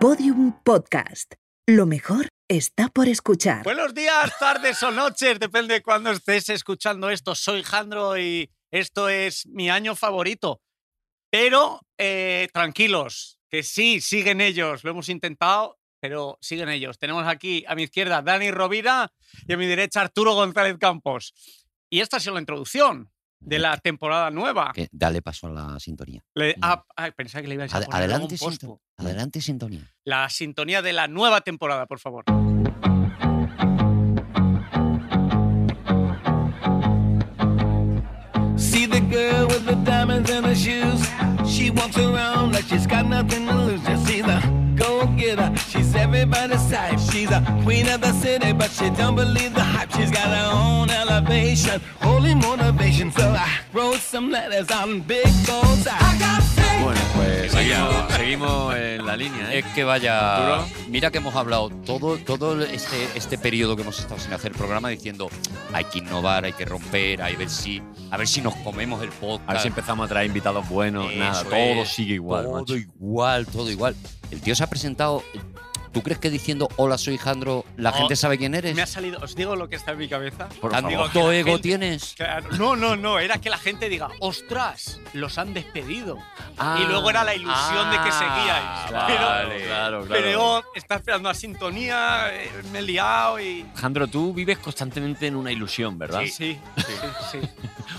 Podium Podcast. Lo mejor está por escuchar. Buenos días, tardes o noches, depende de cuándo estés escuchando esto. Soy Jandro y esto es mi año favorito. Pero eh, tranquilos, que sí, siguen ellos. Lo hemos intentado, pero siguen ellos. Tenemos aquí a mi izquierda Dani Rovira y a mi derecha Arturo González Campos. Y esta ha sido la introducción de la temporada nueva. Que dale paso a la sintonía. Le- ah, ah, pensaba que le ibas a Ad- poner adelante, algún sinto- pospo. adelante, sintonía. La sintonía de la nueva temporada, por favor. See the girl with the diamonds and the shoes. She walks around like she's got nothing to lose. Just she's a go getter. She's everybody's type. She's a queen of the city, but she don't believe the hype. She's got her own elevation, holy motivation. So I wrote some letters on big goals. I got faith. Bueno, pues seguimos, seguimos en la línea. ¿eh? Es que vaya. Arturo. Mira que hemos hablado todo, todo este, este periodo que hemos estado sin hacer programa diciendo hay que innovar, hay que romper, hay ver si, a ver si nos comemos el podcast. A ver si empezamos a traer invitados buenos. Eso nada, todo es, sigue igual, Todo macho. igual, todo igual. El tío se ha presentado. ¿Tú crees que diciendo hola soy Jandro la Oh, gente sabe quién eres? Me ha salido, os digo lo que está en mi cabeza. Por ¿Tan favor. ¿Cuánto que la ego gente- tienes? Claro, no, no, no, era que la gente diga, ostras, los han despedido. Ah, y luego era la ilusión de que ah, seguíais. Pero- vale. claro, Pero yo estaba esperando a sintonía, eh, me he liado y... Jandro, tú vives constantemente en una ilusión, ¿verdad? Sí, sí, sí, sí.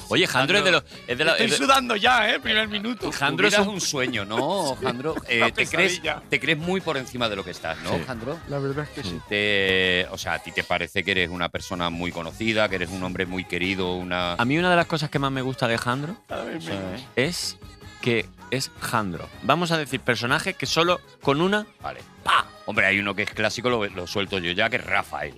Oye, Jandro es de los. Es de la- Estoy es de- sudando ya, ¿eh? Primer minuto. Jandro Jandro es es un- un sueño, ¿no, Jandro? Eh, una te, crees, pesadilla. te crees muy por encima de lo que estás, ¿no, Sí. Jandro? La verdad es que sí. Te- o sea, a ti te parece que eres una persona muy conocida, que eres un hombre muy querido, una... A mí una de las cosas que más me gusta de Jandro o sea, ¿eh? es que es Jandro. Vamos a decir personajes que solo con una. Vale. ¡Pa! Hombre, hay uno que es clásico, lo, lo suelto yo ya, que es Rafael.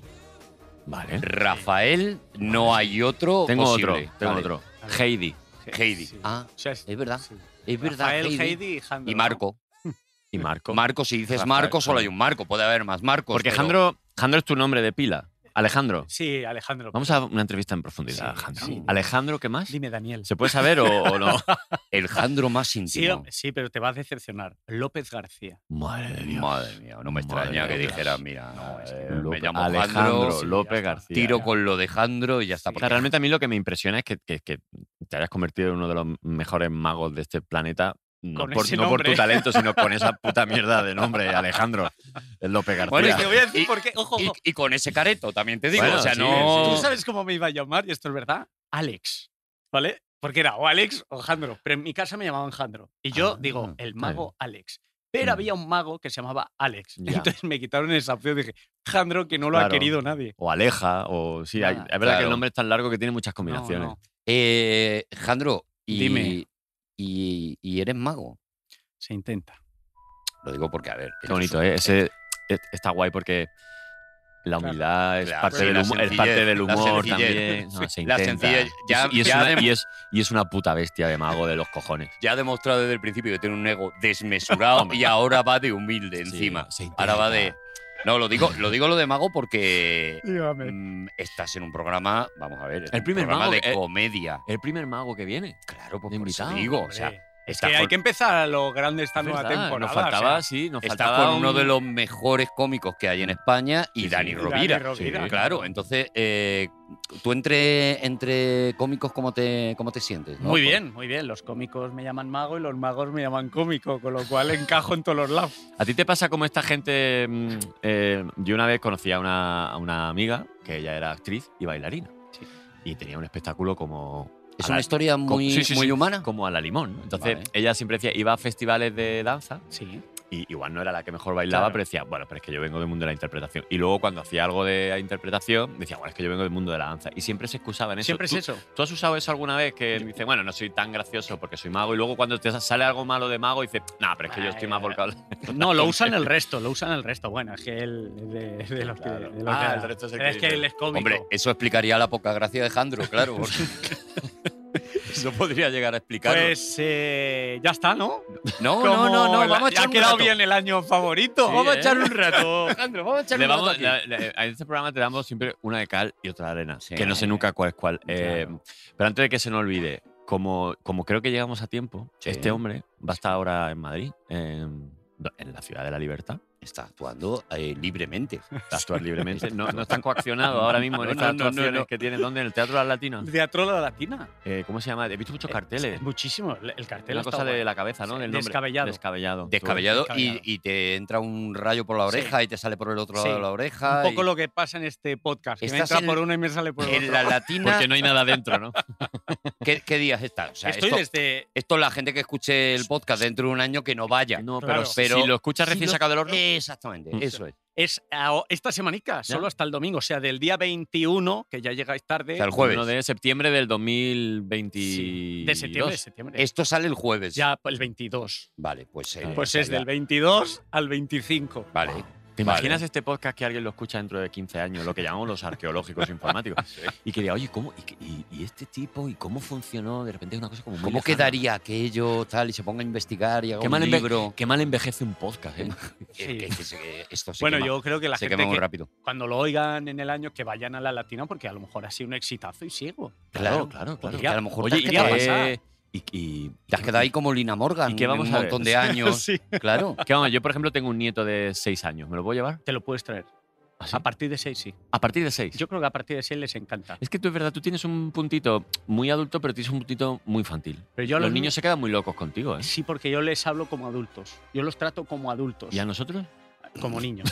Vale. Rafael, no hay otro Tengo otro, posible. tengo Vale. otro. Heidi Heidi. Ah, O sea, es, es verdad. sí. Es verdad, Rafael, Heidi. Heidi y Jandro. Y ¿no? Marco. y Marco. Marco, si dices Rafael, Marco, solo Jandro. hay un Marco. Puede haber más Marcos. Porque pero- Jandro, Jandro es tu nombre de pila. Alejandro. Sí, Alejandro. Vamos a una entrevista en profundidad, Sí, Alejandro. sí. Alejandro, ¿qué más? Dime, Daniel. ¿Se puede saber o, o no? El Jandro más Sí, íntimo. sí, pero te vas a decepcionar. López García. Madre de Dios. Madre mía, no me Madre extraña que de Dios. dijera, mira, es eh, que me López- llamo Alejandro Jandro, sí, ya López está. García. tiro con lo de Jandro y ya está. O sea, porque- realmente a mí lo que me impresiona es que, que- que te hayas convertido en uno de los mejores magos de este planeta. No, Con por, ese no por tu nombre. talento, sino con esa puta mierda de nombre, Alejandro López García. Bueno, Oye, y te que- voy a decir y- por qué. Ojo, y, ojo. y con ese careto, también te digo. Bueno, o sea, sí, no. ¿Tú sabes cómo me iba a llamar? Y esto es verdad. Alex. ¿Vale? Porque era o Alex o Jandro. Pero en mi casa me llamaban Jandro. Y yo Ah, digo, el mago Alex. Pero Mm. había un mago que se llamaba Alex. Ya. Entonces me quitaron esa opción y dije, Jandro, que no lo ha Claro. querido nadie. O Aleja, o sí, hay- Nada. es verdad que Claro. el nombre es tan largo que tiene muchas No, combinaciones. no. Eh, Jandro, y, Dime. Y, y eres mago. Se intenta. Lo digo porque, a ver. Qué bonito, ¿eh? Ese, e- está guay porque la humildad es, Claro, parte sí, del la humor, es sencillez, parte del la humor sencillez. también. No, se La intenta. sencillez, ya- y, es, y es ya una, de- y, es, y es una puta bestia de mago de los cojones. Ya ha demostrado desde el principio que tiene un ego desmesurado y ahora va de humilde Sí, encima. se Ahora va de. intenta. No, lo digo, lo digo lo de mago porque Dígame. mm, estás en un programa, vamos a ver, en El un primer programa mago de que- eh, comedia. El primer mago que viene. Claro, pues De por eso invitado, digo, o sea, es está que hay con- que empezar a lo grande esta Es nueva verdad, temporada. Nos o sea, faltaba, sí, nos está faltaba con uno un- de los mejores cómicos que hay en España y Sí, sí. Dani Y Dani Rovira. Rovira. Sí, Claro, entonces, eh, tú entre, entre cómicos, ¿cómo te, cómo te sientes? no? Muy bien, muy bien. Los cómicos me llaman mago y los magos me llaman cómico, con lo cual encajo en todos los lados. ¿A ti te pasa como esta gente? mm, eh, yo una vez conocí a una, a una amiga que ella era actriz y bailarina. Y tenía un espectáculo como. Es a una la- historia muy, sí, sí, muy sí. humana. como a la limón. ¿no? Entonces, Vale. ella siempre decía, iba a festivales de danza Sí. y igual no era la que mejor bailaba, Claro. pero decía, bueno, pero es que yo vengo del mundo de la interpretación. Y luego cuando hacía algo de interpretación, decía, bueno, es que yo vengo del mundo de la danza. Y siempre se excusaba en eso. Siempre es ¿Tú- eso. ¿Tú has usado eso alguna vez que dices, bueno, no soy tan gracioso porque soy mago? Y luego cuando te sale algo malo de mago, dices, no, pero es que yo estoy más volcado. No, lo usan el resto, lo usan el resto. Bueno, es que él es de, de los que. Claro. de los Ah, que- el resto es el es que que dice. él es cómico. Hombre, eso explicaría la poca gracia de Jandro, claro. porque eso podría llegar a explicarlo. pues eh, ya está, ¿no? no, Como no, no, no, la- vamos a ya echar ha un quedado rato. bien el año favorito. Sí, vamos ¿eh? a echar un rato. Jandro, vamos a echar Le un rato vamos, aquí. la- la- a este programa te damos siempre una de cal y otra de arena, Sí. que no sé nunca cuál es cuál. Eh, pero antes de que se nos olvide, como, como creo que llegamos a tiempo, Sí. este hombre va a estar ahora en Madrid, en, en la ciudad de la libertad, está actuando eh, libremente. Está actuar libremente. No, no están coaccionados ahora mismo en No, no, estas no, no, actuaciones no. Eh, que tienen. ¿Dónde? En el Teatro de las Latinas. De Atrola Latina. Eh, ¿Cómo se llama? He visto muchos carteles. Muchísimo. El el cartel Una está cosa de guay. la cabeza, ¿no? Sí, Del nombre. descabellado. Descabellado. Tú- Descabellado, descabellado. Y, y te entra un rayo por la Sí. oreja y te sale por el otro Sí. lado de la oreja. Un poco y- lo que pasa en este podcast. Que me Estás entra en- por una y me sale por el En otro. la latina, Porque no hay nada dentro, ¿no? ¿qué, qué días está? O sea, Estoy esto, desde. esto la gente que escuche el podcast dentro de un año que no vaya. No, Claro. pero, si lo escuchas si recién lo- sacado del horno. Exactamente, Mm. eso es. Es a- esta semanica, Ya. solo hasta el domingo. O sea, del día 21, que ya llegáis tarde. O sea, el jueves. 1 de septiembre del 2022. Sí, de septiembre, de septiembre. Esto sale el jueves. Ya pues, el 22. Vale, pues. eh, Pues esa es la- del 22 al 25. Vale. ¿Te Vale. imaginas este podcast que alguien lo escucha dentro de 15 años, lo que llamamos los arqueológicos informáticos? Y que diga, oye, ¿cómo, y, qué- y- y este tipo? ¿Y cómo funcionó? De repente es una cosa como muy ¿Cómo lejana. quedaría aquello, tal, y se ponga a investigar y haga Qué un mal enve- libro? Qué mal envejece un podcast, ¿eh? Sí. Que- que se- esto se bueno, quema, yo creo que la se gente quema muy que rápido. cuando lo oigan en el año, que vayan a la latina, porque a lo mejor ha sido un exitazo y sigo. Claro, claro, Porque podría- a lo mejor Oye, te, has ¿y podría quedado, pasar. qué, y, y- te has quedado ahí como Lina Morgan ¿Y qué vamos un a ver? montón de años. Sí. Claro. ¿Qué vamos? Yo, por ejemplo, tengo un nieto de 6 años. ¿Me lo puedo llevar? Te lo puedes traer. ¿Ah, sí? A partir de 6, sí. A partir de 6. Yo creo que a partir de 6 les encanta. Es que tú es verdad, tú tienes un puntito muy adulto, pero tienes un puntito muy infantil. Pero yo a los los niños se quedan muy locos contigo, ¿eh? Sí, porque yo les hablo como adultos. Yo los trato como adultos, ¿Y a nosotros? como niños.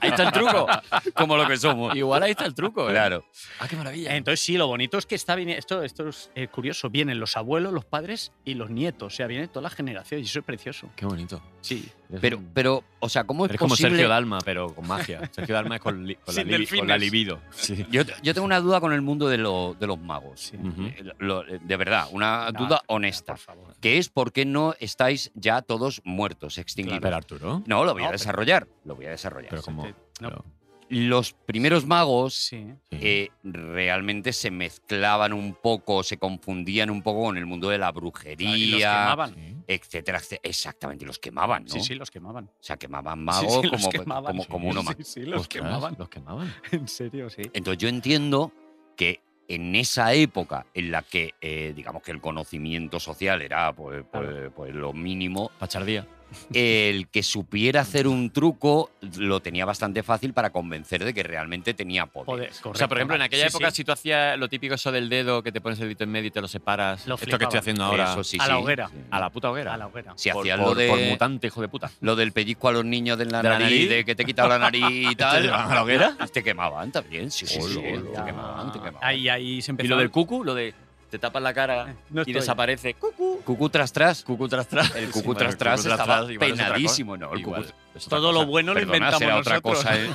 Ahí está el truco. Como lo que somos. Igual ahí está el truco, ¿eh? Claro. Ah, qué maravilla. Entonces, sí, lo bonito es que está bien. Esto, esto es eh, curioso. Vienen los abuelos, los padres y los nietos. O sea, viene toda la generación y eso es precioso. Qué bonito. Sí. Eres Pero, un- pero, o sea, ¿cómo es eres como posible? Sergio Dalma, pero con magia. Sergio Dalma es con, li- con la, Sin libi- con la delfines. libido. Sí. yo, yo tengo una duda con el mundo de, lo- de los magos. Sí. Ujú. Eh, lo- eh, de verdad, una No, duda espera, honesta. Por favor. Que es por qué no estáis ya todos muertos, extinguidos. Pero Arturo, No, lo voy No, a pero- desarrollar. Lo voy a desarrollar. pero como... No. pero- Los primeros magos Sí. sí. eh, realmente se mezclaban un poco, se confundían un poco con el mundo de la Claro, y los brujería, quemaban. Sí. etcétera, etcétera. Exactamente, y los quemaban, ¿no? Sí, sí, los quemaban. O sea, quemaban Sí, magos sí, los como, quemaban. como, como uno más. Sí, sí, los Ostras, quemaban. Los quemaban. En serio, sí. Entonces yo entiendo que en esa época en la que, eh, digamos que el conocimiento social era pues, pues- pues lo mínimo, Pachardía. el que supiera hacer un truco lo tenía bastante fácil para convencer de que realmente tenía poder. Joder, O sea, por ejemplo, en correcto. aquella Sí, época, sí. si tú hacías lo típico eso del dedo, que te pones el dedito en medio y te lo separas, Lo esto que estoy flipaban. haciendo ahora, Eso sí, a la sí. hoguera. Sí. a la puta hoguera. A la hoguera. Si por, hacías por- lo de... por mutante, hijo de puta. Lo del pellizco a los niños de la, ¿De la nariz, nariz? de que te quitaba la nariz y tal. llevaban a la hoguera? Te quemaban también, sí, sí, Olo, sí. olo. Te quemaban, te quemaban. Ahí, ahí se empezó. Y lo del cucu, lo de te tapas la cara No y Eh, estoy. desaparece. Cucu. Cucu tras tras. Cucu tras tras. El Sí, cucu bueno, tras tras cucu estaba tras, igual es otra cosa. penadísimo, ¿no? El Igual cucu- es otra Todo cosa. lo bueno lo Perdona, inventamos será otra nosotros. cosa. ¿eh?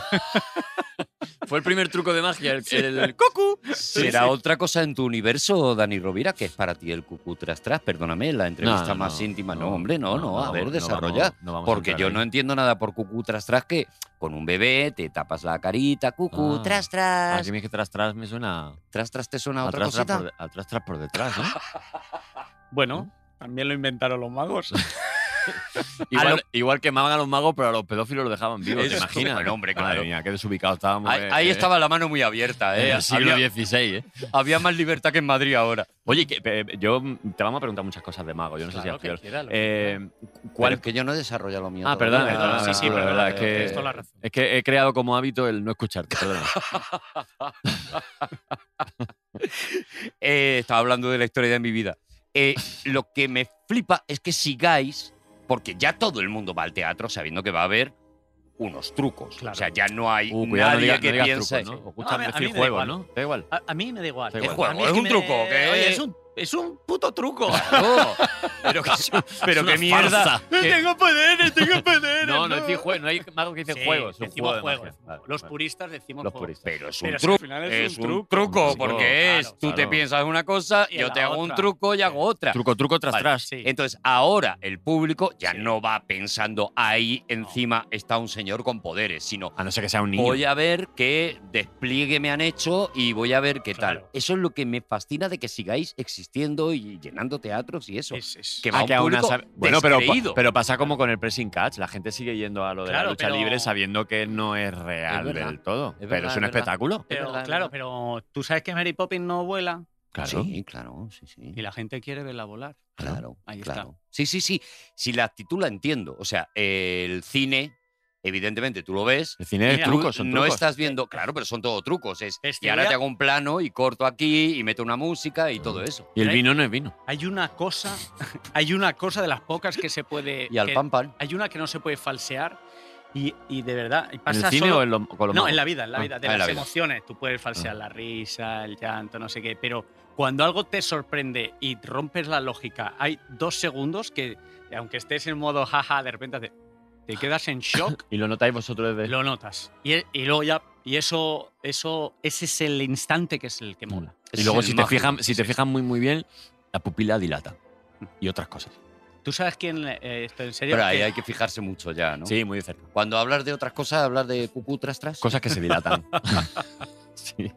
Fue el primer truco de magia, el, el cucu. Será otra cosa en tu universo, Dani Rovira, que es para ti el cucu tras tras. Perdóname, la entrevista No, más no, íntima. No, no, hombre, no, no. a ver, vamos- desarrolla. vamos- no vamos a porque entrar yo ahí. no entiendo nada por cucu tras tras que con un bebé te tapas la carita, cucu Ah. tras Ah, tras. que me que tras tras me suena. Tras tras te suena A Ah, otra Ah, tras tras, cosita. por, de- a tras tras por detrás, ¿no? Bueno, también lo inventaron los magos. Igual, igual quemaban a los magos, pero a los pedófilos los dejaban vivos, ¿te Eso, imaginas? bueno, hombre, Madre claro. mía, qué desubicado estábamos. Ahí, eh, ahí eh, estaba la mano muy abierta, en ¿eh? el siglo Había, XVI, ¿eh? había más libertad que en Madrid ahora. Oye, que, eh, yo mm, te vamos a preguntar muchas cosas de mago. Yo no sé si Claro, has estudiado. que quiera, lo Eh, ¿Cuál? ¿Cuál? que yo no he desarrollado lo mío. Ah, todavía. perdón, perdona, perdón, sí, sí, perdón, perdona, es que, tienes toda la razón. es que he creado como hábito el no escucharte, perdona. Eh, estaba hablando de la historia de mi vida. Eh, lo que me flipa es que sigáis, porque ya todo el mundo va al teatro sabiendo que va a haber unos trucos. Claro. O sea, ya no hay Uh, cuidado, no nadie digas, que no digas piensa. trucos, ¿no? O No, a escuchas mí- a mí decir me da juegos, igual. ¿no? Da igual. Eh, A, a mí me da igual. Da igual. A mí Eh, Es que un me- truco, ¿qué? Oye, es un, es un puto truco. No, pero que- pero una qué mierda. farsa. No ¿Qué? tengo poderes, tengo poderes. No, no, decir juego, no hay mago que dice Sí, juegos. es un decimos juego de juegos. magia. Vale, Los vale. puristas decimos Los juego. puristas. Pero es Pero un si al truco. final es Es un un truco. truco, Sí, porque claro, es tú te claro. piensas una cosa, Y yo la te hago un otra. truco y hago otra. Truco, truco, tras, Vale. tras. Eh, Sí. Entonces, ahora el público ya Sí. no va pensando ahí encima está un señor con poderes, sino A no ser que sea un niño. voy a ver qué despliegue me han hecho y voy a ver qué Claro. tal. Eso es lo que me fascina de que sigáis existiendo y llenando teatros y eso. Es- es- Que Ah, va que un aún público sabe- Bueno, pero, descreído. pero pasa como con el pressing catch. La gente sigue yendo a lo de la Claro, lucha pero- libre sabiendo que no es real Es verdad. del todo. pero verdad, es un es verdad. espectáculo. pero, verdad, es claro, verdad. pero tú sabes que Mary Poppins no vuela Claro. Sí, claro, sí, sí. y la gente quiere verla volar. Claro, Ahí claro. Sí, sí, sí. Si la actitud la entiendo. O sea, el cine Evidentemente, tú lo ves. El Eh, cine es y tú trucos, son no trucos. estás viendo, claro, pero son todo trucos. Es, y Escenario. ahora te hago un plano y corto aquí y meto una música y todo eso. Y el vino no es vino. Hay una cosa, hay una cosa de las pocas que se puede. Y al que- pan pan. Hay una que no se puede falsear y, y de verdad. y ¿En el pasa cine solo- o en lo- con los No, magos? en la vida, en la Ah, vida, de ah, en las la vida. emociones. Tú puedes falsear la risa, el llanto, no sé qué, pero cuando algo te sorprende y rompes la lógica, hay dos segundos que, aunque estés en modo jaja, de repente te, te quedas en shock, Y lo notáis vosotros desde. lo notas. Y, e- y luego ya, y eso, eso, ese es el instante que es el que mola. Y luego, Es si el te, mágico. fijas, si te fijas muy, muy bien, la pupila dilata. Y otras cosas. ¿Tú sabes quién, eh, esto en serio? Pero ahí que- hay que fijarse mucho ya, ¿no? Sí, muy de cerca. Cuando hablas de otras cosas, hablar de cucú tras tras. Cosas que se dilatan. sí. Pero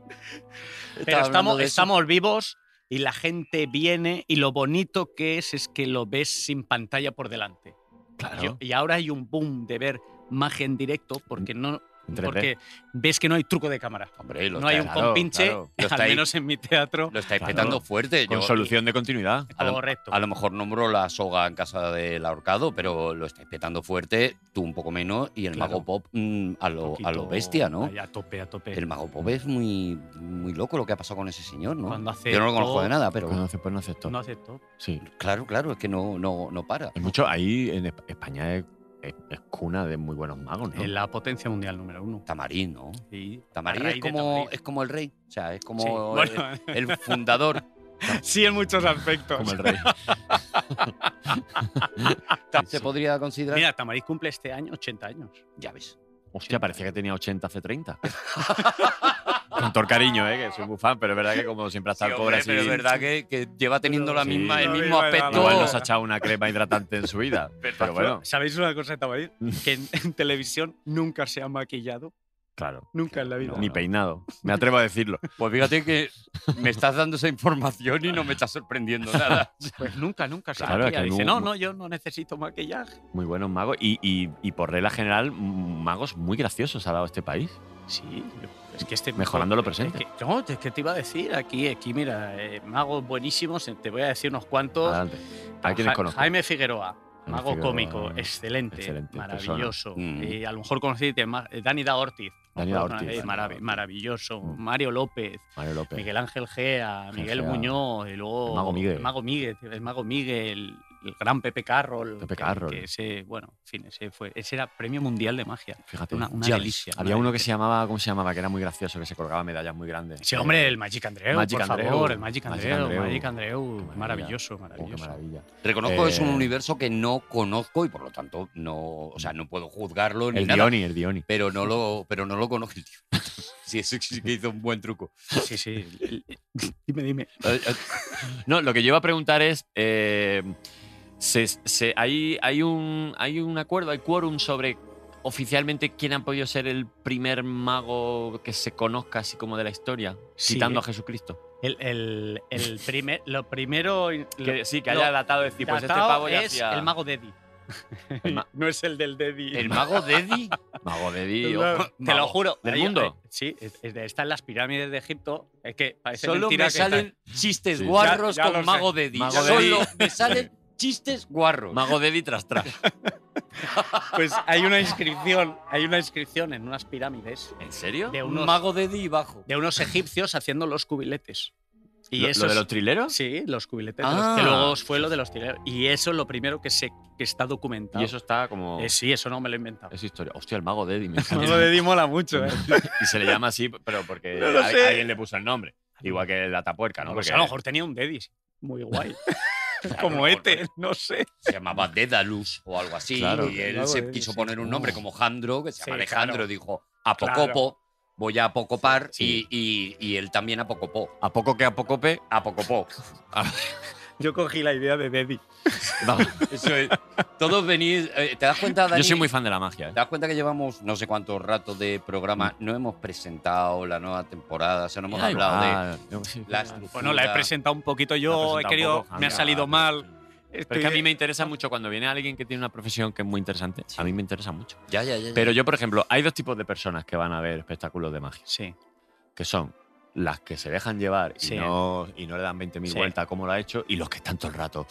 Estaba hablando estamos, de eso. estamos vivos y la gente viene y lo bonito que es es que lo ves sin pantalla por delante. Claro. Yo- y ahora hay un boom de ver magia en directo porque no en 3D. porque ves que no hay truco de cámara. Hombre, lo no hay un estáis- claro, compinche, claro, lo al estáis- menos en mi teatro. lo estáis Claro. petando fuerte. Con yo- solución de continuidad. a lo- Correcto. A lo mejor nombro la soga en casa del ahorcado, pero lo estáis petando fuerte, tú un poco menos, y el Claro. mago pop mm, a, lo, a lo Poquito bestia, ¿no? ahí a tope, a tope. El mago pop es muy, muy loco lo que ha pasado con ese señor, ¿no? Cuando hace Yo no lo conozco pop, de nada, pero Cuando hace pues no haces todo. no hace top. Sí. claro, claro, es que no, no, no para. Hay mucho. Ahí en Esp- España es, es- es cuna de muy buenos magos, ¿no? Es la potencia mundial número uno. Tamarín, ¿no? Y Tamarín a es raíz de como, Tamarín. es como el rey, o sea, es como Sí, el- bueno, el, fundador. sí, en muchos aspectos. Como el rey. ¿Se podría considerar? Mira, Tamariz cumple este año 80 años. Ya ves. Hostia, parecía que tenía 80 hace 30. Con todo el cariño, ¿eh? que soy muy fan, pero es verdad que como siempre hasta el pobre así. pero es verdad que, lleva teniendo la Sí. misma, el No, mismo viva, aspecto. Igual nos ha echado una crema hidratante en su vida. Pero bueno, Mm. ¿Sabéis una cosa de Tamariz? Que en, en televisión nunca se ha maquillado. claro. Nunca en la vida. No, Ni no. peinado. Me atrevo a decirlo. Pues fíjate que me estás dando esa información y no me está sorprendiendo nada. Pues nunca, nunca se Claro, es que maquilla. Dice, no- no, no, yo no necesito maquillaje. Muy buenos magos. Y, y- y por regla general, m- magos muy graciosos ha dado este país. Sí, yo- es que este. Mejorando lo es que- presente. no, es que te iba a decir aquí, aquí, mira, eh, magos buenísimos, eh, te voy a decir unos cuantos. Adelante. A Ah, quienes Ja- conozco. Jaime Figueroa, mago Figueroa, cómico, excelente, excelente maravilloso. persona. Mm. Eh, a lo mejor conociste ma- eh, Dani Da Ortiz. Dani Da Ortiz. Eh, marav- maravilloso. Mm. Mario López, Mario López. Miguel Ángel Gea, Miguel Gea. Muñoz, y luego El mago Miguel. el mago Miguel, el, mago Miguel, el gran Pepe Carroll. Pepe que- Carroll. Que, ese, bueno, en fin, ese, fue, ese era premio mundial de magia. Fíjate. Una, una Ya ves. delicia. Había una uno que delicia. se llamaba, ¿cómo se llamaba? Que era muy gracioso, que se colgaba medallas muy grandes. Oh, Sí, hombre, el Magic Andreu, Magic por Andreu, favor, el Magic Magic Andreu, Andreu. Magic Andreu, maravilla. maravilloso, Oh, qué maravilloso. maravilla. Reconozco que es un Eh, universo que no conozco y por lo tanto no, o sea, no puedo juzgarlo ni El nada. Dioni, el Dioni. Pero no lo, pero no lo conozco el tío. Sí, eso sí que hizo un buen truco. Sí, sí. dime, dime. Eh, eh, No, lo que yo iba a preguntar es. eh, se- se- hay, hay, un, hay un acuerdo, hay quórum sobre oficialmente quién ha podido ser el primer mago que se conozca así como de la historia, Sí. eh. citando a Jesucristo. El, el, el primer, lo primero. Que, sí, que lo haya datado de decir, pues este datado pavo ya es hacía- el mago Dedi. El ma- no es el del Dedi. El mago Dedi. Mago de Dios. Claro. Te lo Mago. juro. ¿Del Ahí- mundo? ahí- Sí, es- es de- está en las pirámides de Egipto. Es que parece Solo mentira me que está- salen chistes Sí. guarros Ya- ya lo con sé. mago Dedi. Mago Solo Dedi. me salen chistes guarros. Mago Dedi tras tras. Pues hay una inscripción, hay una inscripción en unas pirámides ¿En serio? de un unos, mago Dedi bajo. de unos egipcios haciendo los cubiletes. Y ¿Lo, eso lo de es- los trileros? Sí, los cubiletes. de los- Ah. que luego fue lo de los tireos. Y eso es lo primero que, se, que está documentado. Y eso está como. Eh, sí, eso no me lo he inventado. Es historia. Hostia, el mago Dedi. me encanta. mola mucho, ¿eh? y se le llama así, pero porque No lo a- sé. alguien le puso el nombre. Igual que la tapuerca, ¿no? Pues Porque a lo mejor tenía un dedis. Muy guay. Claro, Como este, porque no sé. Se llamaba Dedalus o algo así. Claro. y él Mago se Dedi, quiso sí. poner un nombre como Jandro, que se llama Sí, Alejandro. claro. Dijo, Apocopo, voy a Apocopar. Sí. Y, y- y él también Apocopó. a poco que a poco pe. Apocopó. Yo cogí la idea de Dedi. Vamos. Eso es. Todos venís. eh, ¿Te das cuenta, Dani? Yo soy muy fan de la magia. ¿eh? ¿Te das cuenta que llevamos no sé cuántos ratos de programa? No hemos presentado la nueva temporada, o sea, no hemos Da hablado de igual. Yo- sí, la pero- estructura. Bueno, la he presentado un poquito la Ah, yo, he presenta un querido. me poco, ha Jandra, salido pero- mal. Este, Pero es que a mí me interesa mucho cuando viene alguien que tiene una profesión que es muy interesante. A mí me interesa mucho. Ya, ya, ya. ya. Pero yo, por ejemplo, hay dos tipos de personas que van a ver espectáculos de magia, Sí, que son las que se dejan llevar y, Sí. no, y no le dan 20.000 Sí. vueltas como lo ha hecho, y los que están todo el rato.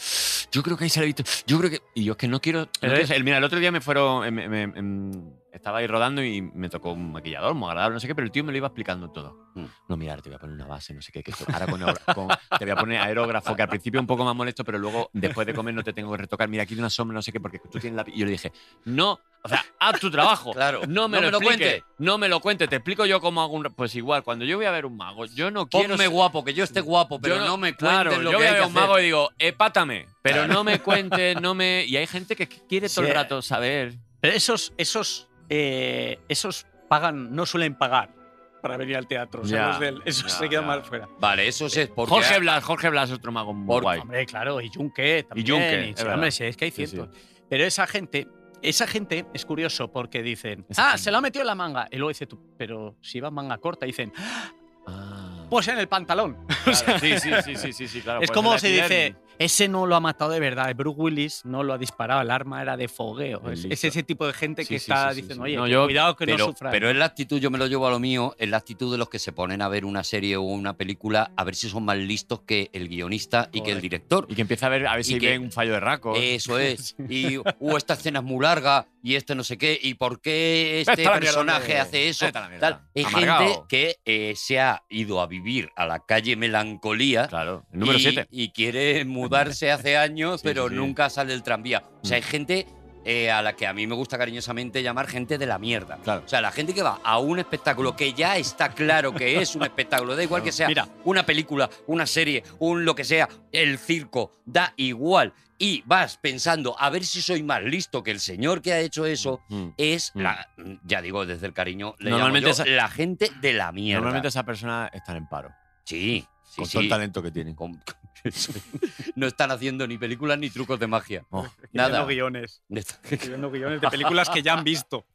Yo creo que ahí se lo he visto. Yo creo que. Y yo es que no quiero. no quiero ¿Eh? ser- Mira, el otro día me fueron. em, em, em, Estaba ahí rodando y me tocó un maquillador muy agradable, no sé qué, pero el tío me lo iba explicando todo. Mm. No, mira, ahora te voy a poner una base, no sé qué, que esto- ahora con, aero- con- te voy a poner aerógrafo, que al principio es un poco más molesto, pero luego después de comer no te tengo que retocar. Mira, aquí hay una sombra, no sé qué, porque tú tienes la... Y yo le dije, no, o sea, haz tu trabajo. Claro. No me, lo, cuente. cuentes. No me lo cuentes. Te explico yo cómo hago un. Pues igual, cuando yo voy a ver un mago, yo no quiero. Ponme ser- guapo, que yo esté guapo, pero yo no, me cuentes claro, lo yo que voy a hay ver que un mago hacer. y digo, epátame. Pero no me cuentes, no me. Y hay gente que quiere todo Sí. el rato saber. Pero esos, esos, eh, esos pagan, no suelen pagar para venir al teatro. o sea, Ya, los del- esos ya, se quedan ya. más fuera. Vale, eso sí es porque... Jorge Blas, Jorge Blas es otro mago muy Por- guay. Hombre, claro, y Junque también. Juncker, es sí, verdad. hombre, sí, es que hay Sí, cientos. Pero esa gente, esa gente es curioso porque dicen, Esa ah, gente. se lo ha metido en la manga. Y luego dice tú, pero si va manga corta, dicen, Ah, pues en el pantalón. claro, sí, sí, sí, sí, sí, sí, claro. es pues como la se epidemia. dice, ese no lo ha matado de verdad, Bruce Willis no lo ha disparado, el arma era de fogueo. El Es, es listo. ese tipo de gente Sí, que sí, está sí, sí, diciendo, sí. oye, No, que yo- cuidado que no Pero, sufra. pero es la actitud, yo me lo llevo a lo mío, es la actitud de los que se ponen a ver una serie o una película a ver si son más listos que el guionista y que el Correcto. director. Y que empieza a ver, a ver Y si que- este ve un fallo de raco. Eso es. Y uh, esta escena es muy larga y este no sé qué. ¿Y por qué este Vete a la mierda, personaje hombre. hace eso? Vete a la mierda. Tal. Hay Amargao. gente que eh, se ha ido a vivir a la calle Melancolía. Claro, el número y- 7. Y, quiere mudarse hace años, Sí, pero sí, Mm. sí. nunca sale el tranvía. O sea, hay gente eh, a la que a mí me gusta cariñosamente llamar gente de la mierda. Claro. O sea, la gente que va a un espectáculo que ya está claro que es un espectáculo, da igual que sea Mira, una película, una serie, un lo que sea, el circo, da igual. Y vas pensando, a ver si soy más listo que el señor que ha hecho eso. Es Mm. la, ya digo, desde el cariño, le Normalmente llamo yo, esa- la gente de la mierda. Normalmente esa persona está en paro. sí, sí, Con sí. todo el talento que tiene. Con- no están haciendo ni películas ni trucos de magia. Oh. Nada. escribiendo guiones, Está- escribiendo guiones de películas que ya han visto.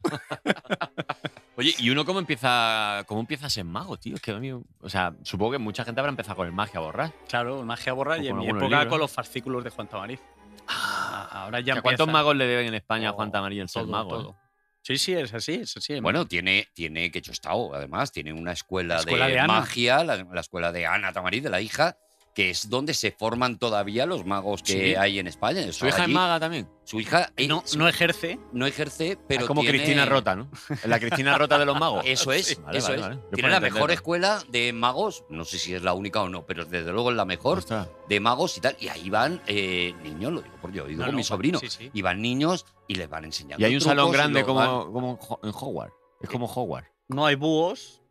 Oye, ¿y uno cómo empieza, cómo empieza a ser mago, tío? Es que a mí- o sea, supongo que mucha gente habrá empezado con el magia a borrar. Claro, magia borra O y en con mi algunos época libros. con los fascículos de Juan Tamariz. Ah, ahora ya ¿A ¿Cuántos empieza magos le deben en España a Juan Oh, Tamarillo el ser todo, mago? eh? todo. eh? Sí, sí, es así, es así. Bueno, tiene, tiene que Chostao, además, tiene una escuela, La escuela de Ana. magia, la, la escuela de Ana Tamariz, de la hija, que es donde se forman todavía los magos que Sí. hay en España. Yo ¿Su estaba hija allí. es maga también? Su hija eh, no, sí, no ejerce. no ejerce, pero. es como tiene- Cristina Rota, ¿no? Es la Cristina Rota de los magos. Eso es, Ah, Sí. Vale, eso vale, es. vale. Yo Tiene para la entenderlo. mejor escuela de magos, no sé si es la única o no, pero desde luego es la mejor Ostras. de magos y tal. Y ahí van eh, niños, lo digo porque yo he ido No, con no, mi sobrino. Sí, sí. Y van niños y les van enseñando. Y hay un salón trucos, grande lo como, van- como en Ho- en Hogwarts. Es como Hogwarts. No hay búhos,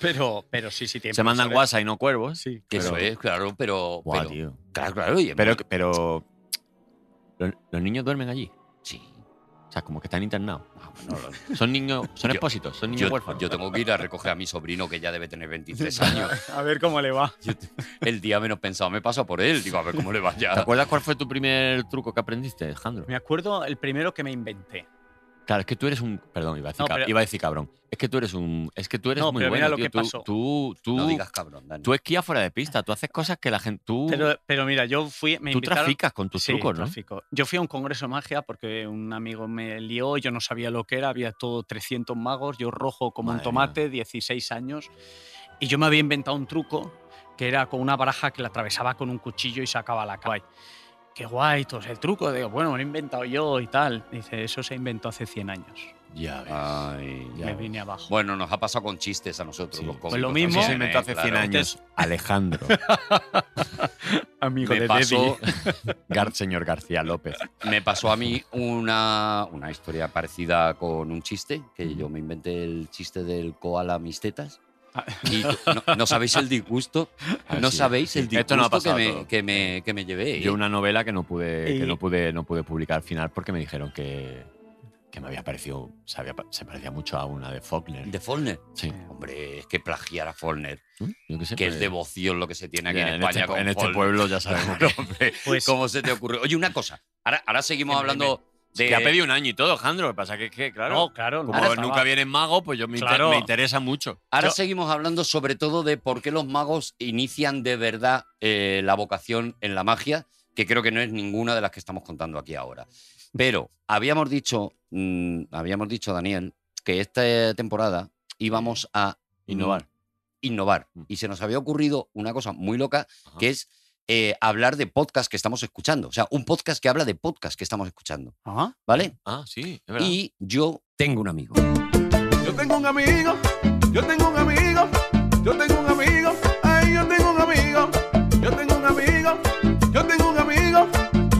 pero, pero sí, sí pues tiene. Se mandan guasa y no cuervos. Sí. que Eso pero- es, claro, pero. Buah, pero- tío. claro, claro. y- Pero, pero los, los niños duermen allí. Sí. O sea, como que están internados. Ah, bueno, lo- Son niños, son Yo- expósitos, son niños yo, huérfanos. yo tengo que ir a recoger a mi sobrino que ya debe tener 23 años. A ver cómo le va. El día menos pensado me paso por él. Digo, a ver cómo le ¿Te Ah. vaya. acuerdas cuál fue tu primer truco que aprendiste, Alejandro? Me acuerdo el primero que me inventé. Claro, es que tú eres un. Perdón, iba a decir, No, cab- pero- iba a decir cabrón. Es que tú eres un. Es que tú eres No, muy pero bueno. mira lo tío. que tú, pasó. tú, tú, No digas cabrón, Dani. tú esquías fuera de pista, tú haces cosas que la gente. Tú, Pero, pero mira, yo fui. Me Uh. tú invitaron- traficas con tus Sí, trucos, ¿no? tráfico. Yo fui a un congreso de magia porque un amigo me lió, yo no sabía lo que era, había todo 300 magos, yo rojo como Madre un tomate, 16 años, y yo me había inventado un truco que era con una baraja que la atravesaba con un cuchillo y sacaba la cara. Qué guay, todo es el truco. Digo, bueno, me lo he inventado yo y tal. Dice, eso se inventó hace 100 años. Ya ves. Ay, Ya me ves. vine abajo. Bueno, nos ha pasado con chistes a nosotros. Sí. los Pues lo cómicos mismo- Eso se también, inventó ¿eh? hace Claro. 100 años. Alejandro. Amigo Me pasó, Gar- señor García López. me pasó a mí una, una historia parecida con un chiste, que yo me inventé el chiste del koala a mis tetas. Ah. Y no, no sabéis el disgusto, Ah, no sí, sabéis sí. el disgusto Esto no ha que, pasado me, todo. que, me, que me llevé. eh, Yo una novela que no pude, que Y- no pude, no pude publicar al final porque me dijeron que, que me había parecido. Se, había pa- se parecía mucho a una de Faulkner. De Follner. sí. Hombre, es que plagiar a Follner, Yo qué sé, que Eh. pues- es devoción lo que se tiene aquí en Ya, España este, con en este Follner. pueblo ya sabemos. Claro, hombre, Pues- ¿Cómo se te ocurre? Oye, una cosa. Ahora, ahora Que seguimos me- hablando de... Que ha pedido un año y todo, Alejandro. Lo que pasa que, es que claro, No, claro, no como estaba. nunca viene mago, pues yo me, inter- Claro. me interesa mucho. Ahora Yo- seguimos hablando sobre todo de por qué los magos inician de verdad eh, la vocación en la magia, que creo que no es ninguna de las que estamos contando aquí ahora. Pero habíamos dicho, mm, habíamos dicho Daniel, que esta temporada íbamos a Innovar. innovar. Mm. Y se nos había ocurrido una cosa muy loca, Ajá. que es eh, hablar de podcast que estamos escuchando. O sea, un podcast que habla de podcast que estamos escuchando, Ajá. ¿vale? Ah, sí, es verdad. Y yo Tengo un amigo. Yo tengo un amigo, yo tengo un amigo, yo tengo un amigo, ay, yo tengo un amigo, yo tengo un amigo, yo tengo un amigo,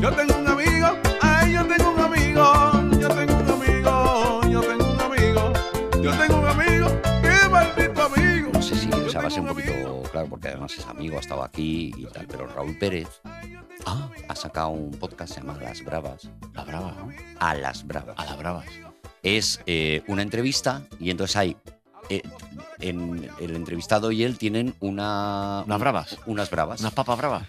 yo tengo un amigo, ay, yo tengo un amigo, yo tengo un amigo, yo tengo un amigo, yo tengo un amigo, qué maldito amigo. No sé si esa va a ser un poquito claro, porque además es amigo, ha estado aquí y tal, pero Raúl Pérez ha sacado un podcast que se llama Las Bravas. Ah, La brava, ¿no? A las Bravas. A la brava. es eh, una entrevista y entonces hay eh, en- el entrevistado y él tienen una Unas bravas. unas bravas. Unas papas bravas.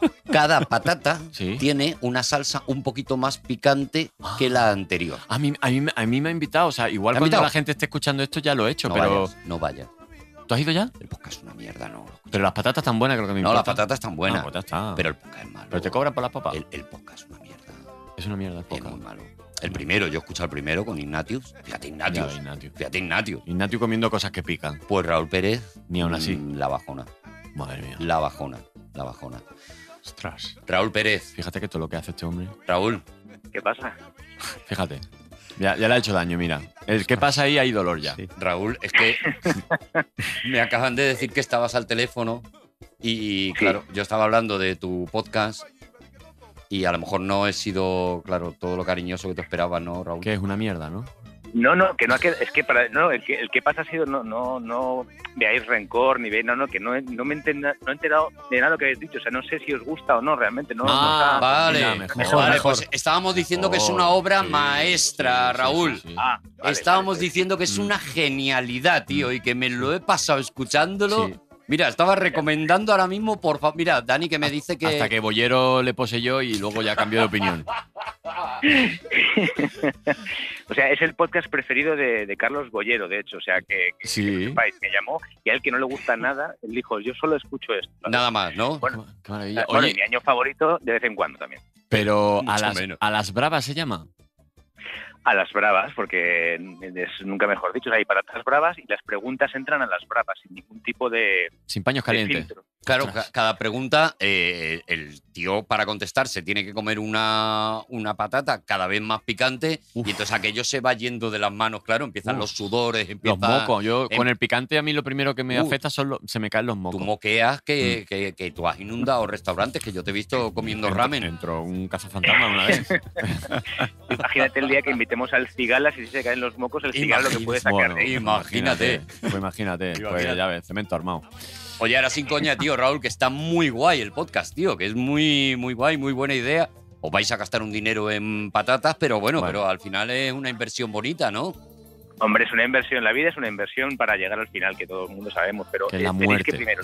Cada patata Sí. tiene una salsa un poquito más picante que Ah. la anterior. A mí, a, mí, a mí me ha invitado. O sea, igual ¿Te ha cuando invitado? la gente esté escuchando esto ya lo he hecho, No pero. vayas, no vayas. ¿Tú has ido ya? El podcast es una mierda, no. Pero las patatas tan buenas creo que me No, las importa. patatas están Ah, buenas, pues ya está. pero el podcast es malo. Pero te cobran por las papas. El, el podcast es una mierda. Es una mierda el Es muy podcast. malo. El primero, yo he escuchado el primero con Ignatius. Fíjate, Ya, Ignatius. Ignatius. Fíjate, Ignatius. Ignatius comiendo cosas que pican. Pues Raúl Pérez. Ni aún así. mm, La bajona. Madre mía. La bajona. La bajona. Ostras. Raúl Pérez. Fíjate que todo lo que hace este hombre. Raúl, ¿Qué pasa? Fíjate. Ya, ya le ha hecho daño, mira. El que pasa ahí hay dolor ya. Sí. Raúl, es que me acaban de decir que estabas al teléfono y claro, yo estaba hablando de tu podcast y a lo mejor no he sido, claro, todo lo cariñoso que te esperaba, ¿no, Raúl? Que es una mierda, ¿no? No, no, que no ha quedado- es que para no, el que, el que pasa ha sido no no no veáis rencor ni veáis no no que no, he- no me he entena- no he enterado de nada lo que habéis dicho, o sea, no sé si os gusta o no realmente, no, no Ah, está- Vale, mira, mejor, vale, mejor. pues estábamos diciendo que es una Oh, obra sí, maestra, sí, sí, Raúl. sí, sí. Ah, vale, estábamos vale, vale. diciendo que es Mm. una genialidad, tío, y que me lo he pasado escuchándolo. Sí. Mira, estaba recomendando ahora mismo, por favor. Mira, Dani, que me dice que. Hasta que Bollero le poseyó y luego ya cambió de opinión. O sea, es el podcast preferido de, de Carlos Bollero, de hecho, o sea, que, que Sí. sepáis, me llamó y a él que no le gusta nada, él dijo, "Yo solo escucho esto." Nada más, ¿no? Bueno, Eh, Qué ma- Qué maravilla. Bueno, y Oye, mi año favorito de vez en cuando también. pero a Mucho las, menos. a las bravas se llama. A las bravas, porque es nunca mejor dicho, o sea, hay patatas bravas y las preguntas entran a las bravas sin ningún tipo de, Sin paños de calientes. filtro. Claro, Ostras. ca- cada pregunta, eh, el tío para contestar se tiene que comer una, una patata cada vez más picante y entonces aquello se va yendo de las manos, claro, empiezan Uf. los sudores, Los empiezan... mocos. Yo em- con el picante a mí lo primero que me Uh. afecta son los, se me caen los Tú mocos. Mm. moqueas que, que- que tú has inundado restaurantes, que yo te he visto comiendo Entro- ramen. Entró un cazafantasma una vez. Imagínate el día que invitemos al cigala, si se caen los mocos, el cigala lo que puede sacar de ahí. imagínate. Pues imagínate, pues Imagínate. ya ves, cemento armado. Oye, ahora sin coña, tío, Raúl, que está muy guay el podcast, tío, que es muy, muy guay, muy buena idea. Os vais a gastar un dinero en patatas, pero bueno, Bueno. pero al final es una inversión bonita, ¿no? Hombre, es una inversión, la vida es una inversión para llegar al final, que todo el mundo sabemos, pero Que es la eh, tenéis muerte. que primero.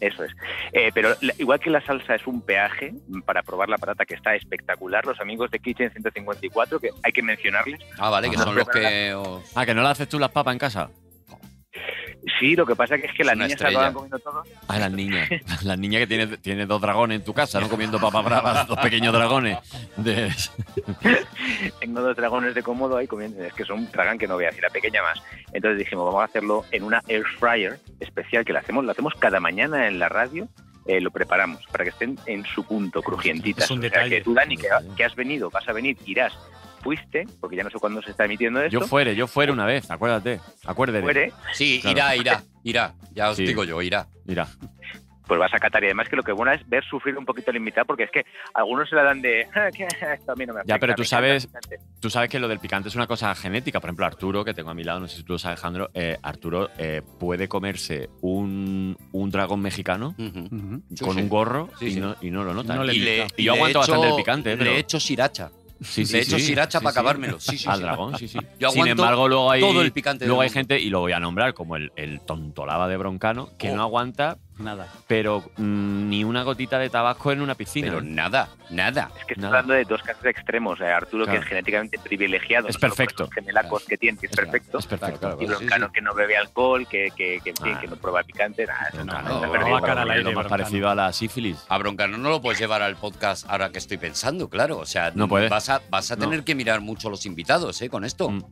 Eso es. Eh, pero la- igual que la salsa es un peaje mm, para probar la patata que está espectacular, los amigos de Kitchen 154, que hay que mencionarles, Ah, vale, que Ajá. son los que... os- Ah, que no le haces tú las papas en casa. sí, lo que pasa que es que las una niñas se estrella. acaban comiendo todo. Ah, las niñas. Las niñas que tienes tiene dos dragones en tu casa, ¿no? Comiendo papas bravas, dos pequeños dragones. De- Tengo dos dragones de cómodo ahí comiendo, es que son tragan que no veas, y la pequeña más. Entonces dijimos, vamos a hacerlo en una air fryer especial que la hacemos, la hacemos cada mañana en la radio, eh, lo preparamos para que estén en su punto, crujientitas. Es un O sea, detalle. que tú, Dani, que, detalle. que has venido, vas a venir, irás, fuiste, porque ya no sé cuándo se está emitiendo esto. Yo fuere, yo fuere una vez, acuérdate. Acuérdate. fuere, Sí, Claro. irá, irá, irá. Ya os Sí. digo yo, irá. Mira, pues vas a Qatar y además que lo que bueno es ver sufrir un poquito al invitado porque es que algunos se la dan de "Ah, que esto a mí no me Ya, afecta, pero tú me encanta, sabes- me encanta". tú sabes que lo del picante es una cosa genética. Por ejemplo, Arturo, que tengo a mi lado, no sé si tú lo sabes, Alejandro. eh, Arturo eh, puede comerse un, un dragón mexicano Ujú. Sí, con sí. un gorro Sí, y, sí. No, y no lo nota. No le Y- Y le- pica. Y y yo le aguanto he hecho- bastante el picante, pero- Le he hecho siracha. sí, sí, le he hecho sí. sriracha Sí, para sí. acabármelo. Sí, sí, Al sí. dragón, sí, sí. Yo Sin aguanto embargo, luego hay, todo el picante luego del hay mundo. gente, y lo voy a nombrar como el, el tontolaba de Broncano, que Oh. no aguanta, Nada. pero mm, ni una gotita de tabasco en una piscina. Pero nada, nada. Es que estoy Nada. hablando de dos casos extremos. eh, Arturo, Claro. que es genéticamente privilegiado. Es no solo por perfecto. esos Gemelacos que tiene, que es perfecto. Es perfecto. Claro, Y claro, sí, Broncano que no bebe alcohol, que, que, que, en fin, Ah. que no prueba picante, nada, eso no, Broncano, no, no, está perdido. va a cara al lo aire, más Broncano. parecido a la sífilis. A Broncano no lo puedes llevar al podcast ahora que estoy pensando, claro. O sea, No puede. vas a, vas a No. tener que mirar mucho a los invitados, ¿eh? Con esto. Mm.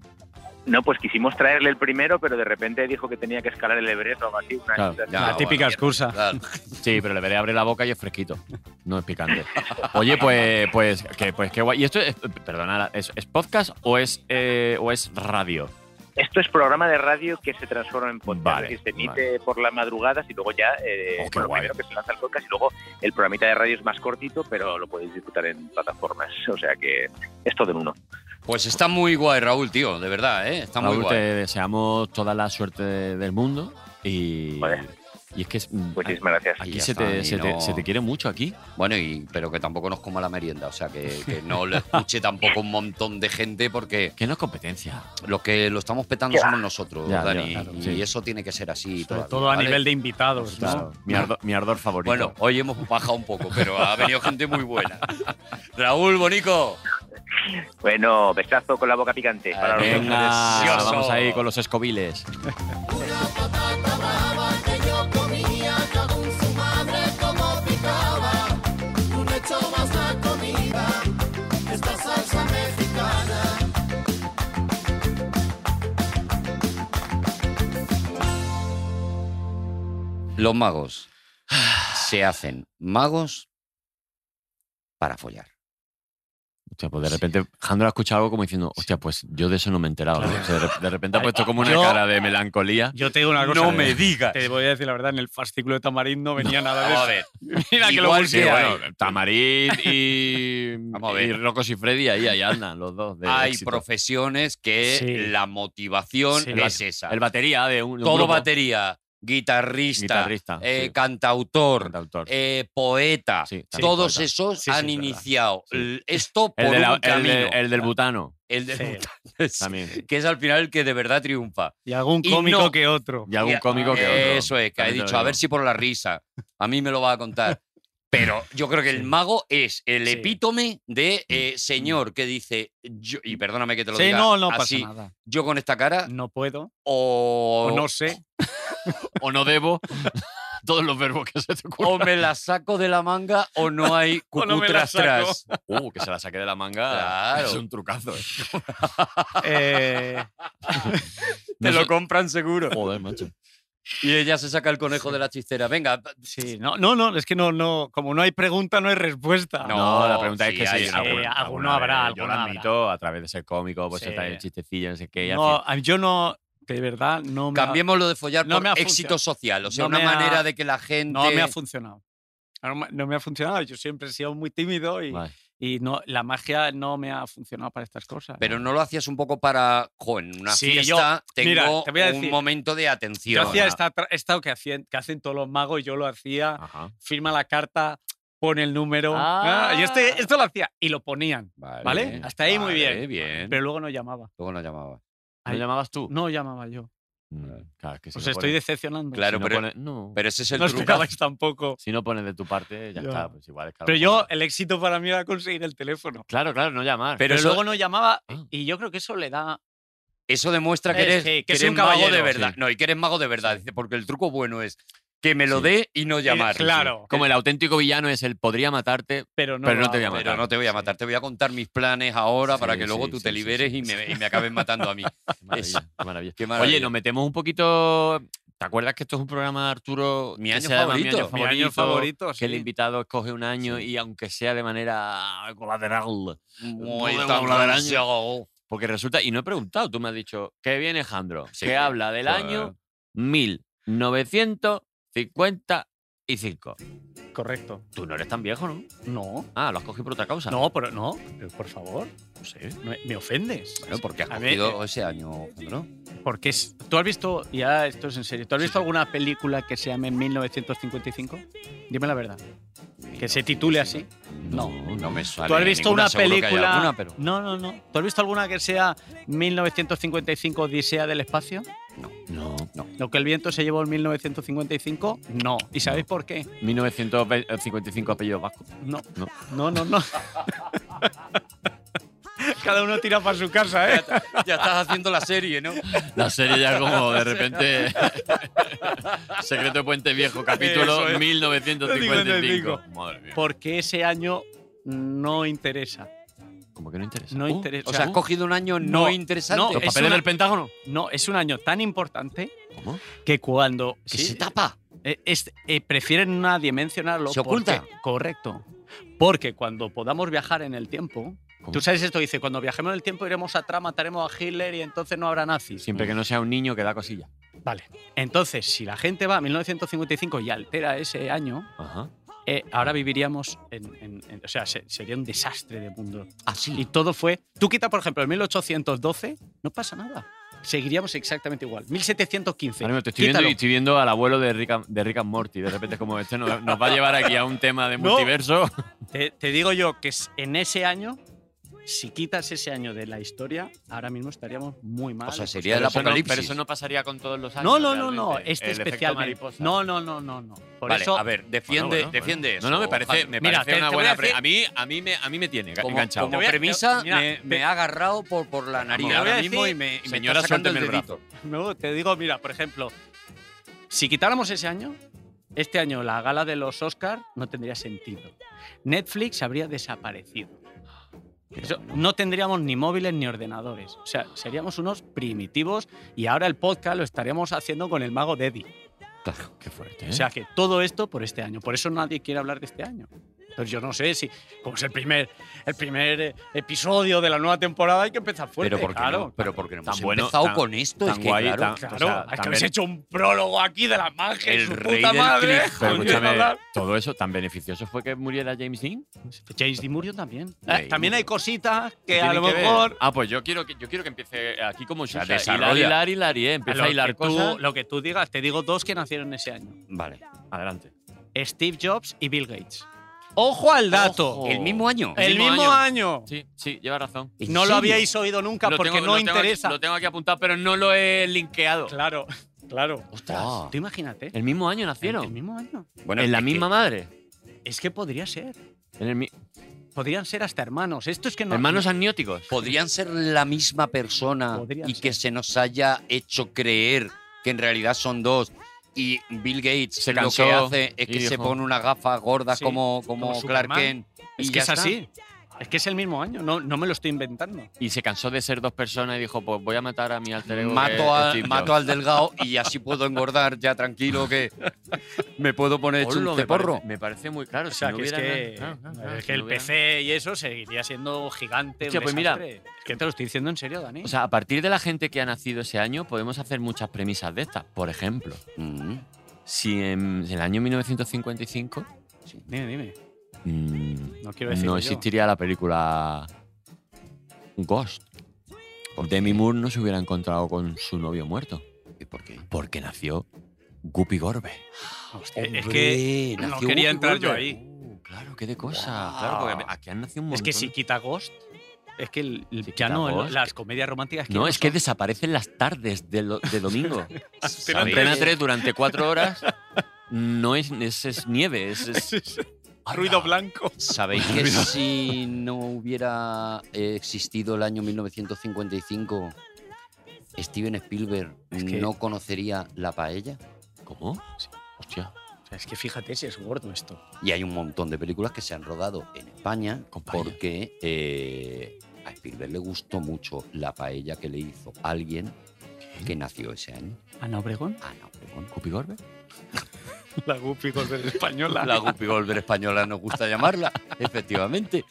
No, pues quisimos traerle el primero, pero de repente dijo que tenía que escalar el Everest o algo así. Una Claro, excusa ya, así. la típica excusa. Claro. Sí, pero le veré abre la boca y es fresquito. No es picante. Oye, pues, pues, que, pues qué guay. ¿Y esto es, perdona, ¿es, es podcast o es, eh, o es radio? Esto es programa de radio que se transforma en podcast. Vale, es decir, se emite por las madrugadas y luego ya, eh, Oh, qué bueno, guay. primero que se lanza el podcast y luego el programita de radio es más cortito, pero lo podéis disfrutar en plataformas. O sea que es todo en uno. Pues está muy guay, Raúl, tío, de verdad, ¿eh? Está muy Raúl, te guay. deseamos toda la suerte del mundo y, Vale. y es que es- Pues Muchísimas gracias. Ay, aquí ya se, está, te, y se te- no- se te quiere mucho aquí. Bueno, y, pero que tampoco nos coma la merienda, o sea, que, que no lo escuche tampoco un montón de gente porque Que no es competencia. lo que lo estamos petando somos nosotros, Ya, Dani, ya, claro, y sí. eso tiene que ser Sobre así. todavía, todo a ¿vale? nivel de invitados. ¿no? Claro, mi, ardor, mi ardor favorito. Bueno, hoy hemos bajado un poco, pero ha venido gente muy buena. Raúl, Bonico. Bueno, besazo con la boca picante. para los dos. venga, Precioso. vamos ahí con los escobiles. Los magos se hacen magos para follar. Hostia, pues de repente Jandro ha escuchado algo como diciendo, hostia, pues yo de eso no me he enterado. ¿no? O sea, de, re- de repente ha puesto como una Yo- cara de melancolía. Yo te digo una cosa. no eh, me digas. Te voy a decir la verdad, en el fascículo de Tamarind no venía nada de Vamos a eso. ver, Mira que lo igual busqué. que hay. Bueno, Tamariz y, Vamos a ver. y Rocos y Freddy, ahí, ahí andan los dos. de hay éxito. profesiones que Sí. la motivación Sí. es esa. El batería de un. de un Todo grupo. batería, guitarrista, Guitarrista, eh, sí. cantautor, Cantautor. eh, poeta, Sí, también todos poeta. esos Sí, sí, han es verdad. iniciado Sí. l- esto por el, de la- un el, camino. Ah, de- el del butano El del Sí. Bután, también. que es al final el que de verdad triunfa. Y algún Y cómico no. que otro. Y algún Ya, eh, cómico que otro. Eso es, que ha También te lo dicho, a digo. ver si por la risa. A mí me lo va a contar. Pero yo creo que el mago es el Sí. Mm. epítome de eh, señor que dice, yo- y perdóname que te lo Sí, diga no, no pasa así, nada. yo con esta cara No puedo. o, O no sé. O no debo. Todos los verbos que se te ocurren. o me la saco de la manga o no hay O no me la cucutras saco. tras. Uh, que se la saque de la manga. Claro. Es un trucazo. eh. Eh, Te No lo sé- compran seguro. Joder, macho. Y ella se saca el conejo de la chistera. Venga, sí, no, no, no, es que no, no, como no hay pregunta, no hay respuesta. No, No, la pregunta sí, es que hay- si sí, alguna- alguno alguna habrá, vez, Yo alguno lo habrá. admito a través de ser cómico, pues Sí. está el chistecillo, no sé qué. y No, hace- a- yo no, de verdad, no me, ha, cambiemos lo de follar no me ha por éxito social. O sea, No una me ha- manera de que la gente. no me ha funcionado. No me- no me ha funcionado. Yo siempre he sido muy tímido y, Vale. y no, la magia no me ha funcionado para estas cosas. Pero no lo hacías un poco para, jo, en una Sí, yo- fiesta tengo mira, te voy a un decir, momento de atención. yo hacía Ah, esta, tra- esta que, hacían, que hacen todos los magos, yo lo hacía, Ajá. firma la carta, pone el número. Ah. Ah, y este, esto lo hacía y lo ponían, ¿vale? Hasta ahí muy vale, bien. bien. Pero luego no llamaba. Luego nos llamaba. ¿No Ay. llamabas tú? No llamaba yo. Mm, Claro, es que si Os no estoy pones- decepcionando. Claro, si no pero- pones- no. Pero ese es el no truco. esperabais tampoco. Si no pones de tu parte, ya Yo- está. Pues igual es que a lo Pero yo, mejor- el éxito para mí era conseguir el teléfono. Claro, claro, no llamar. Pero, eso- luego no llamaba Ah. y yo creo que eso le da... eh, Eso demuestra que Es eres, que- que que es eres un mago de caballero, verdad. sí. No, y que eres mago de verdad. Dice, Porque el truco bueno es que me lo Sí. dé y no llamar. Eh, Claro. Como el auténtico villano es el podría matarte, Pero no, pero lo no te voy a hago. matar. Pero no te voy a matar, te voy a contar mis planes ahora para Sí, que luego sí, tú sí, te sí, liberes sí, y, me, y me acabes matando a mí. Qué maravilla, qué maravilla. Qué maravilla. Oye, nos metemos un poquito. ¿Te acuerdas que esto es un programa, Arturo? Mi que año se llama favorito. Mi año favorito, Que el sí. invitado escoge un año y aunque sea de manera colateral. Muy No debo tan hablar del año. gracioso. Porque resulta, y no he preguntado, tú me has dicho que viene Jandro, Sí, que claro. habla del Claro. año 1955. Correcto. Tú no eres tan viejo, ¿no? No. Ah, lo has cogido por otra causa. No, pero no. Pero por favor, no sé. me, me ofendes. Bueno, porque has A eh, ver, cogido ese año, ¿no? Porque es- tú has visto, ya esto es en serio, ¿tú has visto alguna película que se llame 1955? Dime la verdad. Que se titule así. No. No me sale. ¿Tú has visto ninguna, una seguro que hay película? alguna, pero- No, no, no. ¿Tú has visto alguna que sea 1955 Odisea del espacio? No. Lo que el viento se llevó en 1955? No. ¿Y sabéis por qué? eh, 1955 apellido vasco. No. No. No, no, no. Cada uno tira para su casa, ¿eh? Ya estás haciendo la serie, ¿no? La serie ya como de repente. Secreto de Puente Viejo, capítulo Eso es. 1955. Madre mía. Porque ese año no interesa. Como que no interesa. No Uh, interesa. O sea, has cogido un año no, No, interesante. no, ¿Los es papeles una- del Pentágono? No, es un año tan importante ¿Cómo? que cuando que sí, se tapa. eh, es- eh, prefieren nadie mencionarlo. Se oculta. porque- correcto. Porque cuando podamos viajar en el tiempo, ¿Cómo? tú sabes esto, dice, cuando viajemos en el tiempo iremos atrás, mataremos a Hitler y entonces no habrá nazis. Siempre que no sea un niño que da cosilla. Vale. Entonces, si la gente va a 1955 y altera ese año, Ajá. eh, ahora viviríamos en, en- en- O sea, se- sería un desastre de mundo. Así. Y todo fue. Tú quita, por ejemplo, el 1812, no pasa nada. Seguiríamos exactamente igual. 1715. Ahora mismo te estoy viendo, quítalo. y estoy viendo al abuelo de Rick, and- de Rick and Morty. De repente es como este nos, nos va a llevar aquí a un tema de No. multiverso. Te, te digo yo que es- en ese año, si quitas ese año de la historia, ahora mismo estaríamos muy mal. Pues O sea, sería el Pero eso no- apocalipsis. pero eso no pasaría con todos los años. no, no, no, no. realmente. Este El efecto especial. mariposa. No, no, no, no, no. Por vale, eso. a ver, defiende, Bueno, bueno, defiende bueno. eso. No, no, me parece, me Mira, parece te- te una voy buena a decir- pre- a mí a mí me a mí me tiene Como, enganchado. como Te voy a- premisa, mira, me, Eh, te- me ha agarrado por, por la nariz Te voy a ahora mismo decir- y me, y me está Señora, sacando suélteme el brazo. dedito. No, te digo, mira, por ejemplo, si quitáramos ese año, este año la gala de los Oscars no tendría sentido. Netflix habría desaparecido. Eso- no tendríamos ni móviles ni ordenadores. O sea, seríamos unos primitivos y ahora el podcast lo estaríamos haciendo con el mago Deddy. Mm, Qué fuerte. ¿eh? O sea que todo esto por este año. Por eso nadie quiere hablar de este año. Entonces yo no sé si, como es el primer, el primer eh, episodio de la nueva temporada, hay que empezar fuerte. Pero porque claro, no, pero porque no Tan hemos bueno, empezado tan- con esto, tan es que guay, claro, tan- Claro, es O sea, que también- habéis hecho un prólogo aquí de la magia y El su rey puta del madre. cliff, Pero Coño, escúchame, hablar. todo eso tan beneficioso fue que muriera James Dean. James Dean murió también. Rey. Eh, también hay cositas que a Tienen lo ver. mejor. Ah, pues yo quiero que yo quiero que empiece aquí como sea, Xuxa. Hilar, desarrolla. hilar, hilar, y eh, empieza a lo, hilar que tú, cosas. lo que tú digas, te digo dos que nacieron ese año: Vale. Oh. Adelante. Steve Jobs y Bill Gates. Ojo al dato. Ojo. El mismo año. El mismo mismo año. Sí, sí, lleva razón. ¿En No serio? lo habíais oído nunca Lo porque tengo- no lo tengo aquí- interesa. lo tengo aquí apuntado, pero no lo he linkeado. Claro, claro. Ostras. Tú imagínate. Ah. El mismo año El nacieron. mismo año. Bueno, En la es que- misma madre. Es que podría ser. En el mi- Podrían ser hasta hermanos. Esto es que no. Hermanos amnióticos. podrían ser la misma persona Podrían y que se nos haya hecho creer que en realidad son dos. Y Bill Gates Se lo cansó que hace es y que se dijo- pone una gafa gorda Sí, como, como, como Clark Superman. Kent. y Es que ya es está. así. Es que es el mismo año. No, no me lo estoy inventando. Y se cansó de ser dos personas y dijo, pues voy a matar a mi alter ego. que Mato, es al- Steve mato Jobs". al delgado y así puedo engordar ya tranquilo que me puedo poner hecho Hola, un me, ceporro. parece, me parece muy O claro. sea, si no que es hubiera- que, claro, claro, es claro, que si no el hubiera- PC y eso seguiría siendo gigante. un Hostia, pues mira. desastre. Es que te lo estoy diciendo en serio, Dani. O sea, a partir de la gente que ha nacido ese año, podemos hacer muchas premisas de estas. Por ejemplo, Mm. si en el año 1955 dime, dime. mm, No quiero decir. no yo. existiría la película Ghost. Demi Moore no se hubiera encontrado con su novio muerto. ¿Y por qué? Porque nació Guppy Gorbe. Hostia, Eh, es que, no quería entrar yo ahí. Uh, claro, qué de cosa. Claro, porque aquí han nacido un es montón. que si quita Ghost. Es que el- el- Si ya quita no, Ghost. las comedias románticas. No, es que son. desaparecen las tardes de, lo- de domingo. la Antena 3 durante cuatro horas no es, es, es nieve, es, es- ruido blanco. ¿Sabéis que si no hubiera eh, existido el año 1955, Steven Spielberg Es que- no conocería la paella? ¿Cómo? Hostia, Es que fíjate si es gordo esto. Y hay un montón de películas que se han rodado en España Con paella. porque eh, a Spielberg le gustó mucho la paella que le hizo alguien que nació ese año. Ana Obregón. Ana Obregón. ¿Guppy Gorbe? La Guppy Golden española. La Guppy Golver española nos gusta llamarla, efectivamente.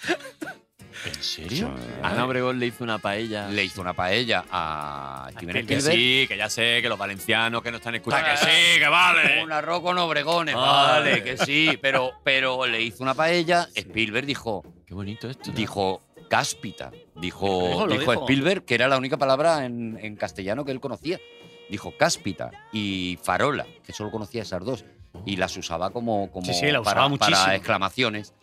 ¿En serio? Ana Obregón le hizo una paella. Le hizo una paella a Steven que Spielberg. sí, que ya sé, que los valencianos que no están escuchando. Ah, que sí, que vale. Un arroz con obregones, Vale. vale, que sí, pero, pero le hizo una paella. Spielberg dijo, Qué bonito esto. dijo cáspita, Dijo, dijo, lo dijo dijo. Spielberg, que era la única palabra en, en castellano que él conocía. Dijo cáspita y farola, que solo conocía esas dos, y las usaba como, como Sí, sí, la para, usaba para muchísimo. exclamaciones.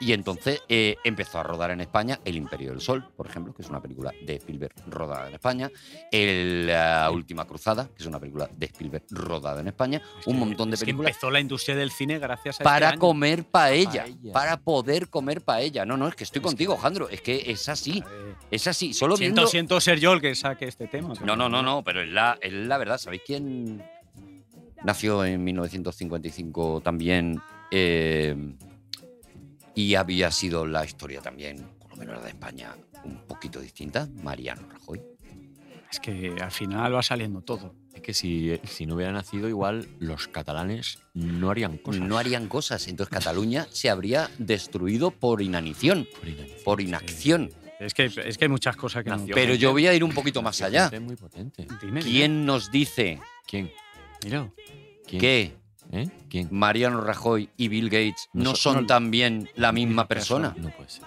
Y entonces eh, empezó a rodar en España El Imperio del Sol, por ejemplo, que es una película de Spielberg rodada en España. El, La Última Cruzada, que es una película de Spielberg rodada en España. un montón de Es que películas empezó la industria del cine gracias a para este año. comer paella, Paella. para poder comer paella. No, no, es que estoy contigo, Jandro, es que es así, Eh, es así, solo Siento, viendo... siento ser yo el que saque este tema. pero- No, no, no, no, pero es la, es la verdad, ¿sabéis quién nació en 1955 también? Eh, y había sido la historia también lo menos la de España, un poquito distinta, Mariano Rajoy. Es que al final va saliendo todo. Es que si, si no hubiera nacido, igual los catalanes no harían cosas. No harían cosas, entonces Cataluña se habría destruido por inanición, Por inanición. por inacción. Es que, es que hay muchas cosas que no. Nació. Pero yo voy a ir un poquito más allá. Es muy potente. Dime, ¿Quién nos dice ¿Quién? Mira, ¿Quién? que ¿Eh? ¿Quién? Mariano Rajoy y Bill Gates No no son- son también la misma persona? No puede ser.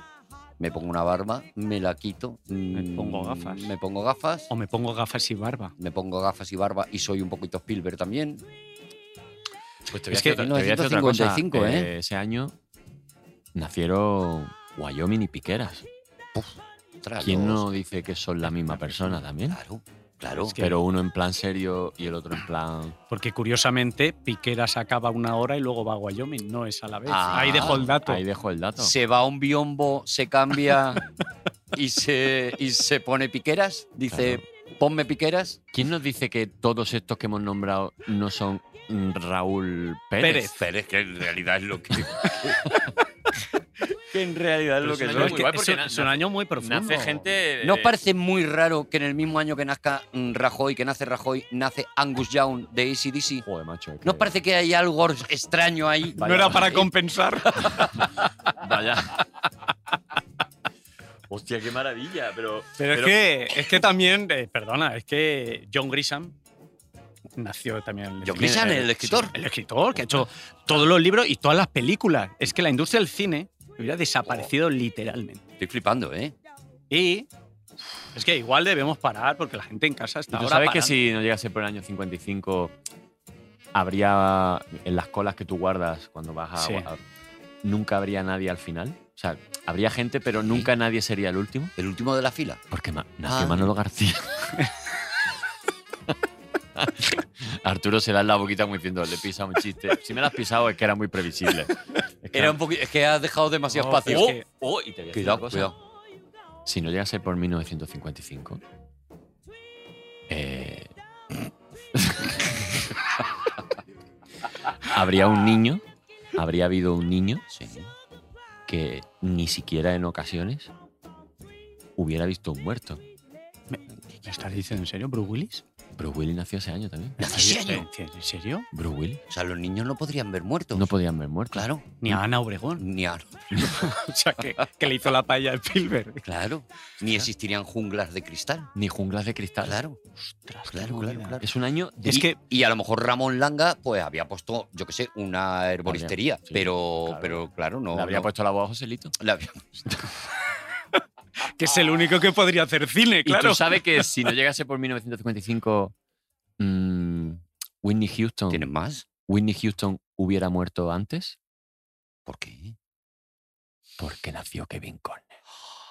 Me pongo una barba, me la quito. mm, pongo gafas. Me pongo gafas. o me pongo gafas y barba. Me pongo gafas y barba y soy un poquito Spielberg también. Pues te Es que otra- te voy a decir otra cosa. 1955, ¿eh? Ese año nacieron Wyoming y Piqueras. Ostras, ¿Quién los- no dice que son la misma persona también? Claro, claro. Es que- Pero uno en plan serio y el otro en plan. Porque curiosamente, Piqueras acaba una hora y luego va a Wyoming, no es a la vez. Ah, ahí dejo el dato. Ahí dejo el dato. Se va a un biombo, se cambia y, se, y se pone piqueras. Dice, ponme piqueras. ¿Quién nos dice que todos estos que hemos nombrado no son mm, Raúl Pérez? Pero es que en realidad es lo que. que en realidad es Pero lo es que Pero un año son. es, que guay porque es un- na- es un año muy profundo. gente. ¿No os parece muy raro que en el mismo año que nazca mm, Rajoy, que nace Rajoy, nace Angus Young de ACDC? Joder, macho. ¿No os parece que hay algo extraño ahí? No era para compensar. Vaya. Hostia, qué maravilla, pero. Pero, es, que, es que también, eh, perdona, es que John Grisham nació también. el- eh, John Grisham, el escritor. sí, el escritor, que ha hecho todos los libros y todas las películas. Es que la industria del cine hubiera desaparecido literalmente. Estoy flipando, ¿eh? Y es que igual debemos parar porque la gente en casa está. tú ahora sabes que parando. si no llegase por el año 55, habría en las colas que tú guardas cuando vas a. Sí. a- nunca habría nadie al final. O sea, habría gente, pero nunca nadie sería el último. El último de la fila. Porque ma- nació Ah. Manolo García. Arturo se da en la boquita muy diciendo, le pisa un chiste. Si me lo has pisado es que era muy previsible. Es que- Era un poquito, es que has dejado demasiado No, espacio. pero es que- Oh, y te voy a decir Cuidado, una cosa. cuidado. Si no llegase por 1955. eh, habría un niño, habría habido un niño Sí. que ni siquiera en ocasiones hubiera visto un muerto. ¿Me estás diciendo en serio, Bruce Willis? Bruce Willis nació ese año también. Nació ese año. ¿En serio? Bruce Willis. O sea, los niños no podrían ver muertos. No podían ver muertos. claro. Ni a Ana Obregón. Ni a- o sea, que, que le hizo la paella a Spielberg. claro. Ni existirían junglas de cristal. Ni junglas de cristal. Claro. Ostras, Claro, qué claro, movida. claro. Es un año de Es que Y a lo mejor Ramón Langa, pues había puesto, yo qué sé, una herboristería. Habría- sí, pero, claro. pero claro, no. Le habría no- puesto la voz a Joselito. le había- que Ah. es el único que podría hacer cine, Y claro. tú sabes que si no llegase por 1955, mm, Whitney Houston, ¿Tienes más? Whitney Houston hubiera muerto antes ¿Por qué? porque nació Kevin Conner.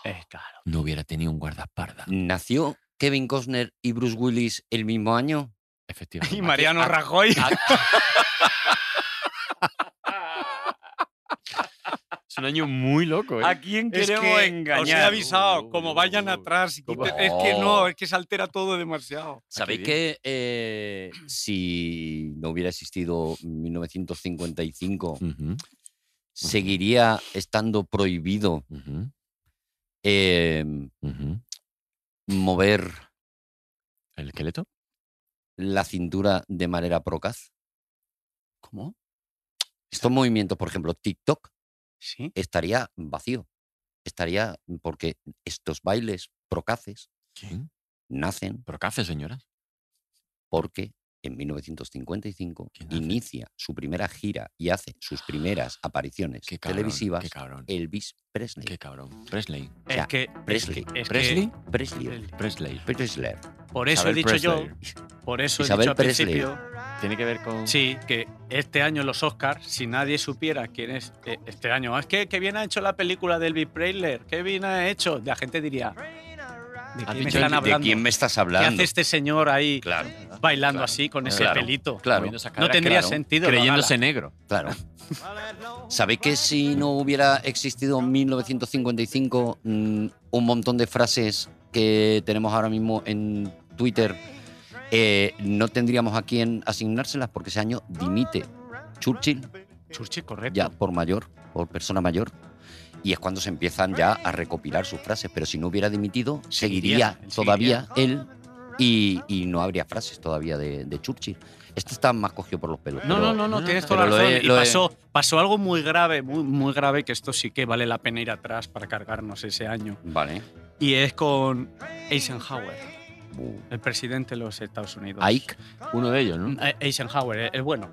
Eh, claro. No hubiera tenido un guardaespaldas. ¿Nació Kevin Costner y Bruce Willis el mismo año? Efectivamente. Ah, Y Mariano a- Rajoy. Es un año muy loco, ¿eh? quién Es que Os he avisado, Uh, como uh, vayan uh, atrás. y ¿Cómo? quiten- Es que no, es que se altera todo demasiado. ¿Sabéis Ah, qué que eh, si no hubiera existido 1955, Ujú, seguiría estando prohibido ujú, eh, ujú. mover ¿El esqueleto? la cintura de manera procaz? ¿Cómo? Estos movimientos, por ejemplo, TikTok, Sí. estaría vacío. Estaría porque estos bailes procaces ¿Quién? nacen ¿Pero qué hace, señoras? porque en 1955 ¿Quién nace? inicia su primera gira y hace sus primeras apariciones Ah, Qué cabrón. televisivas Qué cabrón. eh, Elvis Presley. Qué cabrón. Presley. sea, es que Presley. eh. es que- Presley. Presley. Presley. Presley. por eso he Isabel dicho Presley. yo, por eso he Isabel dicho al Presley. principio, Tiene que ver con. sí, que este año los Oscars, si nadie supiera quién es eh, este año, es que, que bien ha hecho la película de Elvis Presley, que bien ha hecho, la gente diría, ¿de quién me dicho están de hablando? ¿De quién me estás ¿Qué hablando? hace este señor ahí Claro, bailando claro, así con ese claro, pelito? claro, moviendo esa No cara, tendría claro, sentido. la Creyéndose negro. claro. ¿Sabéis que si no hubiera existido en 1955 mm, un montón de frases que tenemos ahora mismo en Twitter, eh, no tendríamos a quién asignárselas porque ese año dimite Churchill gala. Churchill, correcto. ya por mayor, por persona mayor. Y es cuando se empiezan ya a recopilar sus frases. Pero si no hubiera dimitido, Seguiría, seguiría él todavía él y, y no habría frases todavía de, de Churchill. Este está más cogido por los pelos. No, pero- no, no, no, tienes pero toda la lo razón. he- y lo he- pasó, pasó algo muy grave, muy, muy grave, que esto sí que vale la pena ir atrás para cargarnos ese año. Vale. Y es con Eisenhower, Uh, el presidente de los Estados Unidos. Ike. Uno de ellos, ¿no? Eh, Eisenhower, eh, es bueno.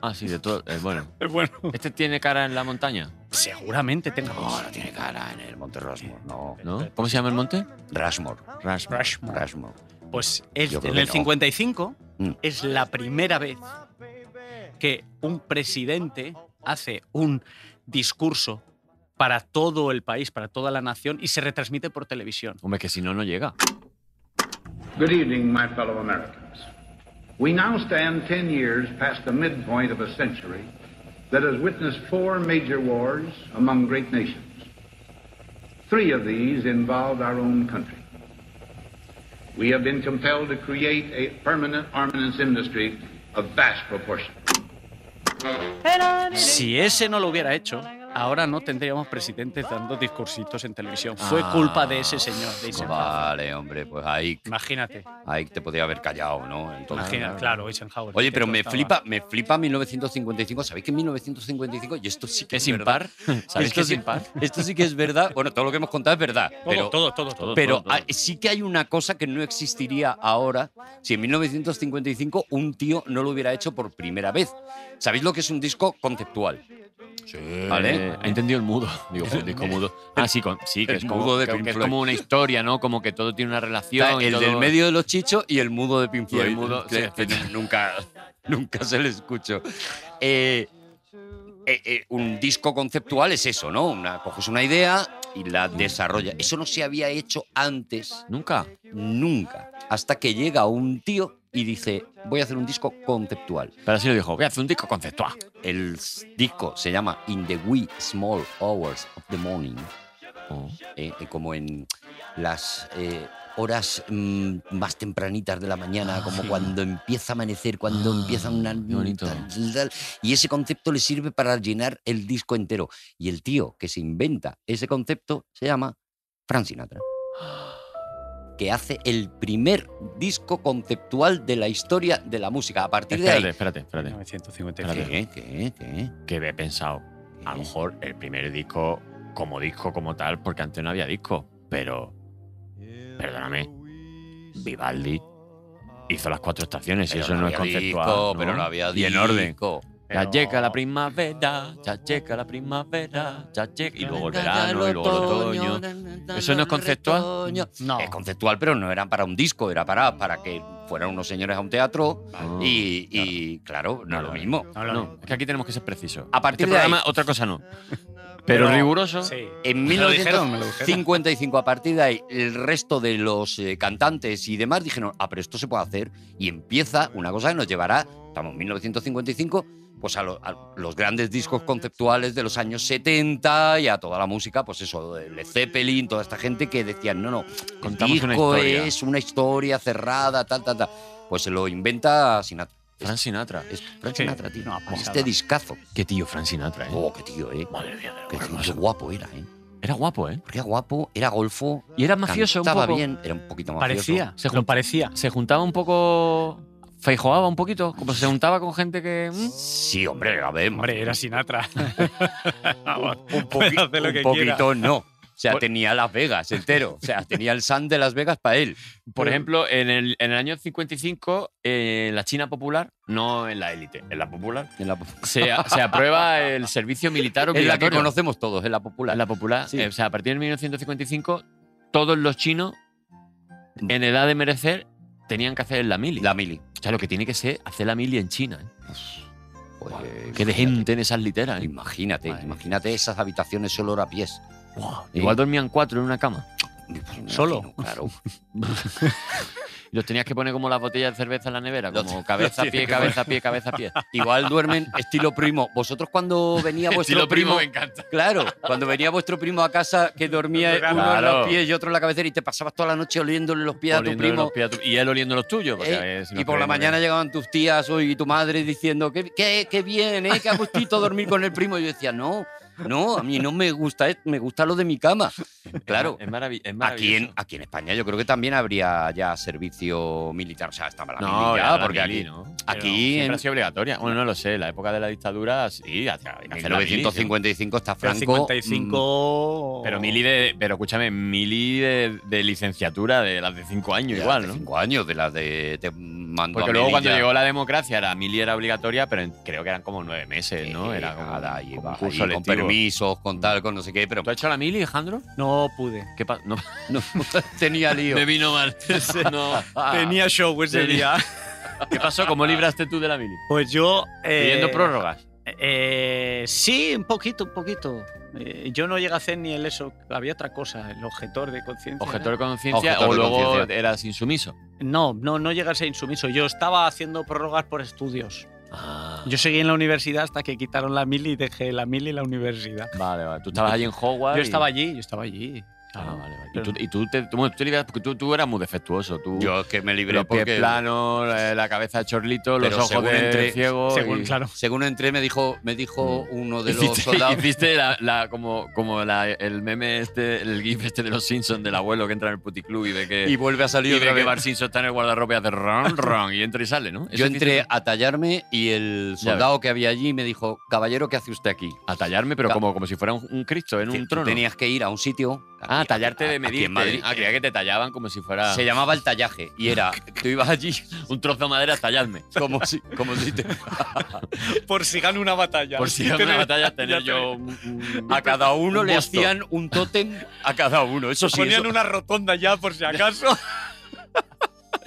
Ah, sí, de todo. eh, bueno. Es bueno. ¿Este tiene cara en la montaña? Seguramente tenga. oh, No, no tiene cara en el Monte Rushmore. No. ¿No? ¿Cómo se llama el monte? Rushmore. Rushmore. Rushmore. Rushmore. Pues es- Yo creo en que el no. 55 Mm. es la primera vez que un presidente hace un discurso para todo el país, para toda la nación y se retransmite por televisión. Hombre, que si no, no llega. Good evening, my fellow Americans. We now stand 10 years past the midpoint of a century that has witnessed four major wars among great nations. Three of these involved our own country. We have been compelled to create a permanent armaments industry of vast proportions. Si ese no lo hubiera hecho, ahora no tendríamos presidentes dando discursitos en televisión. Fue Ah, culpa de ese señor, de Eisenhower. Vale, hombre, pues Ike. Imagínate, Ike te podía haber callado, ¿no? Entonces, imagina- claro, Eisenhower. Oye, que pero me estaba- flipa, me flipa 1955. ¿Sabéis que en 1955 y esto sí que ¿Es es verdad? impar? ¿Sabéis Esto que es sí- impar? Esto sí que es verdad. Bueno, todo lo que hemos contado es verdad. Todo, Pero, todo, todo, todo. pero todo, todo. ah, sí que hay una cosa que no existiría ahora si en 1955 un tío no lo hubiera hecho por primera vez. ¿Sabéis lo que es un disco conceptual? Sí. Vale. Ha Eh, entendido el mudo. Digo, el disco mudo. Ah, sí, con- sí que, El es como, mudo de que- Pink que es Floyd. como una historia, ¿no? Como que todo tiene una relación. Está y el todo- del medio de los chichos y el mudo de Pink Y el Floyd, mudo, que- sí. que nu- nunca, nunca se le escuchó. Eh, eh, eh, un disco conceptual es eso, ¿no? Una, coges una idea y la desarrollas. Eso no se había hecho antes Nunca. nunca, hasta que llega un tío y dice, voy a hacer un disco conceptual. Pero así lo dijo. Voy a hacer un disco conceptual. El s- disco se llama In the Wee Small Hours of the Morning, Oh. eh, eh, como en las eh, horas mm, más tempranitas de la mañana, Ah, como sí. cuando empieza a amanecer, cuando Ah, empieza una... qué bonito. tal, tal. Y ese concepto le sirve para llenar el disco entero. Y el tío que se inventa ese concepto se llama Frank Sinatra, que hace el primer disco conceptual de la historia de la música. A partir de ahí... Espérate, espérate, espérate. 1955. ¿Qué? ¿Qué? ¿Qué? Que he pensado. A lo mejor el primer disco, como disco, como tal, porque antes no había disco. Pero. Perdóname. Vivaldi hizo las cuatro estaciones y Pero eso no, es había conceptual. disco, ¿no? Pero no había Y en orden. disco. Ya llega la primavera, ya llega la primavera, ya llega. Y luego el verano, y luego el otoño. ¿Eso no es conceptual? No. Es conceptual, pero no era para un disco, era para, para que fueran unos señores a un teatro Ah, y, y, claro, no es lo Vale. mismo. No, es que aquí tenemos que ser precisos. A partir Este de ahí- programa, otra cosa no. Pero, Pero- riguroso. Sí. En Me lo dijeron, me lo dijeron. 1955, a partir de ahí, el resto de los eh, cantantes y demás dijeron, ah, pero esto se puede hacer. Y empieza una cosa que nos llevará, estamos en 1955, pues a, lo- a los grandes discos conceptuales de los años 70 y a toda la música, pues eso, de Led Zeppelin, toda esta gente que decían, no, no, el Contamos una disco historia. es una historia cerrada, tal, tal, tal. Pues se lo inventa Sinatra. Fran Sinatra. Es Frank Sí, Sinatra, tío. una pasada. este discazo. Qué tío, Fran Sinatra, ¿eh? Oh, qué tío, eh. Madre mía, de lo Qué, hermoso. qué guapo era, eh. Era guapo, ¿eh? Porque era guapo, era golfo. Y era mafioso un cantaba poco. bien, era un poquito mafioso. Parecía, Se lo jun- parecía. Se juntaba un poco. Feijoaba un poquito. Como se juntaba con gente que. mm, Sí, hombre, a ver. Hombre, era Sinatra. Vamos, un, puede poqui- hacer lo un que poquito quiera. no. O sea, tenía Las Vegas entero. O sea, tenía el Sun de Las Vegas para él. Por ejemplo, en el, en el año 55, eh, en la China popular, no en la élite, en la popular, En la, se, a- se aprueba el servicio militar en la que obligatorio. conocemos todos, en la popular. En la popular, Sí. eh, o sea, a partir de 1955, todos los chinos en edad de merecer tenían que hacer la mili. La mili. O sea, lo que tiene que ser hacer la mili en China. ¿eh? Pues, Qué de gente en esas literas. ¿eh? Imagínate, Madre mía. imagínate esas habitaciones solo a pies. Buah, Igual dormían cuatro en una cama. Pues me Solo. imagino, claro. Los tenías que poner como las botellas de cerveza en la nevera, Los- como cabeza, los pie, tiene que poner. cabeza, pie, cabeza, pie. Igual duermen estilo primo. Vosotros cuando venía vuestro Estilo primo primo me encanta. Claro, cuando venía vuestro primo a casa que dormía Claro. uno en los pies y otro en la cabecera y te pasabas toda la noche oliéndole los pies Oliéndole a tu los primo. pies a tu- y él oliendo los tuyos. porque, ¿eh? eh, si y nos por la creemos que- mañana llegaban tus tías hoy y tu madre diciendo qué, qué, qué bien, ¿eh? qué a gustito dormir con el primo. Y yo decía, no, No, a mí no me gusta, esto, me gusta lo de mi cama. Claro, Es, maravi- es maravilloso. aquí en, aquí en España yo creo que también habría ya servicio militar. O sea, estaba la No, mili ya, ya, porque la mili, aquí, ¿no? aquí Siempre en- ha sido obligatoria. Bueno, no lo sé. La época de la dictadura, sí, hacía- había en que hacer la mili, sí. 1955 está Pero Franco. mm, 55. mm, Pero mili de. Pero escúchame, mili de, de licenciatura de las de cinco años ya igual, mm, hace ¿no? cinco años de las de te mandó Porque a luego cuando Melilla. llegó la democracia, la mili era obligatoria, pero en- creo que eran como nueve meses, ¿no? Eh, Era como, nada, y como va un ahí curso con lectivo. permisos, con tal, con no sé qué, pero ¿Tú has hecho la mili, Alejandro? No pude. ¿Qué pa- no, no, tenía lío. me vino mal. No. Tenía show ese Ah, Tenía- día. ¿Qué pasó? ¿Cómo libraste tú de la mili? Pues yo. eh, Pidiendo prórrogas. eh, sí, un poquito, un poquito. Eh, yo no llegué a hacer ni el eso. Había otra cosa, el objetor de conciencia. ¿no? Objetor de conciencia Objetor o de luego conciencia. eras insumiso. No, no, no llegué a ser insumiso. Yo estaba haciendo prórrogas por estudios. Ah, Yo seguí en la universidad hasta que quitaron la mili y dejé la mili y la universidad. vale, vale. Tú estabas allí en Hogwarts. Yo y- estaba allí, yo estaba allí. Ah, vale, vale. Y Pero- tú, y tú te, tú- bueno, tú te libras porque tú, tú eras muy defectuoso. Tú, Yo es que me libré los pies porque planos, eh, la cabeza de chorlito, los Pero ojos según de entre- ciego. Según, y- Mm. claro. según entré me dijo me dijo uno de los hiciste, soldados hiciste la, la- como, como la- el meme este, el gif este de los Simpsons del abuelo que entra en el puticlub y ve que, y vuelve a y salir ve otra que vez. Bart Simpson está en el guardarropa y hace ron, ron y entra y sale, ¿no? Yo Eso entré hiciste- a tallarme y el Ya soldado que había allí me dijo, caballero, ¿qué hace usted aquí? a tallarme, pero Ca- como, como si fuera un, un Cristo en Que un tú trono. Tenías que ir a un sitio. ah, aquí- tallarte a- de aquí medir. en Madrid. Ah, creía que te tallaban como si fuera Se llamaba el tallaje y era, tú ibas allí un trozo de madera, talladme. como si, como si te- Por si gano una batalla. Por si en una batalla tener yo a cada uno Un le busto. hacían un tótem a cada uno. Eso sí, eso- una rotonda ya, por si acaso.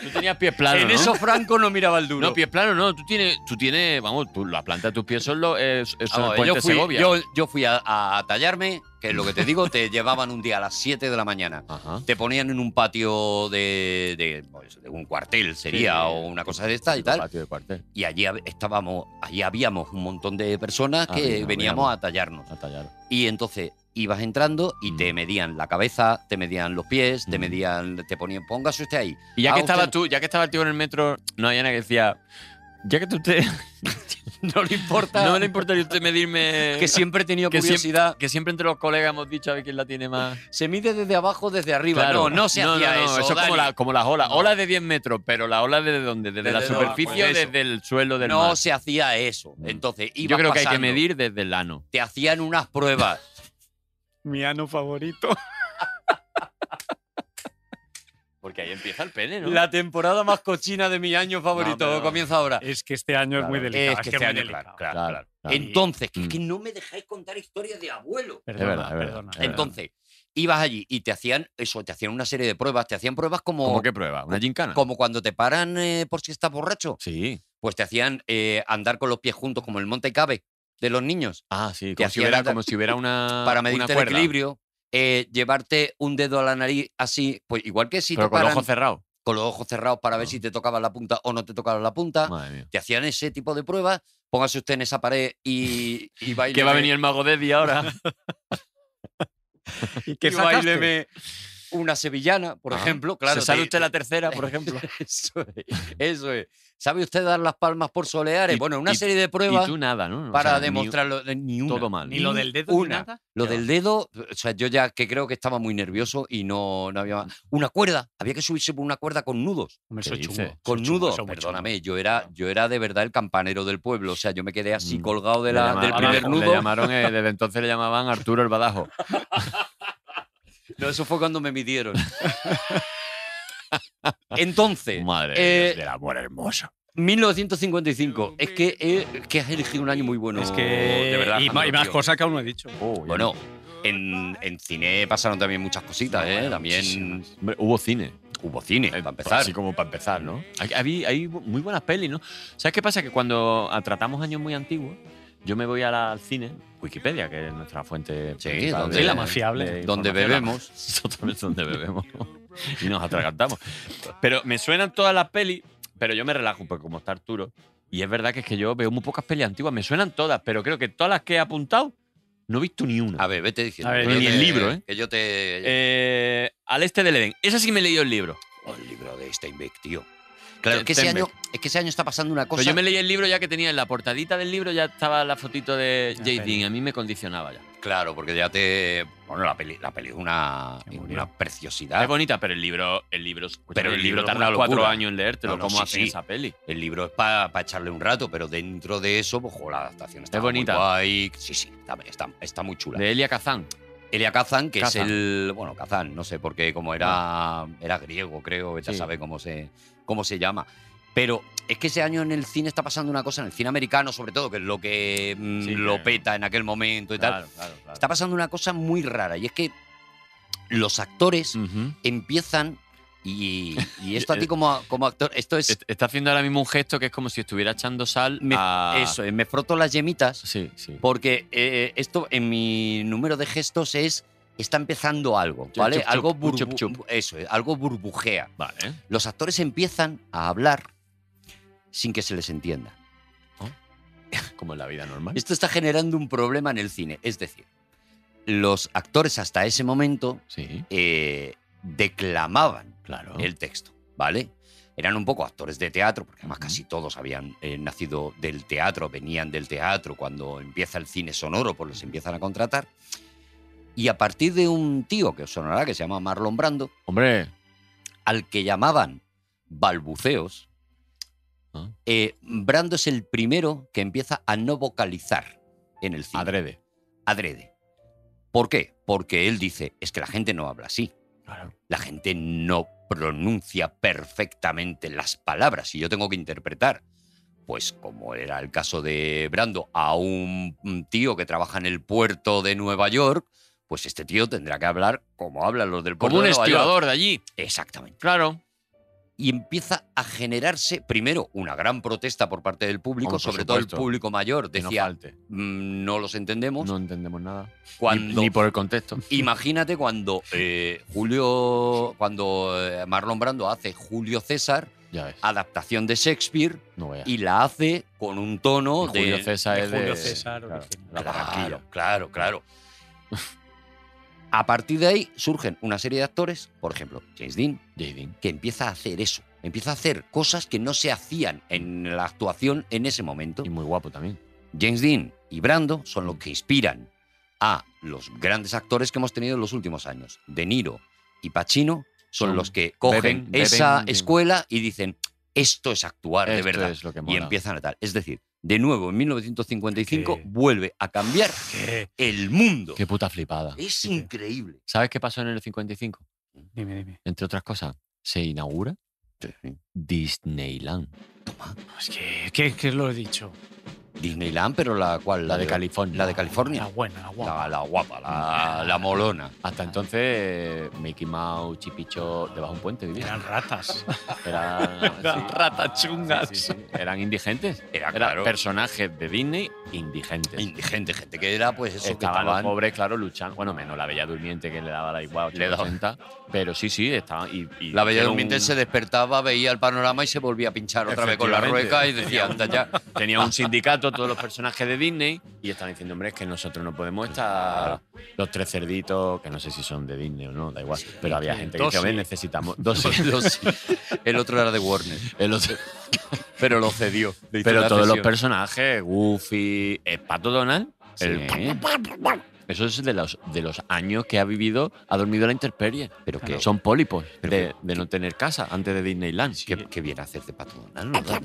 Tú tenías pies planos, en ¿no? eso Franco no miraba el duro. No, pies planos, no. Tú tienes, tú tienes vamos, tú, la planta de tus pies son los, eh, son el Vamos, puente yo fui, Segovia. yo- yo fui a, a tallarme, que es lo que te digo, te llevaban un día a las 7 de la mañana. Ajá. Te ponían en un patio de, de, pues, de un cuartel, sería, Sí. o una cosa de esta y tal. Patio de cuartel, Y allí hab- estábamos, allí habíamos un montón de personas que Había, veníamos habíamos. a tallarnos. a tallar. Y entonces ibas entrando y Mm. te medían la cabeza, te medían los pies, te Mm. medían, te ponían, póngase usted ahí. Y ya Ah, que usted estaba no- tú, ya que estaba el tío en el metro, no había nadie que decía, ya que tú te, no le importa. no le importaría usted medirme que siempre he tenido que siempre- curiosidad. que siempre entre los colegas hemos dicho a ver quién la tiene más. Se mide desde abajo, desde arriba. No, no se hacía no, eso. es como, Dani. la- como las olas. Olas de 10 metros, pero la ola desde dónde? Desde, la Desde superficie abajo, o eso. desde el suelo del no mar. Mm. se hacía eso. Entonces, Yo ibas creo que hay que pasando, medir desde el ano. Te hacían unas pruebas. Mi ano favorito. Porque ahí empieza el pene, La temporada más cochina de mi año favorito pero- eh, comienza ahora. Es que este año Claro. es muy delicado. Es que este muy año, delicado. claro, claro, Claro, claro. claro. Entonces, que es Mm. Eh. que no me dejáis contar historias de abuelo. Perdona, es verdad, es verdad. perdona. Es verdad. Entonces, ibas allí y te hacían eso, te hacían una serie de pruebas, te hacían pruebas como, ¿Cómo que prueba? ¿Una gincana? como cuando te paran eh, por si estás borracho. Sí. Pues te hacían eh, andar con los pies juntos, como el monte cabe de los niños, Ah, sí. Te Como si, hacían hubiera, andar- como si hubiera una. para Ah, una medirte el cuerda, equilibrio. eh, llevarte un dedo a la nariz así, pues igual que si Pero te con los paran ojos cerrados. con los ojos cerrados para ver Ah. si te tocaban la punta o no te tocaban la punta. Madre mía. Te hacían ese tipo de pruebas. Póngase usted en esa pared y, y baile. Que va a venir el mago Deddy ahora. ¿Y que qué sacaste? una sevillana, por Ah. ejemplo. Claro, ¿Se sabe te- usted la tercera, por ejemplo? Eso es, eso es. ¿Sabe usted dar las palmas por soleares? Y- bueno, una y- serie de y pruebas tú nada, ¿no? O para sea, ni- demostrarlo. eh, Ni, una. Todo mal. Ni lo del dedo ni Una. nada. Lo del dedo, o sea, yo ya que creo que estaba muy nervioso y no, no había. Mm. Una cuerda, había que subirse por una cuerda con nudos. Hombre, ¿Qué soy dices? chungo. Con soy chungo, nudos, soy muy perdóname, yo era, yo era de verdad el campanero del pueblo. O sea, yo me quedé así Mm. colgado de Le la- llamaban- del primer le nudo. llamaron, eh, desde entonces le llamaban Arturo el Badajo. No, eso fue cuando me midieron. Entonces, Madre Eh, del amor hermoso. 1955. Es que, eh, es que has elegido un año muy bueno. chungo. Es que. de verdad, y, ma- y Alejandro, más tío. cosas que aún no he dicho. Bueno, en, en cine pasaron también muchas cositas, ¿eh? también Hombre, hubo cine. hubo cine, Eh, para empezar. Así como para empezar, ¿no? Hay, hay- hay muy buenas pelis, ¿no? ¿Sabes qué pasa? Que cuando tratamos años muy antiguos, yo me voy a la- al cine, Wikipedia, que es nuestra fuente. Sí, principal donde- de- Sí, la más fiable. de Donde información, bebemos. la- Totalmente donde bebemos. y nos atragantamos. Pero me suenan todas las pelis, pero yo me relajo, porque como está Arturo. Y es verdad que es que yo veo muy pocas pelis antiguas. Me suenan todas, pero creo que todas las que he apuntado, no he visto ni una. A ver, vete diciendo. A ver, que yo ni te- el libro, ¿eh? Que yo te. Eh, al este del Edén. Esa sí me he leído el libro. Oh, el libro de Steinbeck, tío. Claro, es que, ese Steinbeck. año, es que ese año está pasando una cosa. Pero yo me leí el libro ya que tenía en la portadita del libro, ya estaba la fotito de Ya, J. pero- Dean. A mí me condicionaba ya. Claro, porque ya te. Bueno, la peli, la peli es una, Se murió. una preciosidad. Es bonita, pero el libro. El libro Pero el libro es tarda una cuatro locura. años en leértelo. No, no, ¿Cómo sí, hacen sí. esa peli? El libro es para echarle un rato, pero dentro de eso, pues, jo, la adaptación está bonita. Muy guay. Sí, sí, está, está- está muy chula. De Elia Kazan. Elia Kazan, Ah. que Kazan. es el. Bueno, Kazan, no sé, porque como era, era griego, creo, ya Sí. sabe cómo se, cómo se llama. Pero es que ese año en el cine está pasando una cosa, en el cine americano sobre todo, que es lo que mm, Sí, lo que- peta en aquel momento y tal. Claro, claro, claro. Está pasando una cosa muy rara y es que los actores Ujú. empiezan. Y, y esto a Eh, ti como, como actor, esto es Est- Está haciendo ahora mismo un gesto que es como si estuviera echando sal Me- a. Eso, eh, me froto las yemitas ah. Sí, sí. porque eh, esto en mi número de gestos es está empezando algo, Chup, ¿vale? chup, chup, algo un chup, burbu- chup. eso, eh, algo burbujea. Vale. Los actores empiezan a hablar sin que se les entienda. Como en la vida normal. Esto está generando un problema en el cine, es decir, los actores hasta ese momento Sí, eh, declamaban claro. el texto, ¿vale? Eran un poco actores de teatro, porque además Ujú. casi todos habían eh, nacido del teatro, venían del teatro, cuando empieza el cine sonoro, pues los empiezan a contratar. Y a partir de un tío que os sonará, que se llama Marlon Brando, Hombre. al que llamaban balbuceos, Ah. eh, Brando es el primero que empieza a no vocalizar en el cine. Adrede. Adrede. ¿Por qué? Porque él dice, es que la gente no habla así Claro. la gente no pronuncia perfectamente las palabras y yo tengo que interpretar. Pues como era el caso de Brando, a un tío que trabaja en el puerto de Nueva York, pues este tío tendrá que hablar como hablan los del puerto Como un de Nueva York. estibador de allí. Exactamente. Claro. Y empieza a generarse, primero, una gran protesta por parte del público, Hombre, por sobre todo el supuesto. público mayor. Que no Decía, falte. "Mm, no, los entendemos. No entendemos nada. Ni, Cuando ni por el contexto. Imagínate cuando eh, Julio, cuando eh, Marlon Brando hace Julio César, Ya ves. adaptación de Shakespeare, No veas. y la hace con un tono Y Julio de César de es de. Julio César, claro, original. la Claro, barranquilla. claro, claro. A partir de ahí surgen una serie de actores, por ejemplo, James Dean, Jadin. que empieza a hacer eso, empieza a hacer cosas que no se hacían en la actuación en ese momento. Y muy guapo también. James Dean y Brando son los que inspiran a los grandes actores que hemos tenido en los últimos años. De Niro y Pacino son Son- los que cogen beben- esa beben de- escuela y dicen, esto es actuar de Esto verdad. es lo que y mola. empiezan a tal. Es decir, de nuevo, en 1955 Que- vuelve a cambiar Que- el mundo. Qué puta flipada. Es increíble. ¿Sabes qué pasó en el 55? Dime, dime. Entre otras cosas, se inaugura Disneyland. Es que, que- que lo he dicho. Disneyland, pero la cual, eh, La de California. La de La California. buena, la guapa. La, la guapa, la, la molona. Hasta entonces, eh, Mickey Mouse, Chipicho, debajo de un puente vivían. Eran ratas. Eran, Eran ratas chungas. Sí, sí, sí. Eran indigentes. Era, Eran claro, personajes de Disney indigentes. indigente, gente que era pues eso. que estaban los estaban- pobres, claro, luchando. Bueno, menos la Bella Durmiente que le daba la igual Le daba. 80. Pero sí, sí, estaban. Y, y La bella era durmiente un- se despertaba, veía el panorama y se volvía a pinchar otra vez con la Efectivamente. rueca y decía, anda ya. Tenía un sindicato, todos los personajes de Disney, y estaban diciendo, hombre, es que nosotros no podemos estar los tres cerditos, que no sé si son de Disney o no, da igual. Pero había gente que dos decía, "Hombre, sí". necesitamos dos. sí". Los- el otro era de Warner, El otro- pero lo cedió. Le hizo Pero la todos los cesión. personajes, Goofy, eh, Pato Donald, Sí. el- eso es de los, de los años que ha vivido, ha dormido la intemperie. Pero que, Son pólipos Pero de, de no tener casa antes de Disneyland. que, que bien haces de Pato Donald, ¿verdad?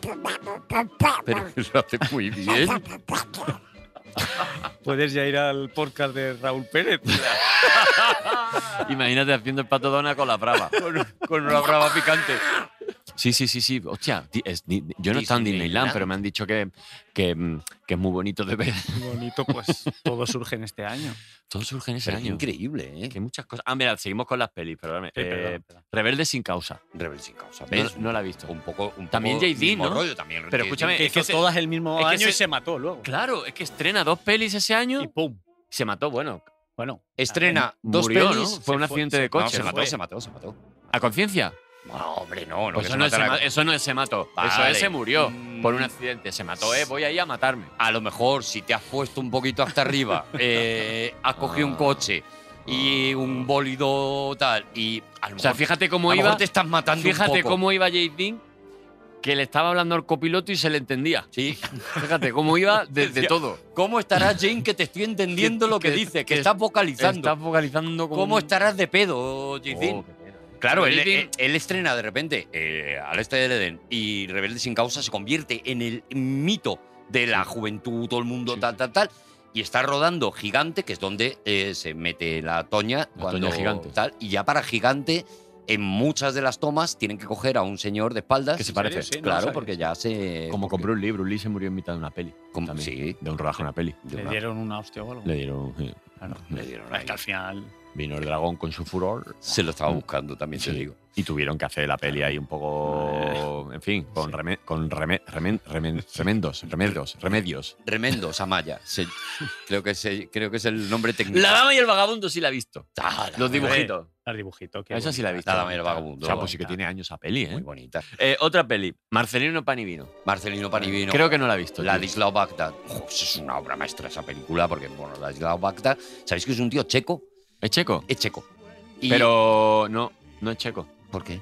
Pero lo hace muy bien. Puedes ya ir al podcast de Raúl Pérez. Imagínate haciendo el Pato Donald con la brava. Con, con una brava picante. Sí, sí, sí, sí. Hostia, di- es di- yo no he estado en Disneyland, Disneyland. pero me han dicho que, que, mm, que es muy bonito de ver. Bonito, pues todo surge en este año. Todo surge en ese Pero qué año. increíble, ¿eh? Que hay muchas cosas. Ah, mira, seguimos con las pelis, perdóname. Sí, perdón, Eh, perdón. Rebelde sin causa. Rebel sin causa. No, ¿ves? no la he visto. Un poco, un poco También J.D., mismo ¿no? rollo, también Pero J.D.. escúchame, Que es que hizo se- todas el mismo es que año y se- se mató luego. Claro, es que estrena dos pelis ese Y año. pum. Se mató, bueno, Ah, Bueno, Estrena dos murió, pelis. ¿no? Fue un fue- accidente de se- coche. No, se ¿no? mató, se mató, se mató. ¿A conciencia? No, hombre, no. no Pues que eso, no es se matara- ma- eso no es se mató. Eso Vale. es se murió por un Mm. accidente. Se mató, eh, voy ahí a matarme. a lo mejor si te has puesto un poquito hasta arriba, eh, has cogido un Ah. coche y un bólido tal, y a lo mejor, O sea, fíjate cómo a lo mejor iba. te estás matando un Fíjate poco. cómo iba J. Dean que le estaba hablando al copiloto y se le entendía. Sí. Fíjate cómo iba desde todo. ¿Cómo estarás, Jane, que te estoy entendiendo lo que, que- dices, que, que estás vocalizando? Está focalizando como. ¿Cómo un- estarás de pedo, Jizin? Oh, qué pena. Claro, él, Living- él- él estrena de repente eh, al este del Edén y Rebelde sin causa se convierte en el mito de la juventud, todo el mundo, Sí, tal, sí. tal, tal. Y está rodando Gigante, que es donde eh, se mete la Toña La cuando Toña Gigante. tal. Y ya para Gigante, en muchas de las tomas tienen que coger a un señor de espaldas. Que se ¿En parece. serio? Sí, no claro, lo sabía. porque ya se. Como porque- compré un libro, Ulises murió en mitad de una peli. Como- también, sí. De un rodaje a una peli. de Le una- dieron una hostia o algo. Le dieron. eh, Claro. le dieron Es ahí. que al final. Vino el dragón con su furor. Se lo estaba buscando, también te Ah. Sí. digo. Y tuvieron que hacer la peli ahí un poco. En fin, con, reme- con reme- remen- remen- remendos, remedios, remedios. Remendo, Samaya. se- creo, que se- creo que es el nombre técnico. La dama y el vagabundo sí la ha visto. Ah, la- Los dibujitos. Al dibujito. qué Esa sí la he bonita. visto. La dama y el vagabundo. O sea, pues sí que tiene años a peli, Muy ¿eh? bonita. Eh, Otra peli, Marcelino Panivino. Marcelino Panivino. Creo que no la he visto. tío. Ladislao Bagdad. Ojo, eso es una obra maestra esa película, porque, bueno, Ladislao Bagdad, ¿sabéis que es un tío checo? ¿Es checo? Es checo. Y- Pero Oh, no, no es checo. ¿Por qué?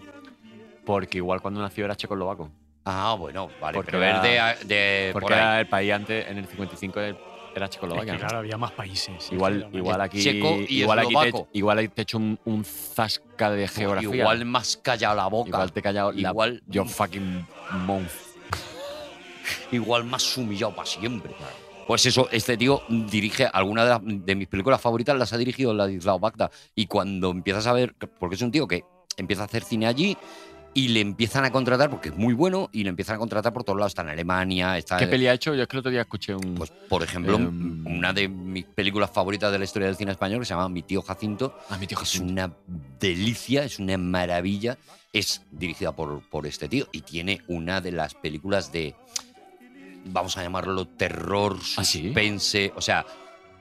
Porque igual cuando nació era checoslovaco. Ah, bueno, vale. Porque pero era- es de, de Porque Eh, por ahí. era el país antes, en el 55 era- era Es checoslovaquia. que, ¿no? claro, había más países. Igual, igual aquí, Checo y igual aquí te, eslovaco. igual ahí te he hecho un, un zasca de geografía. Igual más callado la boca. Igual te he callado. la- Igual- yo fucking monf. igual más humillado para siempre. Pues eso, este tío dirige alguna de, las- de mis películas favoritas, las ha dirigido Ladislao Bagda. Y cuando empiezas a ver, porque es un tío que empieza a hacer cine allí y le empiezan a contratar, porque es muy bueno, y le empiezan a contratar por todos lados. Está en Alemania, está ¿Qué en- peli ha hecho? Yo es que el otro día escuché un. Pues, por ejemplo, Em, una de mis películas favoritas de la historia del cine español, que se llama Mi tío Jacinto, ah, mi tío que es Jesús. una delicia, es una maravilla, es dirigida por, por este tío y tiene una de las películas de, vamos a llamarlo, terror, ¿Ah, sí? suspense, o sea,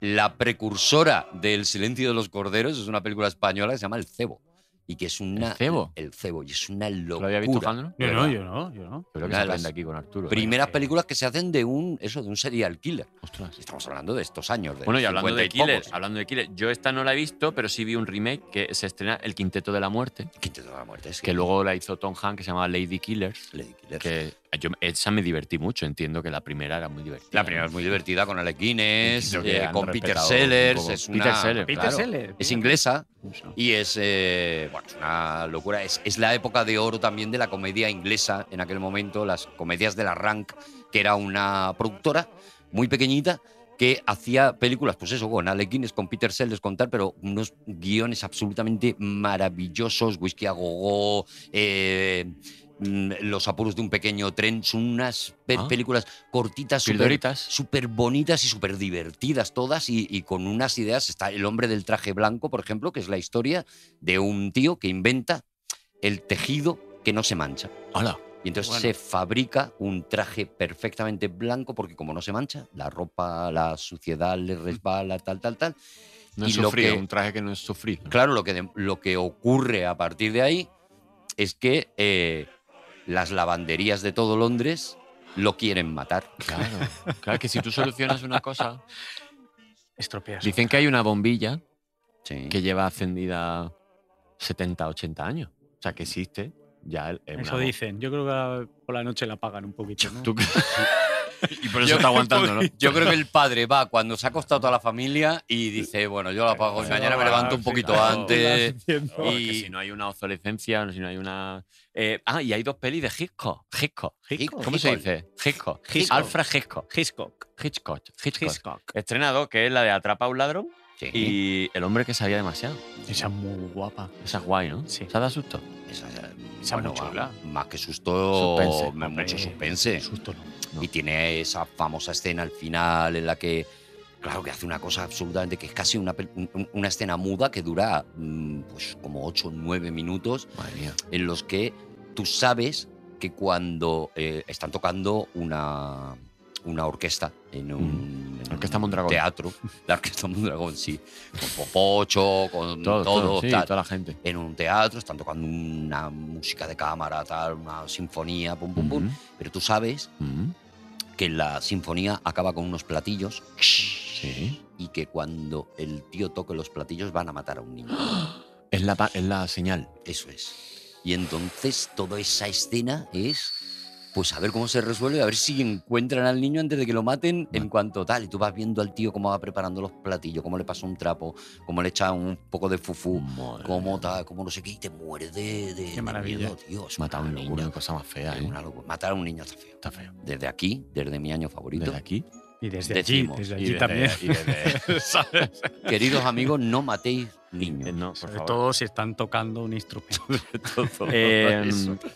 la precursora del Silencio de los Corderos es una película española que se llama El Cebo. Y que es una. Cebo? El Cebo, y es una ¿Lo locura. había visto Alejandro? Yo no, yo no, yo no. Creo que Una se de las aprende aquí con Arturo. Primeras Eh, películas que se hacen de un. Eso, de un serial killer. Ostras. Estamos hablando de estos años. De Bueno, y los hablando 50 de Killer, pocos. hablando de Killer, yo esta no la he visto, pero sí vi un remake que se estrena El Quinteto de la Muerte, Quinteto de la muerte, es que luego la hizo Tom Hanks, que se llamaba Lady Killers. Lady Killer. Que yo, esa me divertí mucho, entiendo que la primera era muy divertida. La primera es muy divertida con Alec Guinness, Creo que eh, han con Peter respetado un Sellers. poco. Es Peter una- Sellers, Peter claro, Sellers, Es mira. inglesa Eso. y es, eh, bueno, es una locura. Es, es la época de oro también de la comedia inglesa en aquel momento, las comedias de la Rank, que era una productora muy pequeñita que hacía películas, pues eso, con Alec Guinness, con Peter Sellers, con tal, pero unos guiones absolutamente maravillosos, whisky a gogó, eh, mm, los apuros de un pequeño tren, son unas pe- Ah. películas cortitas, súper Pildoritas. súper bonitas y súper divertidas todas y, y con unas ideas. Está El hombre del traje blanco, por ejemplo, que es la historia de un tío que inventa el tejido que no se mancha. Hola. Y entonces Bueno. se fabrica un traje perfectamente blanco porque como no se mancha, la ropa, la suciedad le resbala, tal, tal, tal. Mm. No Y es lo sufrido, que- un traje que no es sufrido. Claro, lo que, de- lo que ocurre a partir de ahí es que eh, las lavanderías de todo Londres lo quieren matar. Claro, claro que si tú solucionas una cosa. Estropeas. Dicen que hay una bombilla Sí. que lleva encendida 70, 80 años. O sea, que existe ya el. es una Eso bo- dicen. Yo creo que a- por la noche la pagan un poquito. ¿no? Tú- y por Yo- eso está aguantando, ¿no? Yo creo que el padre va cuando se ha acostado toda la familia y dice, bueno, yo la pago y mañana me levanto un poquito Ah, antes. entiendo. Porque Y- si no hay una obsolescencia, si no hay una. eh, ah, y hay dos pelis de Hitchcock. Oh, Hitchcock. Hitchcock. ¿Cómo se dice? Hitchcock. Hitchcock. Alfred Hitchcock. Hitchcock. Hitchcock. Hitchcock. Hitchcock. Estrenado, que es la de Atrapa a un ladrón Sí, y El hombre que sabía demasiado. Esa es muy guapa. Esa es guay, ¿no? Sí. Esa da susto. esa- esa bueno, muy chula. más que susto, Suspense. me- Hombre, mucho suspense. Susto no. Y tiene esa famosa escena al final en la que, claro, que hace una cosa absolutamente que es casi una, pel- un- una escena muda que dura mm, pues como 8 o 9 minutos Madre mía. en los que tú sabes que cuando eh, están tocando una, una orquesta en un, en Mm. Orquesta un Mondragón. teatro, la Orquesta Mondragón, sí, con Popocho, con Todo, todo, todo, sí, tal. toda la gente. En un teatro están tocando una música de cámara, tal, una sinfonía, pum, pum, Mm-hmm. pum. Pero tú sabes Ujú, ujú, que la sinfonía acaba con unos platillos Sí. y que cuando el tío toque los platillos van a matar a un niño. Es la, pa- es la señal. Eso es. Y entonces toda esa escena es pues a ver cómo se resuelve, a ver si encuentran al niño antes de que lo maten en cuanto tal. Y tú vas viendo al tío cómo va preparando los platillos, cómo le pasa un trapo, cómo le echa un poco de fufú, cómo tal, cómo no sé qué, y te mueres de, de- de maravilla. miedo, tío. Es Matar a un una niño, locura. qué cosa más fea, Es ¿eh? una locura. Matar a un niño está feo. Está feo. Desde aquí, desde mi año favorito, Desde aquí. Y desde allí, Decimos, desde y allí desde- también. y desde- ¿sabes? queridos amigos, no matéis niños. Eh, No, por Sobre favor. todo si están tocando un instrumento. Eh,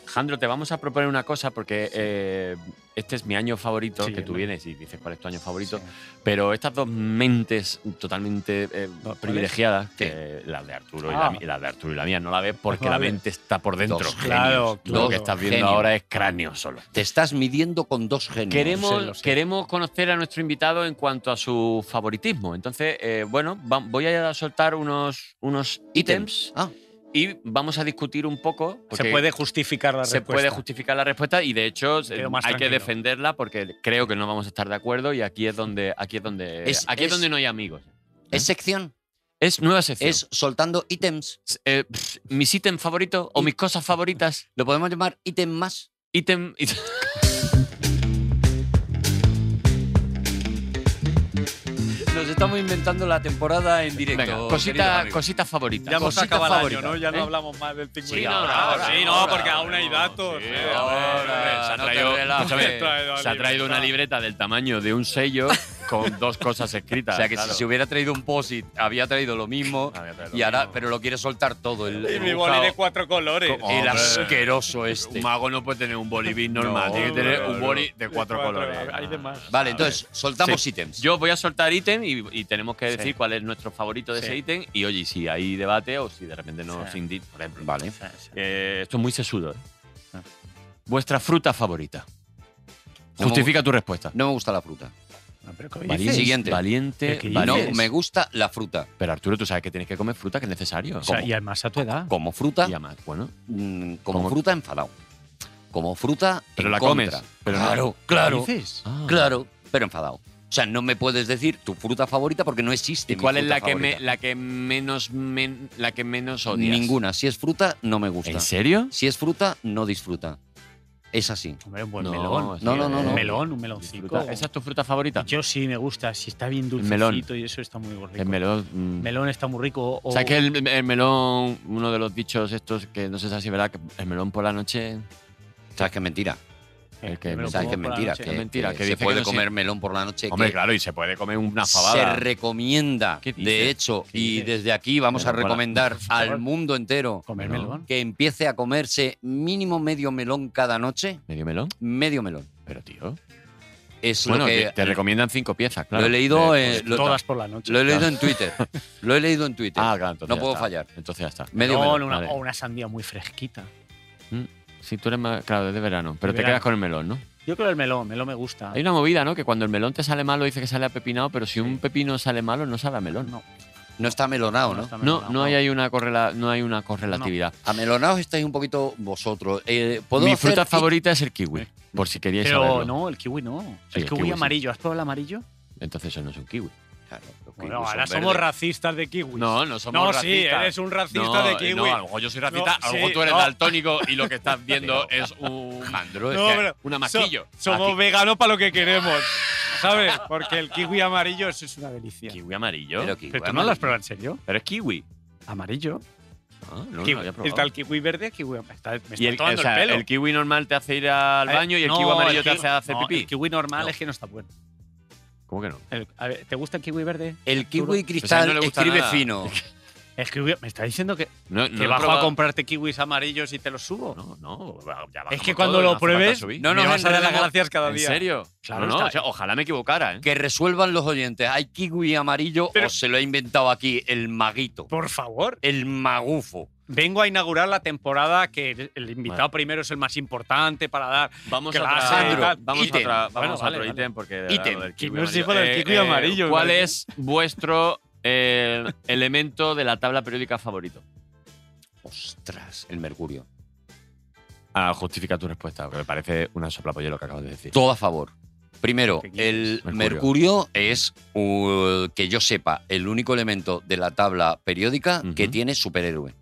Jandro, te vamos a proponer una cosa porque eh, este es mi año favorito, Sí, que tú ¿no? vienes y dices cuál es tu año favorito, pero estas dos mentes totalmente eh, ¿Cuáles? privilegiadas, Sí. que las de Arturo y Ah. la, mí- la de Arturo y la mía, no la ves porque la Vale. mente está por dentro. Dos genios. Claro, dos Lo que estás viendo genios. ahora es cráneo solo. Te estás midiendo con dos genios. Queremos, lo sé. queremos conocer a nuestro invitado en cuanto a su favoritismo. Entonces, eh, bueno, va- voy a soltar unos, unos ítems Ah, y vamos a discutir un poco. se porque- puede justificar la se respuesta. puede justificar la respuesta y de hecho se- hay Quedo más que tranquilo. defenderla porque creo que no vamos a estar de acuerdo y aquí es donde aquí es donde Es- aquí es, es- donde no hay amigos. es ¿Eh? sección. Es nueva sección. Es soltando ítems. Eh, pff, mis ítems favoritos o mis cosas favoritas. Lo podemos llamar ítem más. Ítem. ítem- Nos estamos inventando la temporada en directo. Venga, queridos cosita, amigos. cositas favoritas. Ya hemos Cositas acabado el favoritas, año, ¿no? Ya no ¿eh? hablamos más del pingüino. Sí, no, ahora, sí, no, ahora, porque aún no, hay datos. sí, Eh, ahora, ahora, se ha no te traído- relajes. escúchame, Se ha traído la se ha traído una libreta del tamaño de un sello con dos cosas escritas. O sea que claro. si se hubiera traído un posit, había traído lo mismo. Había traído y lo ahora, mismo. pero lo quiere soltar todo. El, Y mi el boli de buscado. cuatro colores. Co- El Hombre. asqueroso este. Un mago no puede tener un bolívar normal, No, tiene que tener no, un no. boli de cuatro, colores. Hay de más. Vale, entonces, soltamos Sí. ítems. Yo voy a soltar ítem y, y tenemos que Sí. decir cuál es nuestro favorito de Sí. ese ítem. Y oye, si hay debate o si de repente nos Sí. indi- por ejemplo. Vale. Eh, esto es muy sesudo. ¿eh? Ah. Vuestra fruta favorita. No me Justifica tu respuesta. No me gusta la fruta. ¿Pero qué Vale, dices? siguiente. Valiente, ¿Pero qué No valiente. dices? me gusta la fruta. Pero Arturo, tú sabes que tienes que comer fruta, que es necesario. O sea, ¿Cómo? y además a tu edad. Como fruta, Y además, bueno. mm, como ¿Cómo? fruta enfadado. Como fruta Pero en la contra. comes, pero no- claro, claro. ¿Qué dices? Ah. Claro, pero enfadado. O sea, no me puedes decir tu fruta favorita porque no existe. ¿Y mi cuál es fruta la que, me- favorita. la que menos men- la que menos odias? Ninguna. Si es fruta, no me gusta. ¿En serio? Si es fruta, no disfruta. Es así. Hombre, un buen No, Pues melón. sí, No, no, no, Un no. melón, un Disfruta. meloncito. ¿Esa es tu fruta favorita? Yo sí me gusta, si está bien melón. dulcecito y eso está muy rico. El melón. mm. Melón está muy rico. O, eh, ¿Sabes que el, el melón, uno de los dichos estos, que no sé si es verdad, que el melón por la noche. ¿Sabes que es mentira? el que- me lo ¿Sabes como que es por la mentira? noche. Es mentira, que se dice que puede no se- comer melón por la noche. Hombre, que claro, y se puede comer una Se fabada. recomienda, ¿Qué dices? de hecho, ¿Qué y dices? desde aquí vamos a Melón por la- recomendar al favor. mundo entero Comer Melón. melón. que empiece a comerse mínimo medio melón cada noche. ¿Medio melón? Medio melón. Pero, tío. Es bueno, lo te- que. te recomiendan cinco piezas, claro. lo he leído, Eh, eh, lo, Todas por la noche. lo he leído en Twitter. Lo he leído en Twitter. ah, claro, entonces no ya puedo está. fallar. Entonces ya está. Medio Melón, melón. una- vale. O una sandía muy fresquita. Si tú eres más. Claro, es de verano. Pero De te verano. Ah. quedas con el melón, ¿no? Yo creo el melón, melón me gusta. Hay una movida, ¿no? Que cuando el melón te sale malo, dice que sale a pepinado, pero si un pepino sale malo, no sabe a melón. Ah, No, No está melonado, no ¿no? está No, melonado, no hay ahí una, correla- no hay una correlatividad. Amelonaos estáis un poquito vosotros. Eh, ¿puedo Mi hacer fruta i- favorita es el kiwi, por si queríais Pero saberlo. no, el kiwi no. Sí, el el kiwi, kiwi sí. amarillo. ¿Has probado el amarillo? Entonces eso no es un kiwi. Claro, los kiwis Bueno, son ahora verdes. somos racistas de kiwi. pues No, no somos no, racistas. sí, eres un racista de kiwi. No, a lo mejor yo soy racista, No, a lo mejor sí, tú eres no. daltónico y lo que estás viendo es un Jandro, No, es que- pero una so- maquillo. somos veganos para lo que queremos, ¿sabes? Porque el kiwi amarillo eso es una delicia. kiwi amarillo. pero Pero, kiwi ¿Pero tú no lo has amarillo. probado en serio? es kiwi. Amarillo. Ah, no, no Kiwi. lo había está probado. el kiwi verde, kiwi me está, me está Y el, tomando o sea, el pelo. el kiwi normal te hace ir al Eh, baño y el no, kiwi amarillo te kiwi- hace hacer no, pipí. El kiwi normal No. es que no está bueno. ¿Cómo que no? El- a ver, ¿Te gusta el kiwi verde? El kiwi Arturo? cristal pues no le gusta escribe nada. fino. El kiwi me está diciendo que, No, no que lo he bajo a probado. comprarte kiwis amarillos y te los subo. No, no, ya bajamos Es que cuando todo, no lo hace falta pruebes, subir. no nos Me vas a dar las enredamos. gracias cada ¿En día. serio? Claro, No, no, está- o sea, ojalá me equivocara, ¿eh? Que resuelvan los oyentes. ¿Hay kiwi amarillo Pero- o se lo ha inventado aquí el maguito? Por favor. El magufo. Vengo a inaugurar la temporada que el- el invitado Vale. primero es el más importante para dar. Vamos Claro, a Sandro, otra, vamos a ítem. otra, vamos Bueno, a vale, otro vale. ítem porque de Ítem. lo del Que kiwi no sé amarillo. por el Eh, kiwi eh, amarillo, ¿Cuál ¿verdad? es vuestro eh, elemento de la tabla periódica favorito? Ostras, el mercurio. Ah, justifica tu respuesta, porque me parece una soplapollo lo que acabas de decir. Todo a favor. Primero, ¿Qué quieres? el Mercurio. mercurio, es, uh, que yo sepa, el único elemento de la tabla periódica que Ujú. tiene superhéroe.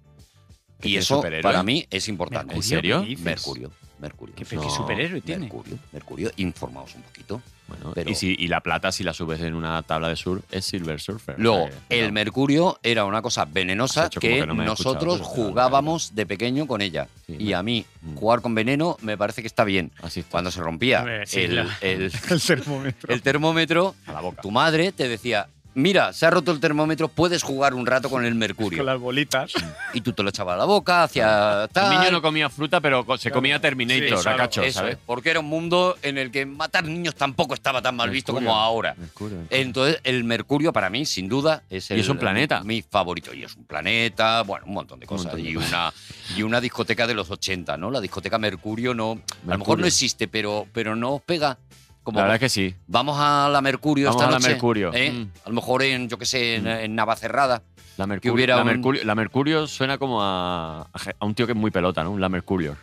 ¿Que Y tiene eso superhéroe? para mí es importante. ¿En serio? ¿Qué dices? Mercurio. Mercurio. ¿Qué- pero qué superhéroe tiene? Mercurio, Mercurio, informaos un poquito. Bueno, Pero- y, si, y la plata, si la subes en una tabla de surf, es Silver Surfer. Eh, Luego, O sea que, el no. mercurio era una cosa Has venenosa hecho que, como que no me has nosotros escuchado, pero- jugábamos de pequeño con ella. Sí, y me- a mí, Mm. jugar con veneno me parece que está bien. Así está. Cuando se rompía Hombre, sí, el, la- el- El termómetro. el termómetro, A la boca. tu madre te decía, mira, se ha roto el termómetro, puedes jugar un rato con el mercurio. Con las bolitas. Y tú te lo echabas a la boca, hacia El tal. niño no comía fruta, pero co- se Claro. comía Terminator, ¿eh? Sí, claro. racacho, Eso ¿sabes? es, porque era un mundo en el que matar niños tampoco estaba tan mal visto como ahora. Entonces, el Mercurio para mí, sin duda, es Y el, es un planeta. Mi favorito. Y es un planeta, bueno, un montón de cosas. montón de y, una, y una discoteca de los 80, ¿no? La discoteca Mercurio no. A lo mejor Mercurio. no existe, pero, pero no os pega. Como La verdad es que sí. vamos a la Mercurio Vamos esta a la noche, Mercurio. ¿eh? Mm. A lo mejor en, yo qué sé, en, en Navacerrada. La Que Mercurio, hubiera la, un- Mercurio, la Mercurio suena como a, a ge- a un tío que es muy pelota, ¿no? Un La Mercurio.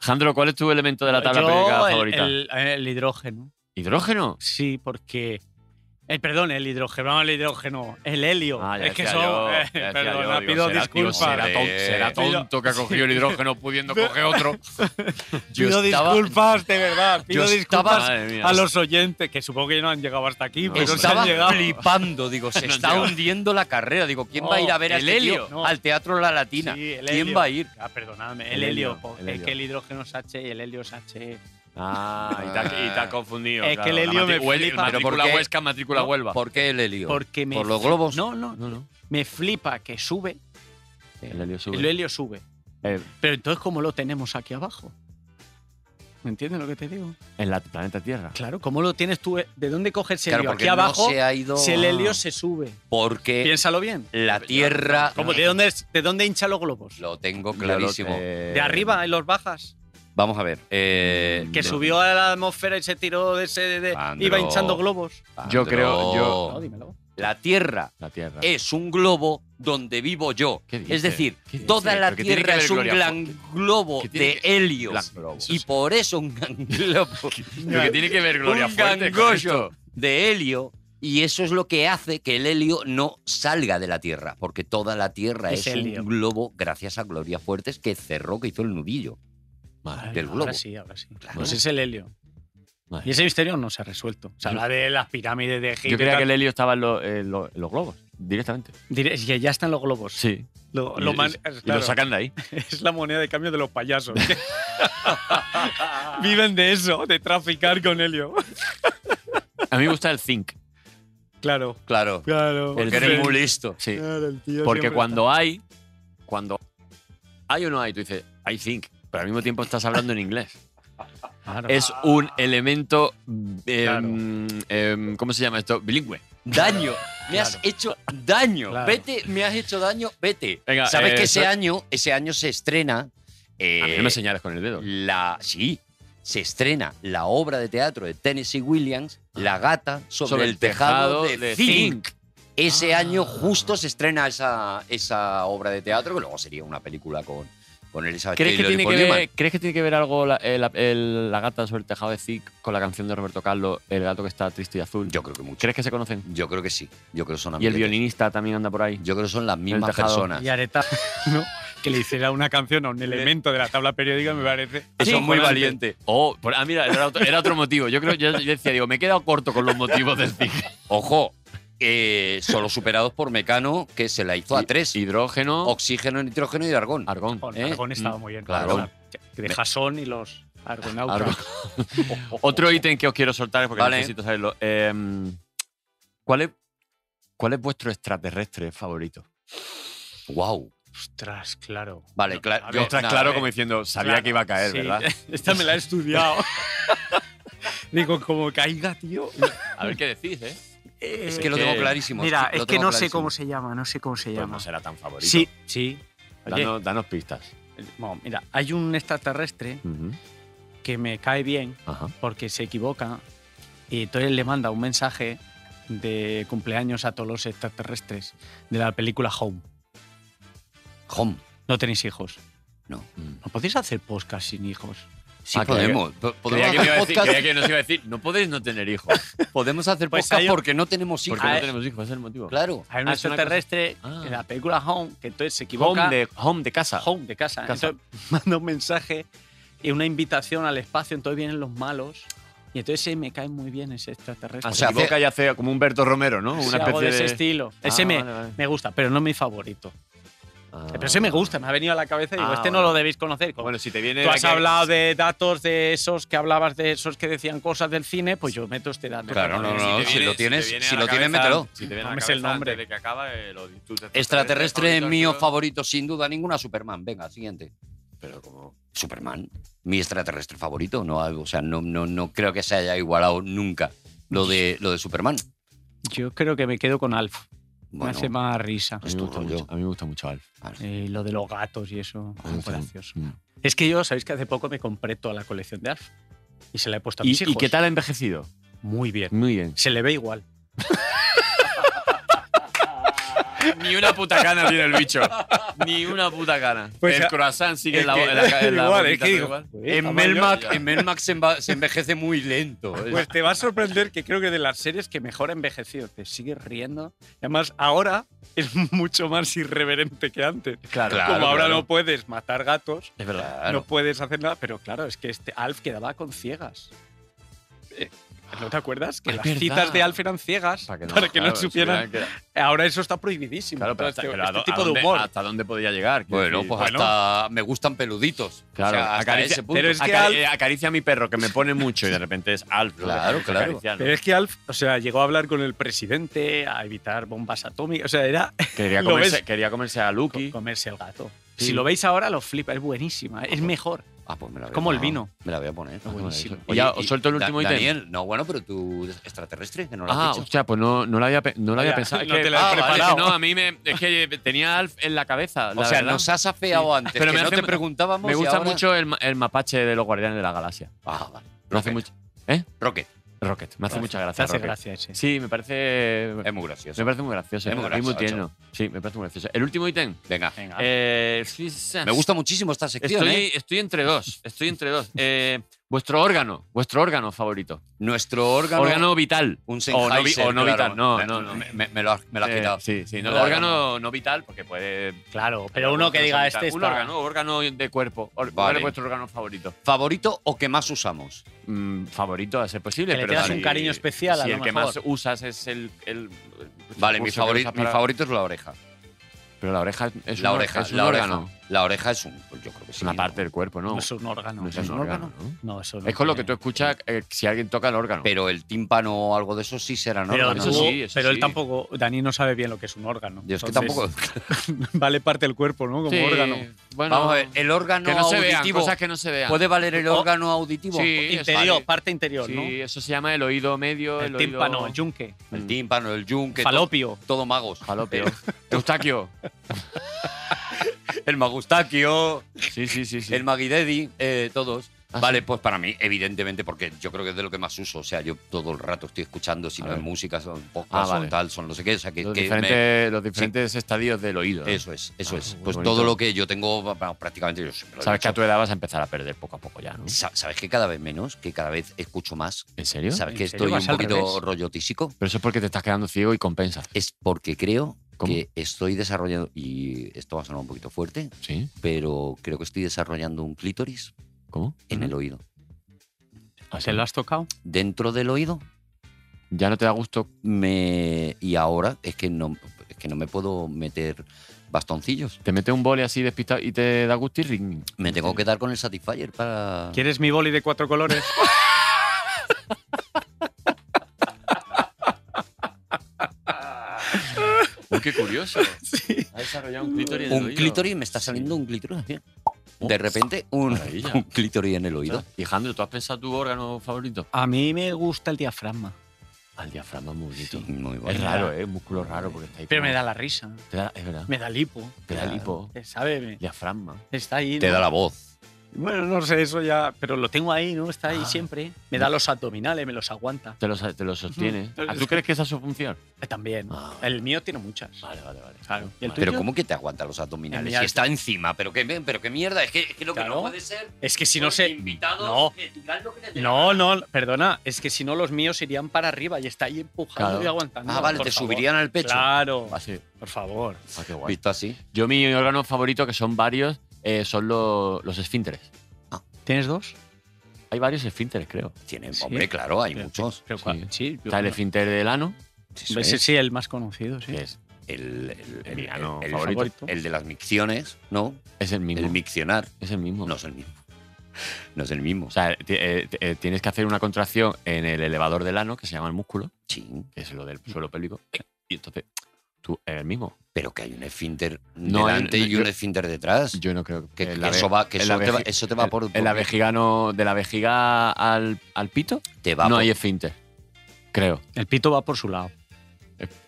Jandro, ¿cuál es tu elemento de la tabla Yo, periódica el- favorita? El, el hidrógeno. ¿Hidrógeno? Sí, porque. El, perdón, el hidrógeno, no, el hidrógeno, el helio. Ah, ya es que decía son. yo, ya eh, decía perdona, yo, digo, pido será- digo, disculpas. será ton- Será Pido- tonto que ha cogido el hidrógeno pudiendo coger otro. pido estaba- disculpas, de verdad. Pido yo estaba- disculpas Madre mía. a los oyentes, que supongo que no han llegado hasta aquí, No, pero se Estaba han llegado. flipando, digo, se No está llega. hundiendo la carrera. Digo, ¿quién va a ir a ver a el este tío helio. No. al Teatro La Latina? Oh, Sí, el ¿Quién helio. va a ir? Ah, perdonadme, El el, helio. helio, po- el es helio. que el hidrógeno es H y el helio es H. Ah, y te, ha- y te ha confundido. Es que claro. el La helio me matri- Huel- flipa. Pero Matrícula ¿por qué? Huesca, matrícula No, Huelva. ¿por qué el helio? Porque me ¿Por los fli- globos? No, no, No, no. me flipa que sube, El helio sube. el helio sube. Eh, Pero entonces, ¿cómo lo tenemos aquí abajo? ¿Me entiendes lo que te digo? en la planeta Tierra. Claro, ¿cómo lo tienes tú? eh? ¿De dónde coges el Claro, helio? porque Aquí no Eh. abajo, se ha ido si el a- helio se sube. Porque Piénsalo bien. la Tierra ¿Cómo, ¿de, dónde, es- ¿De dónde hincha los globos? lo tengo clarísimo. ¿De arriba, en los bajas? Vamos a ver. eh, Mm, Que no, subió a la atmósfera y se tiró de ese. de- Sandro. iba hinchando globos. Yo creo- yo- No, dímelo. La Tierra La Tierra. es un globo donde vivo yo. ¿Qué dice? Es decir, ¿Qué dice? toda la ¿Pero qué tiene que Tierra ver es un Gloria gran globo ¿Qué tiene de helio. Gran globo. Y por eso un gran globo Lo que tiene que ver Gloria un Fuerte con gangollo esto. de helio. Y eso es lo que hace que el helio no salga de la Tierra, porque toda la Tierra Es es, helio. un globo gracias a Gloria Fuertes que cerró, que hizo el nudillo. Madre. del globo. Ahora sí, ahora sí. Claro. Pues es el helio. Vale. Y ese misterio no se ha resuelto. Se habla de las pirámides de Egipto. Yo y creía tal. que el helio estaba en, lo- en lo- en los globos, directamente. Diré- es que ya están los globos. Sí. Lo, y, lo man- y- y claro, lo sacan de ahí. Es la moneda de cambio de los payasos. Viven de eso, de traficar con helio. A mí me gusta el zinc. Claro, Claro, claro. El porque tren. eres muy listo. Sí. Claro, el tío Porque siempre cuando hay, cuando hay o no hay, tú dices, hay zinc, pero al mismo tiempo estás hablando en inglés. está- Claro. Es un elemento, eh, Claro. eh, ¿cómo se llama esto? Bilingüe. Daño. Me has hecho daño. Claro. Vete, me has hecho daño, vete. Venga, Sabes eh, que ese so- año, ese año se estrena. A mí eh, no me señales con el dedo. la. Sí, se estrena la obra de teatro de Tennessee Williams, La gata sobre, el tejado, de, zinc. Ah. Ese año justo se estrena esa, esa obra de teatro, que luego sería una película con, con Elizabeth ¿Crees que, Taylor y tiene Paul que Newman. ver, ¿Crees que tiene que ver algo la, el- el- la gata sobre el tejado de Zinc con la canción de Roberto Carlos, El gato que está triste y azul? Yo creo que mucho. ¿Crees que se conocen? Yo creo que sí. Yo creo que son Y el amiguetes. violinista también anda por ahí. Yo creo que son las mismas tejado. personas. Y Areta, ¿no? que le hiciera una canción a un elemento de la tabla periódica, me parece. Eso es muy imponente. valiente. Oh, por- ah, mira, era otro, era otro motivo. Yo creo, yo, yo decía, digo, me he quedado corto con los motivos del zinc. Ojo, eh, solo superados por Mecano, que se la hizo a tres. Hidrógeno, Oxígeno, nitrógeno y argón. argón. Mm. Con ¿Eh? Argón estaba muy bien. Claro. Argón. De Jasón y los argonautas. Argón. Otro ítem que os quiero soltar porque Vale. necesito saberlo. Em, ¿cuál, es, ¿Cuál es vuestro extraterrestre favorito? Wow. Ostras, claro. Vale, claro. A yo- ver, Ostras, nada, claro, eh, como diciendo, sabía Claro, que iba a caer, sí. ¿verdad? Esta me la he estudiado. Digo, como caiga, tío. A ver qué decís, ¿eh? Es que lo que- tengo clarísimo. Mira, lo es que tengo no sé clarísimo. cómo se llama, no sé cómo se Pues llama. no será tan favorito. sí, sí. Oye, Danos, danos pistas. no, mira, hay un extraterrestre Ujú, que me cae bien Ajá. porque se equivoca y entonces le manda un mensaje de cumpleaños a todos los extraterrestres de la película Home. Home. No tenéis hijos. No. ¿No podéis hacer podcast sin hijos? Sí, Ah, podemos. Po- Podemos Creía que, me iba hacer a decir, podcast, creía que nos iba a decir, no podéis no tener hijos. podemos hacer Pues podcast hay un- porque no tenemos hijos. Porque no tenemos hijos, ese es el motivo. Claro. Hay un Ah, es una extraterrestre cosa- Ah. en la película Home que entonces se equivoca. Home de, home de casa. Home, de casa. Casa. Entonces manda un mensaje y una invitación al espacio. Entonces vienen los malos. Y entonces eh, me cae muy bien ese extraterrestre. Ah, O se sea, hace- equivoca y hace como Humberto Romero, ¿no? Sí, Una algo especie de ese de. estilo. Ah, ese me, vale, vale. me gusta, pero no es mi favorito. Ah. Eh, Pero ese me gusta, me ha venido a la cabeza y digo, Ah, este no vale. lo debéis conocer. Como Bueno, si te viene. Tú la has que- hablado de datos de esos que hablabas de esos que decían cosas del cine, pues yo meto este dato. Claro, no, te no, viene- si lo te tienes- viene si a la lo tienes, cabeza- mételo. Si te viene a la No me sé cabeza el nombre. antes de que acabe, eh, lo- tus Extraterrestre es favoritos, mío tío. favorito, sin duda ninguna. Superman, venga, siguiente. Pero como. Superman, mi extraterrestre favorito. No, o sea, no, no, no creo que se haya igualado nunca lo de, lo de Superman. Yo creo que me quedo con Alf. me Bueno, hace más risa. A mí, me tu gusta rollo. mucho, a mí me gusta mucho Alf. Eh, lo de los gatos y eso, Me gusta gracioso. mucho. Es que yo, sabéis que hace poco me compré toda la colección de Alf y se la he puesto a mis ¿Y, hijos. ¿Y qué tal ha envejecido? Muy bien. Muy bien. Se le ve igual. Ni una puta gana tiene el bicho. Ni una puta gana. Pues el a- croissant sigue es en la, que- en la, en la igual, boquita, es que pero digo, igual. pues, En Melmac, en Melmac se, enva- se envejece muy lento. ¿eh? Pues te va a sorprender que creo que de las series que mejor ha envejecido, te sigues riendo. Además, ahora es mucho más irreverente que antes. Claro, Claro, Como ahora claro. no puedes matar gatos, Es verdad. no puedes hacer nada, pero claro, es que este Alf quedaba con ciegas. Eh, ¿No te acuerdas? Que Es las verdad. citas de Alf eran ciegas para que no, claro, supieran. supieran que- Ahora eso está prohibidísimo. Claro, pero hasta, este, pero este a do- tipo a de dónde- humor. ¿Hasta dónde podía llegar? Quiero Bueno, decir, pues bueno, hasta me gustan peluditos. Claro, O sea, hasta acaricia- ese punto. pero es que acari- Alf- eh, acaricia a mi perro, que me pone mucho, y de repente es Alf. lo que Claro, hace, claro. acariciarlo. Pero es que Alf, o sea, llegó a hablar con el presidente, a evitar bombas atómicas. O sea, era Quería lo comerse, ves. quería comerse a co- Lucky. comerse el gato. Sí. Si lo veis ahora, lo flipa. Es buenísima. Es mejor. Ah, pues me la voy a Como el poner. vino. Me la voy a poner. Buenísimo. Y ya, os suelto el último ítem. Daniel, no, bueno, pero tú extraterrestre, que no lo has Ah, dicho. hostia, pues no, no lo había, pe- no lo había Ya, pensado. Es no que- te lo he ah, vale, preparado. que no, a mí me, es que tenía Alf en la cabeza. o la sea, verdad. nos has afeado antes, Pero que me no hace- te preguntábamos me y gusta ahora- mucho el, ma- el mapache de los Guardianes de la Galaxia. Ah, vale. Me hace Rocket. mucho- Rocket, Rocket, me hace mucha gracia. Te hace Rocket. gracia ese. Sí, me parece. es muy Me gracioso. parece muy gracioso. Es Es muy muy, gracioso, tierno. Sí, me parece muy gracioso. El último ítem. Venga. Venga. Eh, Suiza- Me gusta muchísimo esta sección, Estoy, ¿eh? estoy entre dos. Estoy entre dos. Eh, vuestro órgano. Vuestro órgano favorito. Nuestro órgano... Órgano vital. un o no, vi- Sennheiser, o no claro. vital. No, Me- no, no. Me, me- me lo has, me lo has Eh, quitado. sí, sí. no, Claro. órgano no vital, porque puede. Claro, pero uno que no diga vital. este Un está- órgano, órgano de cuerpo. Or- Vale. ¿Cuál es vuestro órgano favorito? ¿Favorito o que más usamos? Mm, favorito a ser posible. Que le pero tengas si- un cariño especial, Si a lo el que mejor. más usas es el. el- el Vale, mi recurso que favorito, usas para- mi favorito es la oreja. Pero la oreja es- es la un- oreja, es un la órgano. oreja. La oreja es un... pues Yo creo que Es sí. una ¿no? parte del cuerpo, ¿no? No es un órgano. No es un órgano. ¿no? No, eso no Es con lo que tú tiene- escuchas eh, si alguien toca el órgano. Pero el tímpano o algo de eso sí será, ¿no? Pero, Eso tú- sí, eso pero él sí. tampoco, Dani no sabe bien lo que es un órgano. Dios, que Entonces, tampoco... vale parte del cuerpo, ¿no? Como Sí, órgano. bueno, Vamos a ver, el órgano que no se vean, auditivo... cosas que no se vean. ¿Puede valer el Oh. órgano auditivo? Sí, Interior, vale. parte interior, Sí, ¿no? eso se llama el oído medio, el, El tímpano, el oído yunque, El tímpano, el yunque, todo, falopio. todo magos. falopio. Eustaquio. El magustaquio, Sí, sí, sí, sí. el magidedi, eh, todos. Ah, vale, pues para mí, evidentemente, porque yo creo que es de lo que más uso. O sea, yo todo el rato estoy escuchando, si A no es ver. música, son podcast, Ah, vale. son tal, son no sé qué. O sea, que, los, que me- diferentes, los diferentes estadios del oído. ¿no? Eso es, eso Ah, es. muy Pues bonito. todo lo que yo tengo, vamos, prácticamente yo siempre lo he Sabes que a dicho. tu edad vas a empezar a perder poco a poco ya, ¿no? Sa- ¿Sabes que cada vez menos? Que cada vez escucho más. ¿En serio? ¿Sabes ¿En que serio? estoy un ¿Vas al poquito revés? rollo tísico? Pero eso es porque te estás quedando ciego y compensa. Es porque creo ¿Cómo? que estoy desarrollando, y esto va a sonar un poquito fuerte, ¿Sí? pero creo que estoy desarrollando un clítoris ¿Cómo? en el oído. Ah, ¿Se lo has tocado? Dentro del oído Ya no te da gusto. me y ahora es que no es que no me puedo meter bastoncillos. Te mete un boli así despistado y te da gusto y Me tengo que dar con el Satisfyer para ¿Quieres mi boli de cuatro colores? qué curioso. Ha desarrollado un clítoris en el un oído. clítoris, me está saliendo un clítoris. así. De repente un, Maravilla. un clítoris en el oído. Oído. Y Jandro, ¿tú has pensado tu órgano favorito? A mí me gusta el diafragma. Al diafragma muy bonito. Muy Es bueno. raro, ¿eh? Un músculo raro porque está ahí. Pero como- me da la risa. Te da- es verdad. Me da lipo. Ah. Te da lipo. Eh, Sabe, me- Diafragma. está ahí. Te ¿no? da la voz. Bueno, no sé, eso ya. Pero lo tengo ahí, ¿no? Está ahí Ah. siempre. Me da los abdominales, me los aguanta. Te lo, te lo sostiene. Entonces- ¿Ah, ¿Tú crees que esa es su función? Eh, También. Ah. El mío tiene muchas. Vale, vale, vale. Claro. ¿Y el Pero tuyo? ¿cómo que te aguanta los abdominales? Mira, Si está encima, pero qué, pero qué mierda, es que, es que lo que Claro. no puede ser. Es que si no los se. invitados No. que digan lo que les dé la No, gana. no, perdona. Es que si no, los míos irían para arriba y está ahí empujando Claro. y aguantando. Ah, vale, por te favor. subirían al pecho. Ah, Claro. Así. Por favor. Ah, qué guay. Visto así. Yo, mi órgano favorito, que son varios, eh, son lo- los esfínteres. ¿Tienes dos? Hay varios esfínteres, creo. Tienen, Sí. hombre, claro, hay Pero- muchos. Pero Sí. cuál- sí. yo- Está el esfínter del ano, Eso Ese es. sí, el más conocido, sí. que es, El, el- el- Mi ano el- el- favorito. el de las micciones, ¿no? es el mismo. El miccionar. es el mismo. No es el mismo. No es el mismo. O sea, ti- eh, ti- eh, tienes que hacer una contracción en el elevador del ano, que se llama el músculo, Sí, que es lo del suelo pélvico. Y entonces, tú, es el mismo. pero que hay un esfínter No, delante el- y yo- un esfínter detrás. Yo no creo que, en que la eso ve- va, que en eso, la te va, veji- eso te va en- por. En la por- vejiga no, de la vejiga al, al pito, Te va no por- hay esfínter. Creo. El pito va por su lado.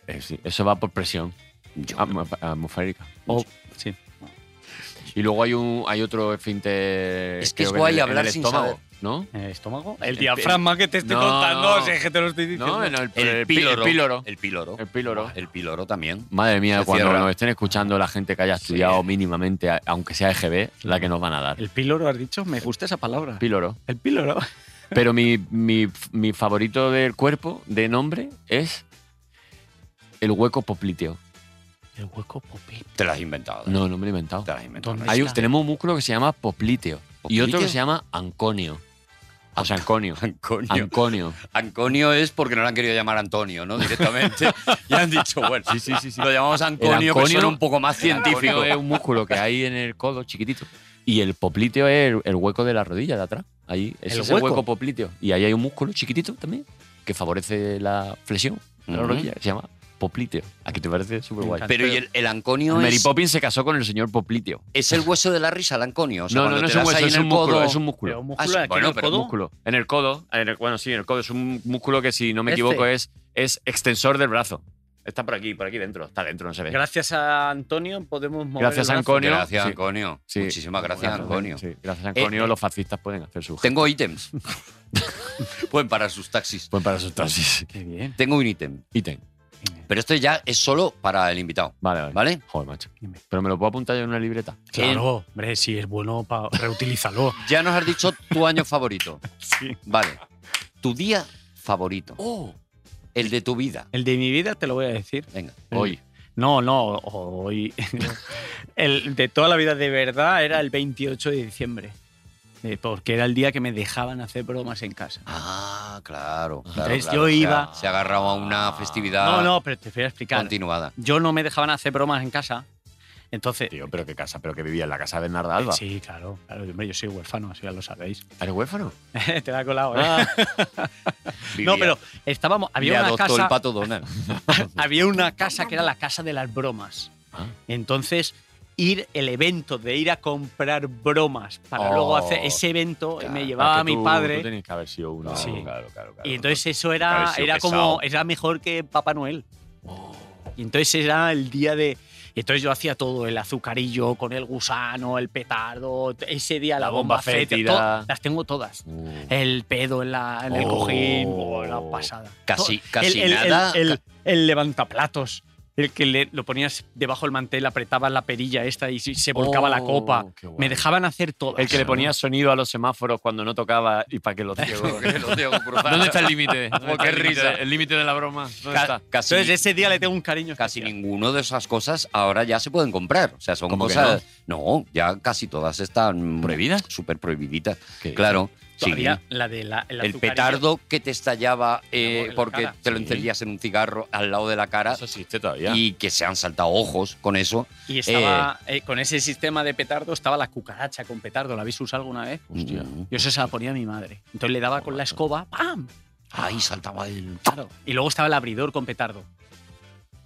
Eh, sí, eso va por presión yo- atmo- atmosférica. O- sí. Y luego hay un hay otro esfínter. Es que creo es guay en el- en hablar el sin estómago, ¿no? ¿El estómago? El El pe- diafragma que te estoy No. contando, si es que te lo estoy diciendo. No, en el, el, el pi- el píloro, píloro. El píloro. El píloro. El píloro también. Madre mía, Se cuando cierra. nos estén escuchando la gente que haya estudiado mínimamente, a- aunque sea EGB, la que nos van a dar. El píloro, has dicho, me gusta esa palabra. píloro. El píloro. Pero mi, mi- mi favorito del cuerpo, de nombre, es el hueco popliteo. El hueco popín. Te las has inventado. ¿eh? No, no me lo he inventado. Te las has inventado. ¿Dónde? Hay un- está. tenemos un músculo que se llama popliteo, y otro ¿Popliteo? que se llama anconio. O sea, anconio. Anconio. Anconio. Anconio es porque no le han querido llamar Antonio, ¿no? Directamente. y han dicho, bueno, Sí, sí, sí, sí. lo llamamos Anconio, El que anconio- suena un poco más científico. Científico es un músculo que hay en el codo chiquitito. Y el popliteo es el, el hueco de la rodilla de atrás. Ahí, ese ¿El es el hueco? hueco? popliteo. Y ahí hay un músculo chiquitito también que favorece la flexión de la Ujú. rodilla. que Se llama popliteo. Aquí te parece súper guay. encanta. Pero y el, el anconio Mary es, Poppins se casó con el señor popliteo. es el hueso de la risa, el anconio. O sea, no, no, cuando no te es un das hueso, ahí es en un el músculo. codo- Es un músculo. un Ah, sí, músculo aquí bueno, en el pero codo. músculo. En el codo, en el- bueno, sí, en el codo es un músculo que, si no me Este. equivoco, es, es extensor del brazo. Está por aquí, por aquí dentro. Está dentro, no se ve. Gracias a Antonio podemos mover Gracias el a brazo. Anconio. eh. Gracias, Sí. Anconio. Sí. Muchísimas gracias, Anconio. Sí, gracias a Anconio, Eh, eh. los fascistas pueden hacer su. Tengo ítems. Pueden parar sus taxis. Pueden para sus taxis. Ah, Qué bien. Tengo un ítem. Y ten. Pero esto ya es solo para el invitado, Vale, vale. ¿vale? Joder, macho. Dime. Pero me lo puedo apuntar yo en una libreta. Claro, Eh, hombre, si es bueno, pa- reutilízalo. Ya nos has dicho tu año favorito. Sí. Vale. Tu día favorito. Oh. El de tu vida. El de mi vida te lo voy a decir. Venga. Hoy. No, no, hoy. el de toda la vida de verdad era el 28 de diciembre. Eh, Porque era el día que me dejaban hacer bromas en casa. Ah, claro. claro, Entonces claro. yo O sea, iba- Se ha agarrado a una festividad No, no, pero te voy a explicar. continuada. Yo no me dejaban hacer bromas en casa. Entonces. Tío, pero qué casa, pero que vivía en la casa de Bernarda Alba. Sí, claro, claro. Hombre, yo soy huérfano, así ya lo sabéis. ¿Eres huérfano? te la he colado, ¿eh? no, Ah, Vivía- pero estábamos. le Había una adoptó casa. el pato Donald. había una casa que era la casa de las bromas. Ah. Entonces, ir el evento de ir a comprar bromas para Oh, luego hacer ese evento pues claro, me llevaba a mi Tú padre. tenías que haber sido uno. Sí. Claro, claro, claro. Y entonces eso claro, era, sí, era pesado. como era mejor que Papá Noel. Oh. Y entonces era el día de. y Entonces yo hacía todo, el azucarillo con el gusano, el petardo, ese día la, La bomba bomba, fétida, fétida. to- las tengo todas. Uh. El pedo en, la- en el Oh. cojín, oh, la pasada. Casi, To- casi el, el- el- nada. El, el levantaplatos. El que le- lo ponías debajo del mantel, apretabas la perilla esta y se se volcaba la Oh, copa. qué guay. Me dejaban hacer todas. El que le ponía sonido a los semáforos cuando no tocaba y para que los ciegos. ¿Dónde está el límite? ¿Dónde está qué el límite? risa. El límite de la broma. ¿Dónde Ca- está? casi, Entonces ese día le tengo un cariño. casi especial. ninguno de esas cosas ahora ya se pueden comprar. O sea, son ¿Cómo que cosas. No? ya casi todas están. ¿Prohibidas? Súper prohibiditas. ¿Qué? Claro. sí. Todavía la de la, el el azucarillo. petardo que te estallaba eh, en la porque cara. te lo Sí. encendías en un cigarro al lado de la cara Eso existe todavía. y que se han saltado ojos con eso. Y estaba eh, con ese sistema de petardo, estaba la cucaracha con petardo. ¿La habéis usado alguna vez? Hostia. Mm. Yo eso se la ponía a mi madre. Entonces le daba con la escoba, ¡pam! Ahí saltaba el. Claro. Y luego estaba el abridor con petardo.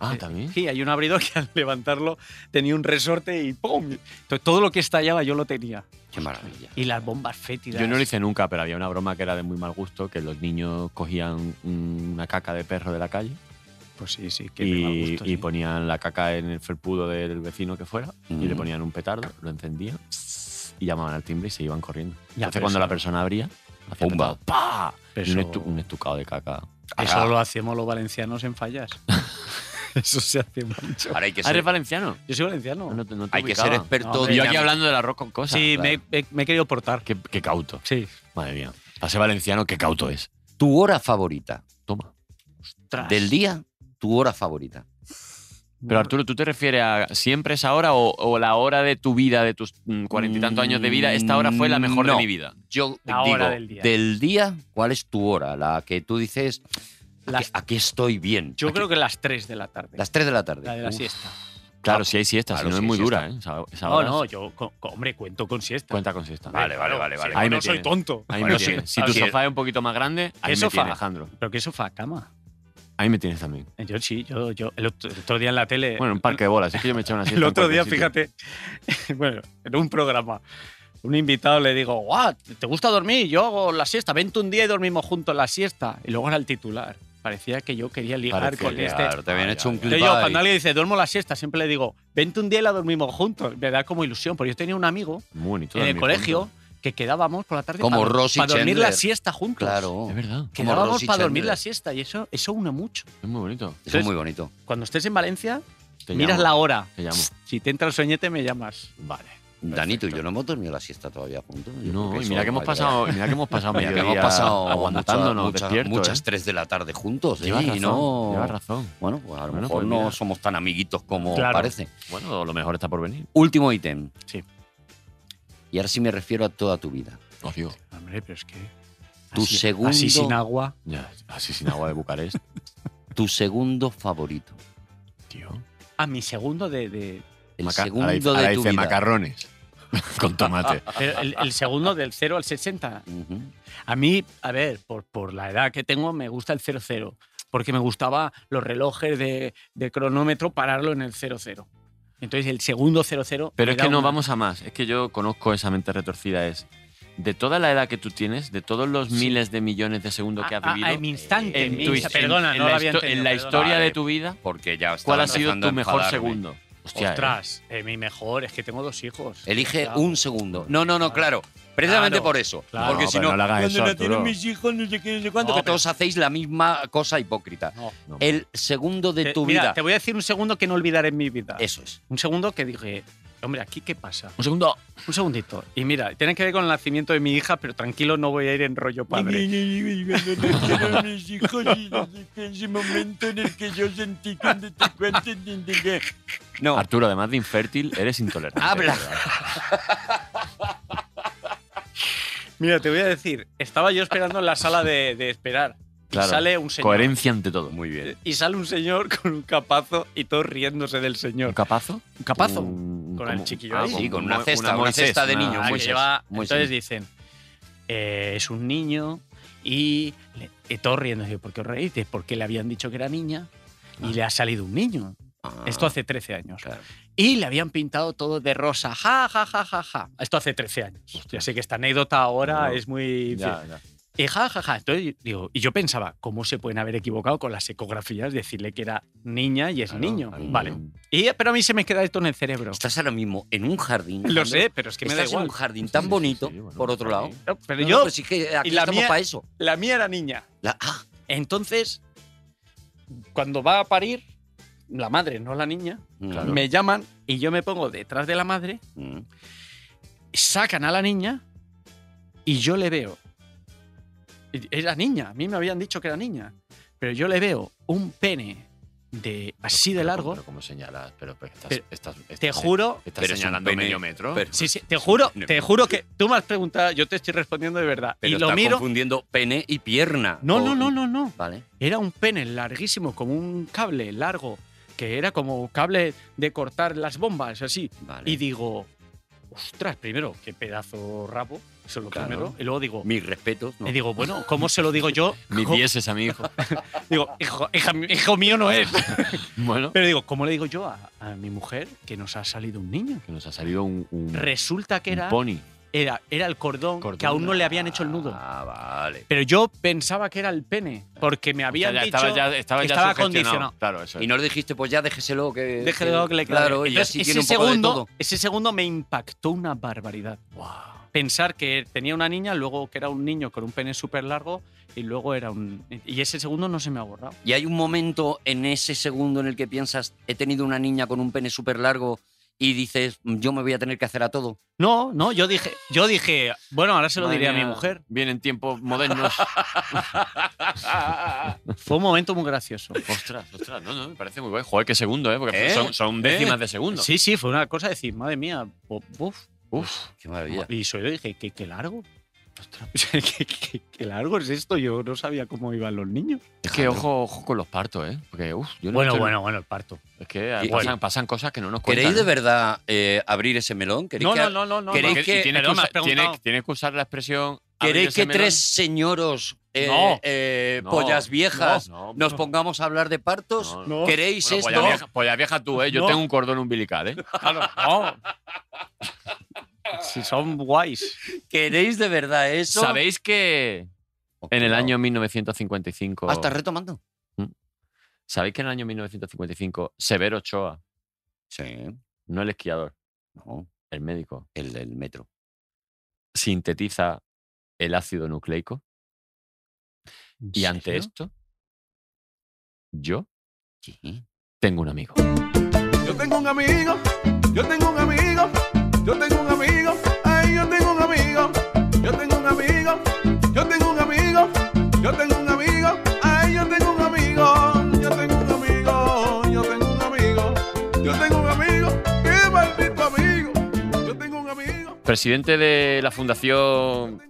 Ah, Eh, también. Sí, hay un abridor que al levantarlo tenía un resorte y ¡pum! Entonces, todo lo que estallaba yo lo tenía. Qué maravilla. Y las bombas fétidas. Yo no lo hice nunca, pero había una broma que era de muy mal gusto, que los niños cogían una caca de perro de la calle Pues sí, sí, que me y, gusto, y pues sí. ponían la caca en el felpudo del vecino que fuera y Mm. le ponían un petardo, lo encendían y llamaban al timbre y se iban corriendo. Ya, Entonces, pero cuando eso- la persona abría, hacía Pumba. petado, ¡pa! Pero Y un, eso- estu- Ah. un estucado de caca. Eso lo hacemos los valencianos en fallas. Eso se hace mucho. Ahora hay que Ah, ¿Eres ser, valenciano? Yo soy valenciano. No, no te- no te hay que ser ubicaba. experto. No, hombre, Y yo dinámico. aquí hablando del arroz con cosas. sí, claro. me, he- me he querido portar. Qué, qué cauto. Sí. Madre mía. Para ser valenciano, qué cauto es. Tu hora favorita. Toma. Ostras. Ah. Del día, tu hora favorita. Pero Arturo, ¿tú te refieres a siempre esa hora o, o la hora de tu vida, de tus mm, cuarenta y tantos años de vida? Esta hora fue la mejor No. de mi vida. Yo La digo, hora del día. día, ¿cuál es tu hora? La que tú dices, Las- aquí, aquí estoy bien. Yo Aquí- creo que las 3 de la tarde. Las 3 de la tarde. la de la Uf, siesta. Claro, si hay siesta, Claro, si no sí, es muy siesta. dura, ¿eh? Esa, esa No, hora no, es- yo, co- co- hombre, cuento con siesta. cuenta con siesta. Vale, vale, vale, vale. Ahí Yo no me soy tienes. tonto. Ahí Bueno, me tienes. sí, Si tu sí. sofá es un poquito más grande, ahí me sofá? tienes, Alejandro. Pero qué sofá, cama. Ahí me tienes también. Yo sí, yo, yo el otro, el otro día en la tele. Bueno, un parque de bolas. Es que yo me he echado una siesta. El en otro día, cualquier sitio. fíjate, bueno, en un programa, un invitado le digo, guau, ¿te gusta dormir? Yo hago la siesta, vente un día y dormimos juntos la siesta. Y luego era el titular. Parecía que yo quería ligar Parecía con ligar, este. Claro, te habían Ah, hecho ya, un ya. clip Entonces yo, ahí. cuando alguien dice, duermo la siesta, siempre le digo, vente un día y la dormimos juntos. Me da como ilusión, porque yo tenía un amigo Muy bonito. en el dormir colegio juntos. que quedábamos por la tarde Como para, Ross y para dormir la Chandler. siesta juntos. Claro. Oh, Es verdad. Como Quedábamos Ross y para dormir Chandler. la siesta y eso, eso une mucho. Es muy bonito. Eso es muy bonito. Cuando estés en Valencia, Te miras llamo. la hora. Te llamo. Si te entra el soñete, me llamas. Vale. Danito y yo no hemos dormido la siesta todavía juntos. Yo creo No, y eso mira que hemos hay dar- pasado, mira que hemos pasado Mira que mediodía hemos pasado aguantándonos, mucha- mucha- despiertos, muchas ¿eh? 3 de la tarde juntos. ¿eh? Llevas Y razón, no- llevas razón. Bueno, pues a lo Bueno, mejor pues no mira. somos tan amiguitos como Claro. parece. Bueno, lo mejor está por venir. Último ítem. Sí. Y ahora sí me refiero a toda tu vida. Os digo, Hombre, pero es que. Tu así, segundo- Así sin agua. ya, así sin agua de Bucarest, Tu segundo favorito. tío. A mi segundo de. de- El Maca- segundo ahora dice- ahora de tu dice vida. macarrones con tomate. pero el, el segundo del 0 al 60. Ujú. A mí, a ver, por, por la edad que tengo, me gusta el 00. Porque me gustaba los relojes de, de cronómetro pararlo en el 00. Entonces, el segundo 00. Pero me es da que no una- vamos a más. Es que yo conozco esa mente retorcida. Es de toda la edad que tú tienes, de todos los miles de millones de segundos que has A- a- vivido. eh, a Ah, mi instante. en mi tu- insta- perdona, en no la lo había histo- En la entendido, perdona. historia de tu vida, Porque ya estaba ¿cuál ha sido empezando tu a mejor enfadarme. segundo? Hostia, ¿eh? Ostras, eh, mi mejor, es que tengo dos hijos. Elige Claro. un segundo. No, no, no, claro. Precisamente Claro, por eso. claro. Porque No, si pero no, no le hagas cuando eso, nacieron Arturo. mis hijos, no sé qué, no sé cuánto, No, que pero- todos hacéis la misma cosa hipócrita. No. No. El segundo de Te- tu mira, vida. te voy a decir un segundo que no olvidaré en mi vida. Eso es. Un segundo que dije, hombre, ¿aquí qué pasa? Un segundo. Un segundito. Y mira, tiene que ver con el nacimiento de mi hija, pero tranquilo, no voy a ir en rollo padre. mis hijos y ese momento en el que yo sentí cuando te cuento No. Arturo, además de infértil, eres intolerante. Habla. Mira, te voy a decir, estaba yo esperando en la sala de, de esperar. Y Claro. sale un señor. Coherencia ante todo. Eh, Muy bien. Y sale un señor con un capazo y todos riéndose del ¿Un señor. capazo? ¿Un capazo? Un- Con el como- chiquillo ahí. Sí, con una Mo- cesta, una Moisés, cesta de niño, Ah, que Moisés, lleva- Moisés. entonces dicen, eh, es un niño y, le- y todos riéndose. ¿Por qué os reís? Dice, Porque le habían dicho que era niña y le ha salido un niño. Esto hace 13 años. Ah. Claro. Y le habían pintado todo de rosa. Ja, ja, ja, ja, ja. Esto hace 13 años. Ya sé que esta anécdota ahora No, no. es muy. Ya, ya. Y ja, ja, ja. Entonces, yo digo, y yo pensaba, ¿cómo se pueden haber equivocado con las ecografías? Decirle que era niña y es Claro, niño. claro. Vale. Y, pero a mí se me queda esto en el cerebro. Estás ahora mismo en un jardín. Lo Alejandro. sé, pero es que me da Estás en igual. un jardín Sí, tan sí, bonito, sí, bueno, por otro sí. lado. No, pero No, yo, no, pues sí que aquí y la estamos mía- Eh, para eso. la mía era niña. La- ah, Entonces, cuando va a parir, la madre, no la niña, claro. me llaman y yo me pongo detrás de la madre, Mm. sacan a la niña y yo le veo. Era niña, a mí me habían dicho que era niña, pero yo le veo un pene de así de Pero- largo. Pero como señalas, pero, pero estás, Pero- estás- estás- Te juro, estás Pero es un señalando pene, medio metro. pero- sí, sí, te juro, Pero- te juro que tú me has preguntado, yo te estoy respondiendo de verdad. Pero y lo está miro. confundiendo pene y pierna. No, O- no, no, no, no. Vale. Era un pene larguísimo, como un cable largo, que era como cable de cortar las bombas, así. Vale. Y digo, ostras, primero, qué pedazo rabo, eso es lo Claro. primero. Y luego digo, Mis respetos. ¿no? y digo, bueno, ¿cómo se lo digo yo? Mi Jo- dieces a mi hijo. Digo, hijo, hija mi- hijo mío no es. bueno. Pero digo, ¿cómo le digo yo a, a mi mujer que nos ha salido un niño? Que nos ha salido un, un, Resulta que un era pony. era, era el cordón, que aún no le habían hecho el nudo. Ah, vale. Pero yo pensaba que era el pene, porque me O sea, habían ya dicho. estaba ya, estaba ya estaba sugestionado. condicionado. Claro, eso es. Y no le dijiste, pues ya déjeselo que. Déjelo que le clave. Claro, y Entonces, así tiene un ese poco segundo, de todo. Ese segundo me impactó una barbaridad. Pensar que tenía una niña, luego que era un niño con un pene súper largo y luego era un. Y ese segundo no se me ha borrado. Y hay un momento en ese segundo en el que piensas, he tenido una niña con un pene súper largo y dices, "Mm, yo me voy a tener que hacer a todo. No, no, yo dije, yo dije, bueno, ahora se lo Madre diré a mi mía, mujer. Vienen tiempos modernos. Fue un momento muy gracioso. ostras, ostras, no, no, me parece muy guay. Joder, qué segundo, ¿eh? Porque ¿Eh? son, son décimas de segundo. Sí, sí, fue una cosa de decir, madre mía, bu- buf. Uf, Qué maravilla. Y soy yo dije, qué, qué largo. ¿Qué, qué- qué largo es esto? Yo no sabía cómo iban los niños. es que ojo, ojo con los partos, ¿eh? Porque, uf, yo no estoy- bueno, el parto. Es que Y- pasan, pasan cosas que no nos cuentan. ¿Queréis de ¿eh? verdad eh, abrir ese melón? ¿Queréis No, que, no, no, no, no. ¿Queréis no. Porque- y que- tienes, Perdón, me que has usar, tienes- preguntado. tienes que usar la expresión. ¿queréis abrirse que melón? tres señoros eh, No. eh, No, pollas no, viejas no, nos no. pongamos a hablar de partos? No, no. ¿Queréis Bueno, polla, esto? vieja, polla vieja tú, ¿eh? Yo No. tengo un cordón umbilical, ¿eh? Claro, no. Ah. Si son guays. ¿Queréis de verdad eso? ¿Sabéis que en el año 1955. Ah, estás retomando. ¿Sabéis que en el año 1955 Severo Ochoa, Sí. no el esquiador, No, el médico, el del metro. sintetiza el ácido nucleico? Y ante esto, yo Sí. tengo un amigo. Yo tengo un amigo, yo tengo un amigo, yo tengo un amigo, ay, yo tengo un amigo, yo tengo un amigo, yo tengo un amigo, yo tengo un amigo, ay, yo tengo un amigo, yo tengo un amigo, yo tengo un amigo, yo tengo un amigo, qué maldito amigo, yo tengo un amigo. Presidente de la Fundación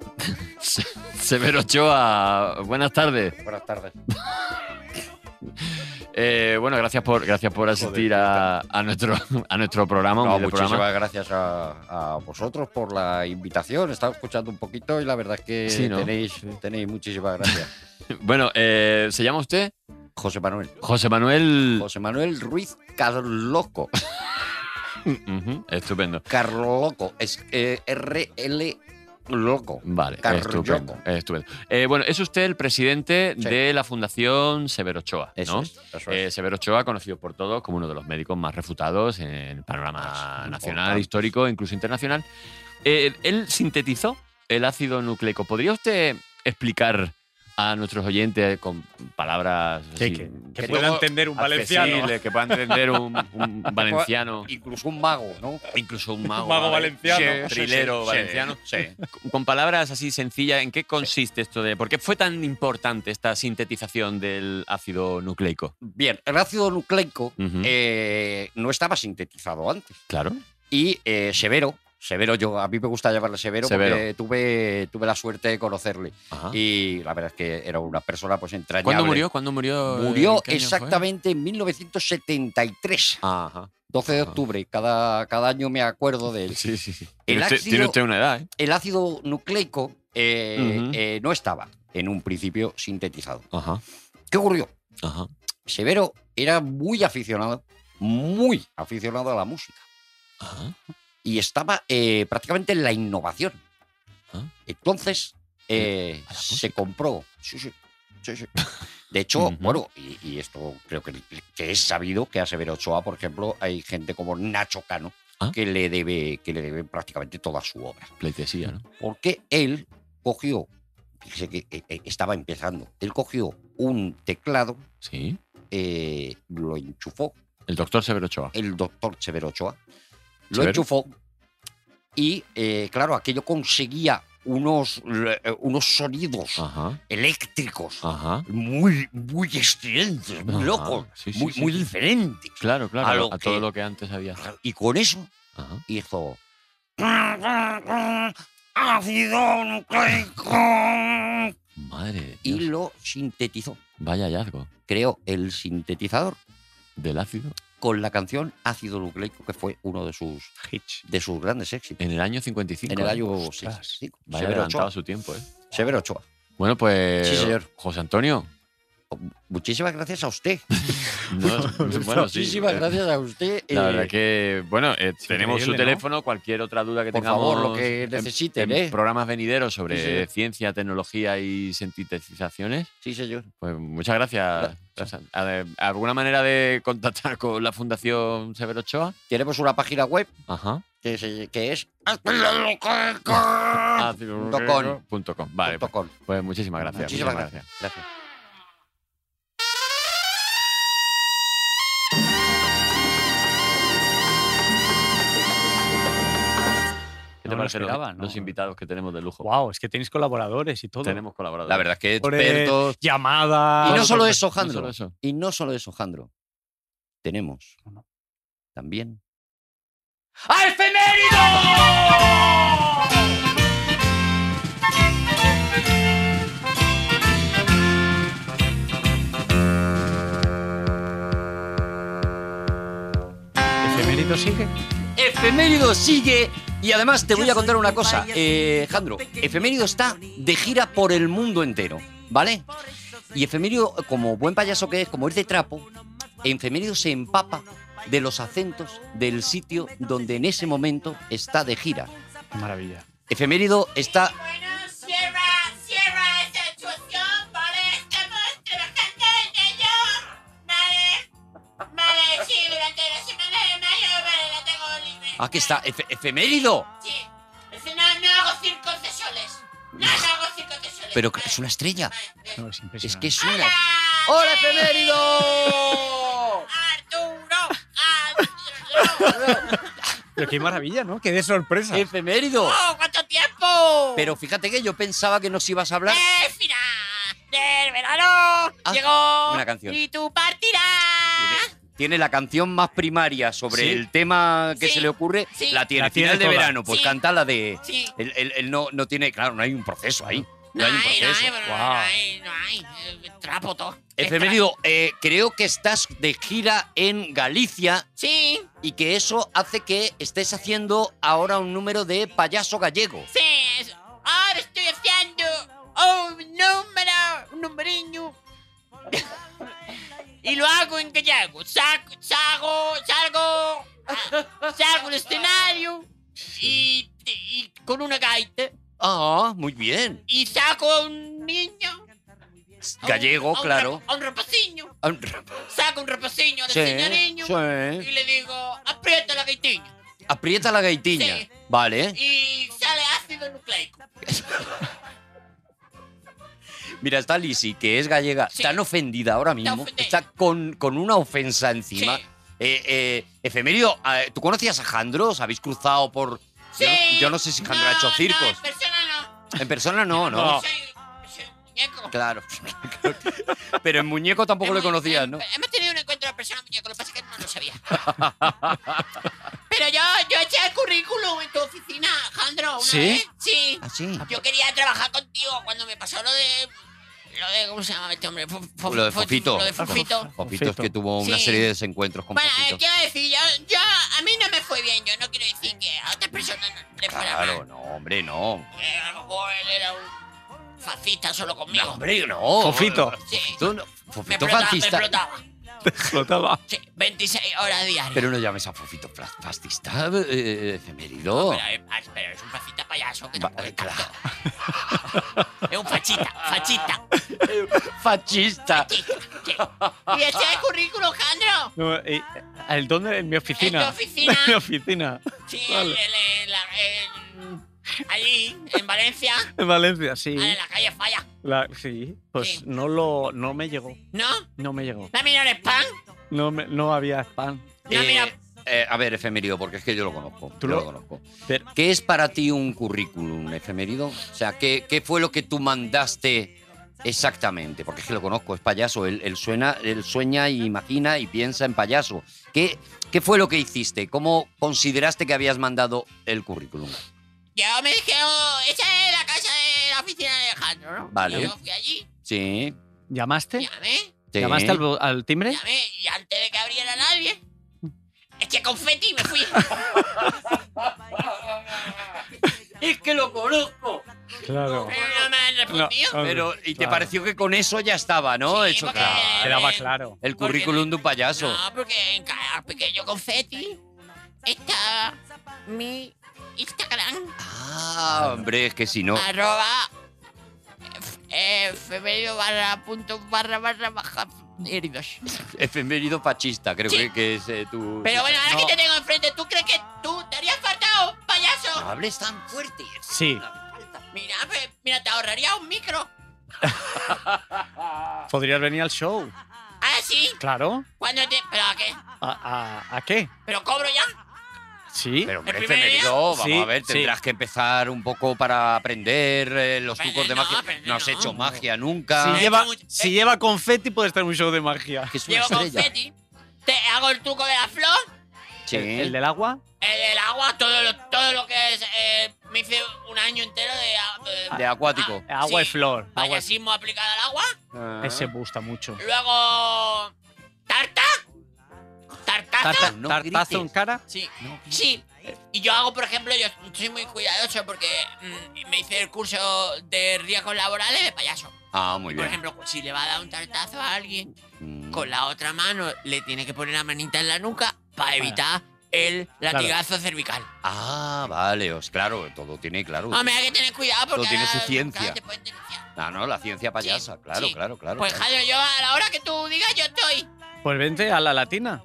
Se- Severo Ochoa, buenas tardes. Buenas tardes. Eh, bueno, gracias por, gracias por asistir a, a nuestro, a nuestro programa. No, humilde muchísimas programa. gracias a, a vosotros por la invitación. He estado escuchando un poquito y la verdad es que Sí, ¿no? tenéis, tenéis muchísimas gracias. Bueno, eh, ¿se llama usted? José Manuel. José Manuel. José Manuel Ruiz Carloco. Ujú, estupendo. Carloco. Es eh, RL Loco. Vale, Carloco. estupendo. estupendo. Eh, bueno, es usted el presidente Sí. de la Fundación Severo Ochoa, Eso ¿no? es, eso Eh, es. Severo Ochoa, conocido por todos como uno de los médicos más refutados en el panorama Importante. ah, nacional, histórico e incluso internacional. Eh, él sintetizó el ácido nucleico. ¿Podría usted explicar a nuestros oyentes con palabras así, que- que poco pueda entender un valenciano. accesibles, que puedan entender un, un valenciano, Incluso un mago, ¿no? incluso un mago, mago ¿vale? valenciano. Sí, trilero sí, valenciano? Sí. Con- Con palabras así sencillas, ¿en qué consiste esto de por qué fue tan importante esta sintetización del ácido nucleico? Bien, el ácido nucleico Ujú. eh, no estaba sintetizado antes. Claro. y eh, Severo. Severo, yo a mí me gusta llamarle Severo, porque Severo. tuve, tuve la suerte de conocerle. Ajá. Y la verdad es que era una persona pues entrañable. ¿Cuándo murió? ¿Cuándo murió? eh, Murió qué año fue? exactamente en 1973, Ajá. 12 de Ajá. octubre. Cada, cada año me acuerdo de él. Sí, sí, sí. El Tiene usted, ácido- tiene usted una edad, ¿eh? El ácido nucleico eh, Ujú. eh, no estaba en un principio sintetizado. Ajá. ¿Qué ocurrió? Ajá. Severo era muy aficionado, muy aficionado a la música. Ajá. y estaba eh, prácticamente en la innovación. Ah. Entonces eh, ¿A la se compró. Sí, sí, sí, sí. De hecho, Ujú. bueno, y, y esto creo que, que es sabido que a Severo Ochoa, por ejemplo, hay gente como Nacho Cano Ah. que, le debe, que le debe prácticamente toda su obra. Pleitesía, ¿no? Porque él cogió, fíjese que eh, eh, estaba empezando, él cogió un teclado, Sí. eh, lo enchufó El doctor Severo Ochoa. el doctor Severo Ochoa. Lo Severo. enchufó y, eh, claro, aquello conseguía unos, eh, unos sonidos Ajá. eléctricos Ajá. muy, muy estridentes, muy Ajá. locos, Ah. Sí, sí, muy, sí, muy sí. diferentes. Claro, claro. A A, lo a todo que- lo que antes había. Y con eso Ajá. hizo... Ácido nucleico. Madre. de Y Dios. lo sintetizó. Vaya hallazgo Creó el sintetizador del ácido con la canción Ácido Nucleico, que fue uno de sus, Hitch. de sus grandes éxitos. en el año 55. En el ¿eh? año Ostras. 65. Vaya Severo adelantado a Ochoa. su tiempo, ¿eh? Severo Ochoa. Bueno, pues. Sí, señor. José Antonio, muchísimas gracias a usted. No, bueno, sí, muchísimas eh, gracias a usted. La eh, verdad que, bueno, eh, tenemos su increíble, ¿no? teléfono, cualquier otra duda que Por tengamos. favor, lo que en- necesiten, en ¿eh? Programas venideros sobre Sí, sí. eh, ciencia, tecnología y sintetizaciones. Sí, señor. Pues muchas gracias. A- a- ¿Alguna manera de contactar con la Fundación Severo Ochoa? Tenemos una página web Ajá. que, se- que es Ah, com. punto com. Vale, pues, .com. pues muchísimas gracias. Muchísimas gracias. gracias. ¿Qué te No lo parece los- esperaba, ¿no? los invitados que tenemos de lujo? Wow, es que tenéis colaboradores y todo. Tenemos colaboradores. La verdad es que Por el- expertos. Llamadas. Y no solo eso, Ah, No solo Jandro. eso. Y no solo eso, Jandro. Tenemos también. ¡A efemérido! Efemérido sigue. Efemérido sigue. Y además te voy a contar una cosa, eh, Jandro. Efemérido está de gira por el mundo entero, ¿vale? Y Efemérido, como buen payaso que es, como es de trapo, Efemérido se empapa de los acentos del sitio donde en ese momento está de gira. Maravilla. Efemérido está Bueno, cierra, cierra esa actuación, ¿vale? Estamos trabajando en ello, ¿vale? Vale, sí, durante la semana de mayo, vale, la tengo libre. Aquí está, efe- efemérido. Sí. Al final no hago circos de soles. No, no hago circos de soles. Pero que ¿vale? es una estrella. Vale, No, es impresionante. Es que es una. ¡Hola! ¡Hola, sí, efemérido! ¡Arturo! ¡Arturo! Pero qué maravilla, ¿no? Qué de sorpresa. ¡Efemérido! ¡Oh, cuánto tiempo! Pero fíjate que yo pensaba que nos ibas a hablar. ¡El final del verano! Ah, llegó una canción. y tú partirás. Tiene la canción más primaria sobre Sí. el tema que Sí. se le ocurre. Sí. La tiene. La al tiene final de toda. verano, pues Sí. canta la de. Sí. Él, él- él no, no tiene. Claro, no hay un proceso ahí. No No hay un hay, no proceso. hay, no Guau. hay, no hay, no hay. Trapo todo. Efemérido, eh, creo que estás de gira en Galicia Sí, y que eso hace que estés haciendo ahora un número de payaso gallego. sí. es- Ahora estoy haciendo un número, un numeriño. y lo hago en gallego. Saco, salgo, salgo, ah, salgo al escenario y, y con una gaita Ah, muy bien. y saco a un niño. a un- Gallego, a un claro. rap- A un rapaciño. Ah, un rap- Saco un rapaciño de Sí, señoriño sí. y le digo, aprieta la gaitiña. Aprieta la gaitiña. Sí. Vale. y sale ácido nucleico. Mira, está Lisi, que es gallega, Sí. tan ofendida ahora mismo. ofendida. Está con, con una ofensa encima. Sí. Eh, eh, efemérido, eh, ¿tú conocías a Jandro? ¿Os habéis cruzado por...? Sí. Yo, yo no sé si Jandro ha hecho No, circos. en persona en persona no, no. ¿no? Soy, soy un muñeco. Claro. Pero en muñeco tampoco le Hemos- conocías, hem- ¿no? Hemos tenido un encuentro de persona muñeco, lo que pasa es que no lo sabía. Pero yo, yo eché el currículum en tu oficina, Jandro. Una ¿Sí? Vez. Sí. Ah, sí. Yo quería trabajar contigo cuando me pasó lo de. Lo de ¿Cómo se llama este hombre? Fo- fo- Lo de fo- Fofito. Lo de Fofito. Popito es que tuvo una Sí. serie de desencuentros con Bueno, eh, Popito. quiero decir, yo, yo, a mí no me fue bien. Yo no quiero decir que a otras personas no les fuera mal. Claro, no, hombre, no. Eh, a lo mejor él era un fascista solo conmigo. No, hombre, no. Fofito. Sí. Fofito, no. me Fofito explotaba, me fascista. explotaba. Explotaba. Sí, 26 horas diarias. Pero no llames a Fofito pla- fascista, eh, efemérido. Pero, eh, ah, pero es un fascista payaso que Va- tampoco es claro. tanto. eh, Es un fachita, fachita. Fascista. Sí. ¿Y ese es el currículum, Jandro? No, eh, ¿El dónde? En mi oficina. En tu oficina. En mi oficina. Sí, Vale. el- el- la- el- allí, en Valencia, En Valencia, sí. en la calle Falla. La- sí. Pues Sí. no lo. No me llegó. ¿No? No me llegó. ¿La minor spam? No, me- no había spam. No, Eh, mira. eh, a ver, efemérido, porque es que yo lo conozco. ¿Tú yo lo- lo conozco. Pero- ¿Qué es para ti un currículum, efemérido? O sea, ¿qué, qué fue lo que tú mandaste exactamente? Porque es que lo conozco, es payaso. Él, él suena, él sueña y imagina y piensa en payaso. ¿Qué, ¿Qué fue lo que hiciste? ¿Cómo consideraste que habías mandado el currículum? Yo me dije, oh, esa es la casa de la oficina de Jandro, ¿no? Vale. Yo fui allí, Sí. ¿Llamaste? llamé. sí. ¿Llamaste al, bo- al timbre? Llamé y antes de que abriera nadie, eché confeti y me fui. es que lo conozco. Claro. Pero no me han No, confundido. no, Pero, y te claro. pareció que con eso ya estaba, ¿no? Sí, Eso, porque- claro. Quedaba claro. El Porque- currículum de un payaso. No, porque en cada pequeño confeti está mi Instagram, Ah, hombre, es que si no. arroba f- eh, femenino barra punto barra barra baja heridos. Efemérido fascista, creo Sí. que, que es eh, tu. Pero bueno, ahora No. que te tengo enfrente, ¿tú crees que tú te harías faltado, payaso? No hables tan fuerte. Sí, Mira, pe- mira, te ahorraría un micro. podrías venir al show. Ah, sí. Claro. Cuando te. ¿Pero a qué? ¿A, a- a qué? ¿Pero cobro ya? Sí. Pero hombre, ¿El primer efemérido, día? vamos Sí, a ver, sí. tendrás que empezar un poco para aprender eh, los Pero trucos de no, magia. pero No has no. hecho magia nunca. si, lleva, mucho- eh. si lleva confeti, puedes tener un show de magia. Que es una Llevo estrella. confeti. Te hago el truco de la flor. Sí. ¿El, el del agua? El del agua, todo lo, todo lo que es. eh, me hice un año entero de. eh, De acuático. ah, Agua sí, y flor. Agua y Payasismo aplicado al agua. Ah. Ese gusta mucho. Luego. ¿Tarta? ¿Tartaza? Tarta- no ¿Tartazo grites. en cara? Sí. Ah, Sí. Y yo hago, por ejemplo, yo soy muy cuidadoso porque mm, me hice el curso de riesgos laborales de payaso. Ah, muy Por bien. ejemplo, pues, si le va a dar un tartazo a alguien, Mm. con la otra mano le tiene que poner la manita en la nuca para evitar el latigazo cervical. Ah, vale, os, claro, todo tiene claro. Hombre, hay que tener cuidado porque. Todo Pues tiene su ahora, ciencia. claro, te pueden denunciar. Ah, no, la ciencia payasa, Sí, claro, sí. claro, claro. Pues, claro. Jadro, yo a la hora que tú digas, yo estoy. Pues vente a la latina.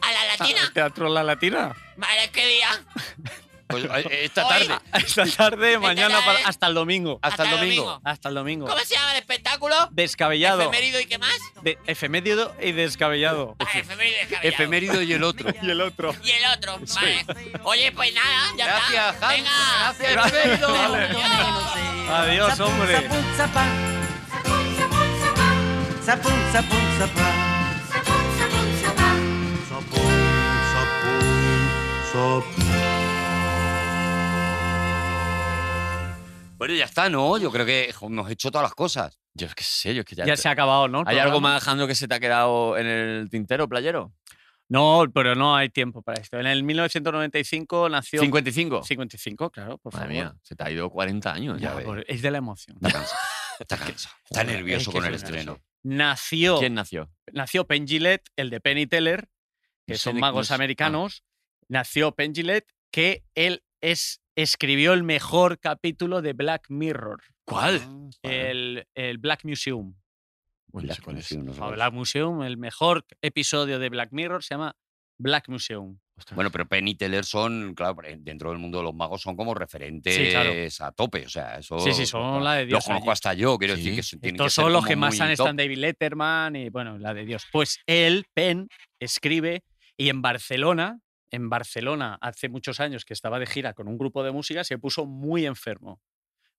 A la Al latina. teatro La Latina. Vale, ¿qué día? Pues, eh, esta Hoy- tarde, Esta tarde, mañana, tarde. para- hasta el domingo. hasta, el hasta el domingo. domingo. Hasta el domingo. ¿Cómo se llama el espectáculo? Descabellado. Efemérido y qué más? De, efemérido y descabellado. Ah, efemérido y descabellado. Efemérido y el otro. Y el otro. Y el otro. Vale. Oye, pues nada, ya Gracias, está. Hans. Venga. Gracias, Efemérido. Adiós, hombre. Bueno, ya está, ¿no? Yo creo que jo, hemos hecho todas las cosas. Yo es que sé, yo es que ya. Ya se ha acabado, ¿no? el ¿Hay algo programa? más, Alejandro, que se te ha quedado en el tintero, playero? No, pero no hay tiempo para esto. En el 1995 nació. 55. 55, claro, por Madre favor. mía, se te ha ido 40 años ya. Ya, ves. por- es de la emoción. Está cansado. Está cansado. Está Joder, nervioso es que con el soy estreno. Nació, ¿Quién nació? nació Penn Jillette, el de Penny Teller, que No sé son de- no magos sé- ah. americanos. Nació Penn Jillette, que él es, escribió el mejor capítulo de Black Mirror, ¿Cuál? el, el Black Museum. Bueno, no sé cuál es. Sí, no sé O cuál es. Black Museum, el mejor episodio de Black Mirror se llama Black Museum. Bueno, pero Penn y Teller son, claro, eh, dentro del mundo de los magos son como referentes Sí, claro. a tope. O sea, eso. Sí, sí, son la de Los Dios conozco allí. hasta yo, quiero decir Sí. que son- tienen Estos que ser son los como que más muy han top. estado David Letterman y bueno, la de Dios. Pues él, Penn, escribe y en Barcelona, en Barcelona hace muchos años que estaba de gira con un grupo de música, se puso muy enfermo,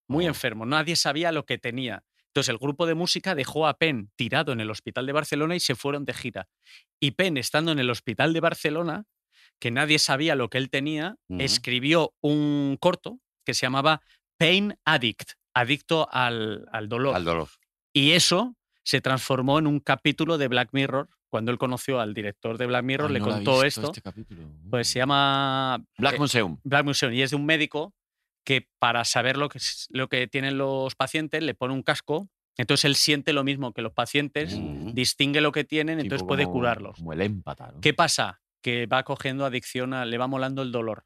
muy enfermo. Nadie sabía lo que tenía. Entonces el grupo de música dejó a Penn tirado en el hospital de Barcelona y se fueron de gira. Y Penn, estando en el hospital de Barcelona, que nadie sabía lo que él tenía, Ujú. escribió un corto que se llamaba Pain Addict, adicto al, al dolor. Al dolor. Y eso se transformó en un capítulo de Black Mirror. Cuando él conoció al director de Black Mirror, Ah, le no lo he contó visto esto. este capítulo. Pues se llama Black eh, Museum. Black Museum y es de un médico que para saber lo que, es- lo que tienen los pacientes le pone un casco. Entonces él siente lo mismo que los pacientes, Mm. distingue lo que tienen, Tipo entonces puede como- curarlos. Como el émpata, ¿no? ¿Qué pasa? Que va cogiendo adicción, a- le va molando el dolor.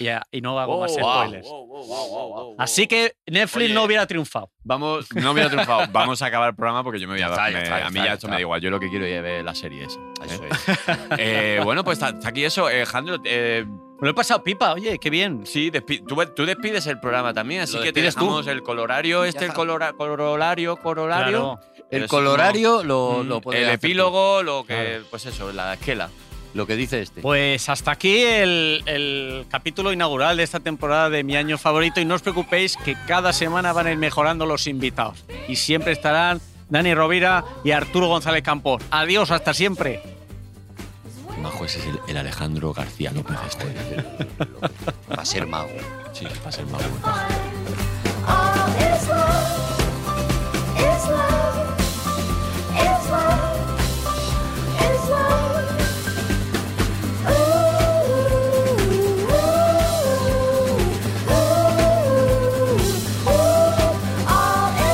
Y, a- y no hago Oh, más wow, spoilers. wow, wow, wow, wow, wow. Así que Netflix Oye. no hubiera triunfado. Vamos, no hubiera triunfado. Vamos a acabar el programa porque yo me voy a. Ya está, ya me- está, ya a mí está, ya ya esto está. me da igual. Yo lo que quiero es ver la serie esa. ¿eh? Eso es. Eh, bueno, pues está está aquí eso. Eh, Alejandro, eh, Me lo he pasado pipa, oye, qué bien. sí, despi- tú, tú despides el programa también, así Lo que te despides tú. dejamos el colorario, este, el colora- colorolario, corolario. Claro. Pero El eso como- colorario lo, Mm, lo el puede el hacer tú. epílogo, lo que. Pues eso, la esquela. Lo que dice este. Pues hasta aquí el, el capítulo inaugural de esta temporada de Mi Año Favorito y no os preocupéis que cada semana van a ir mejorando los invitados y siempre estarán Dani Rovira y Arturo González Campos. Adiós, hasta siempre. Majo, ese es el, el Alejandro García López este. Va a ser mago. Sí, va a ser mago. All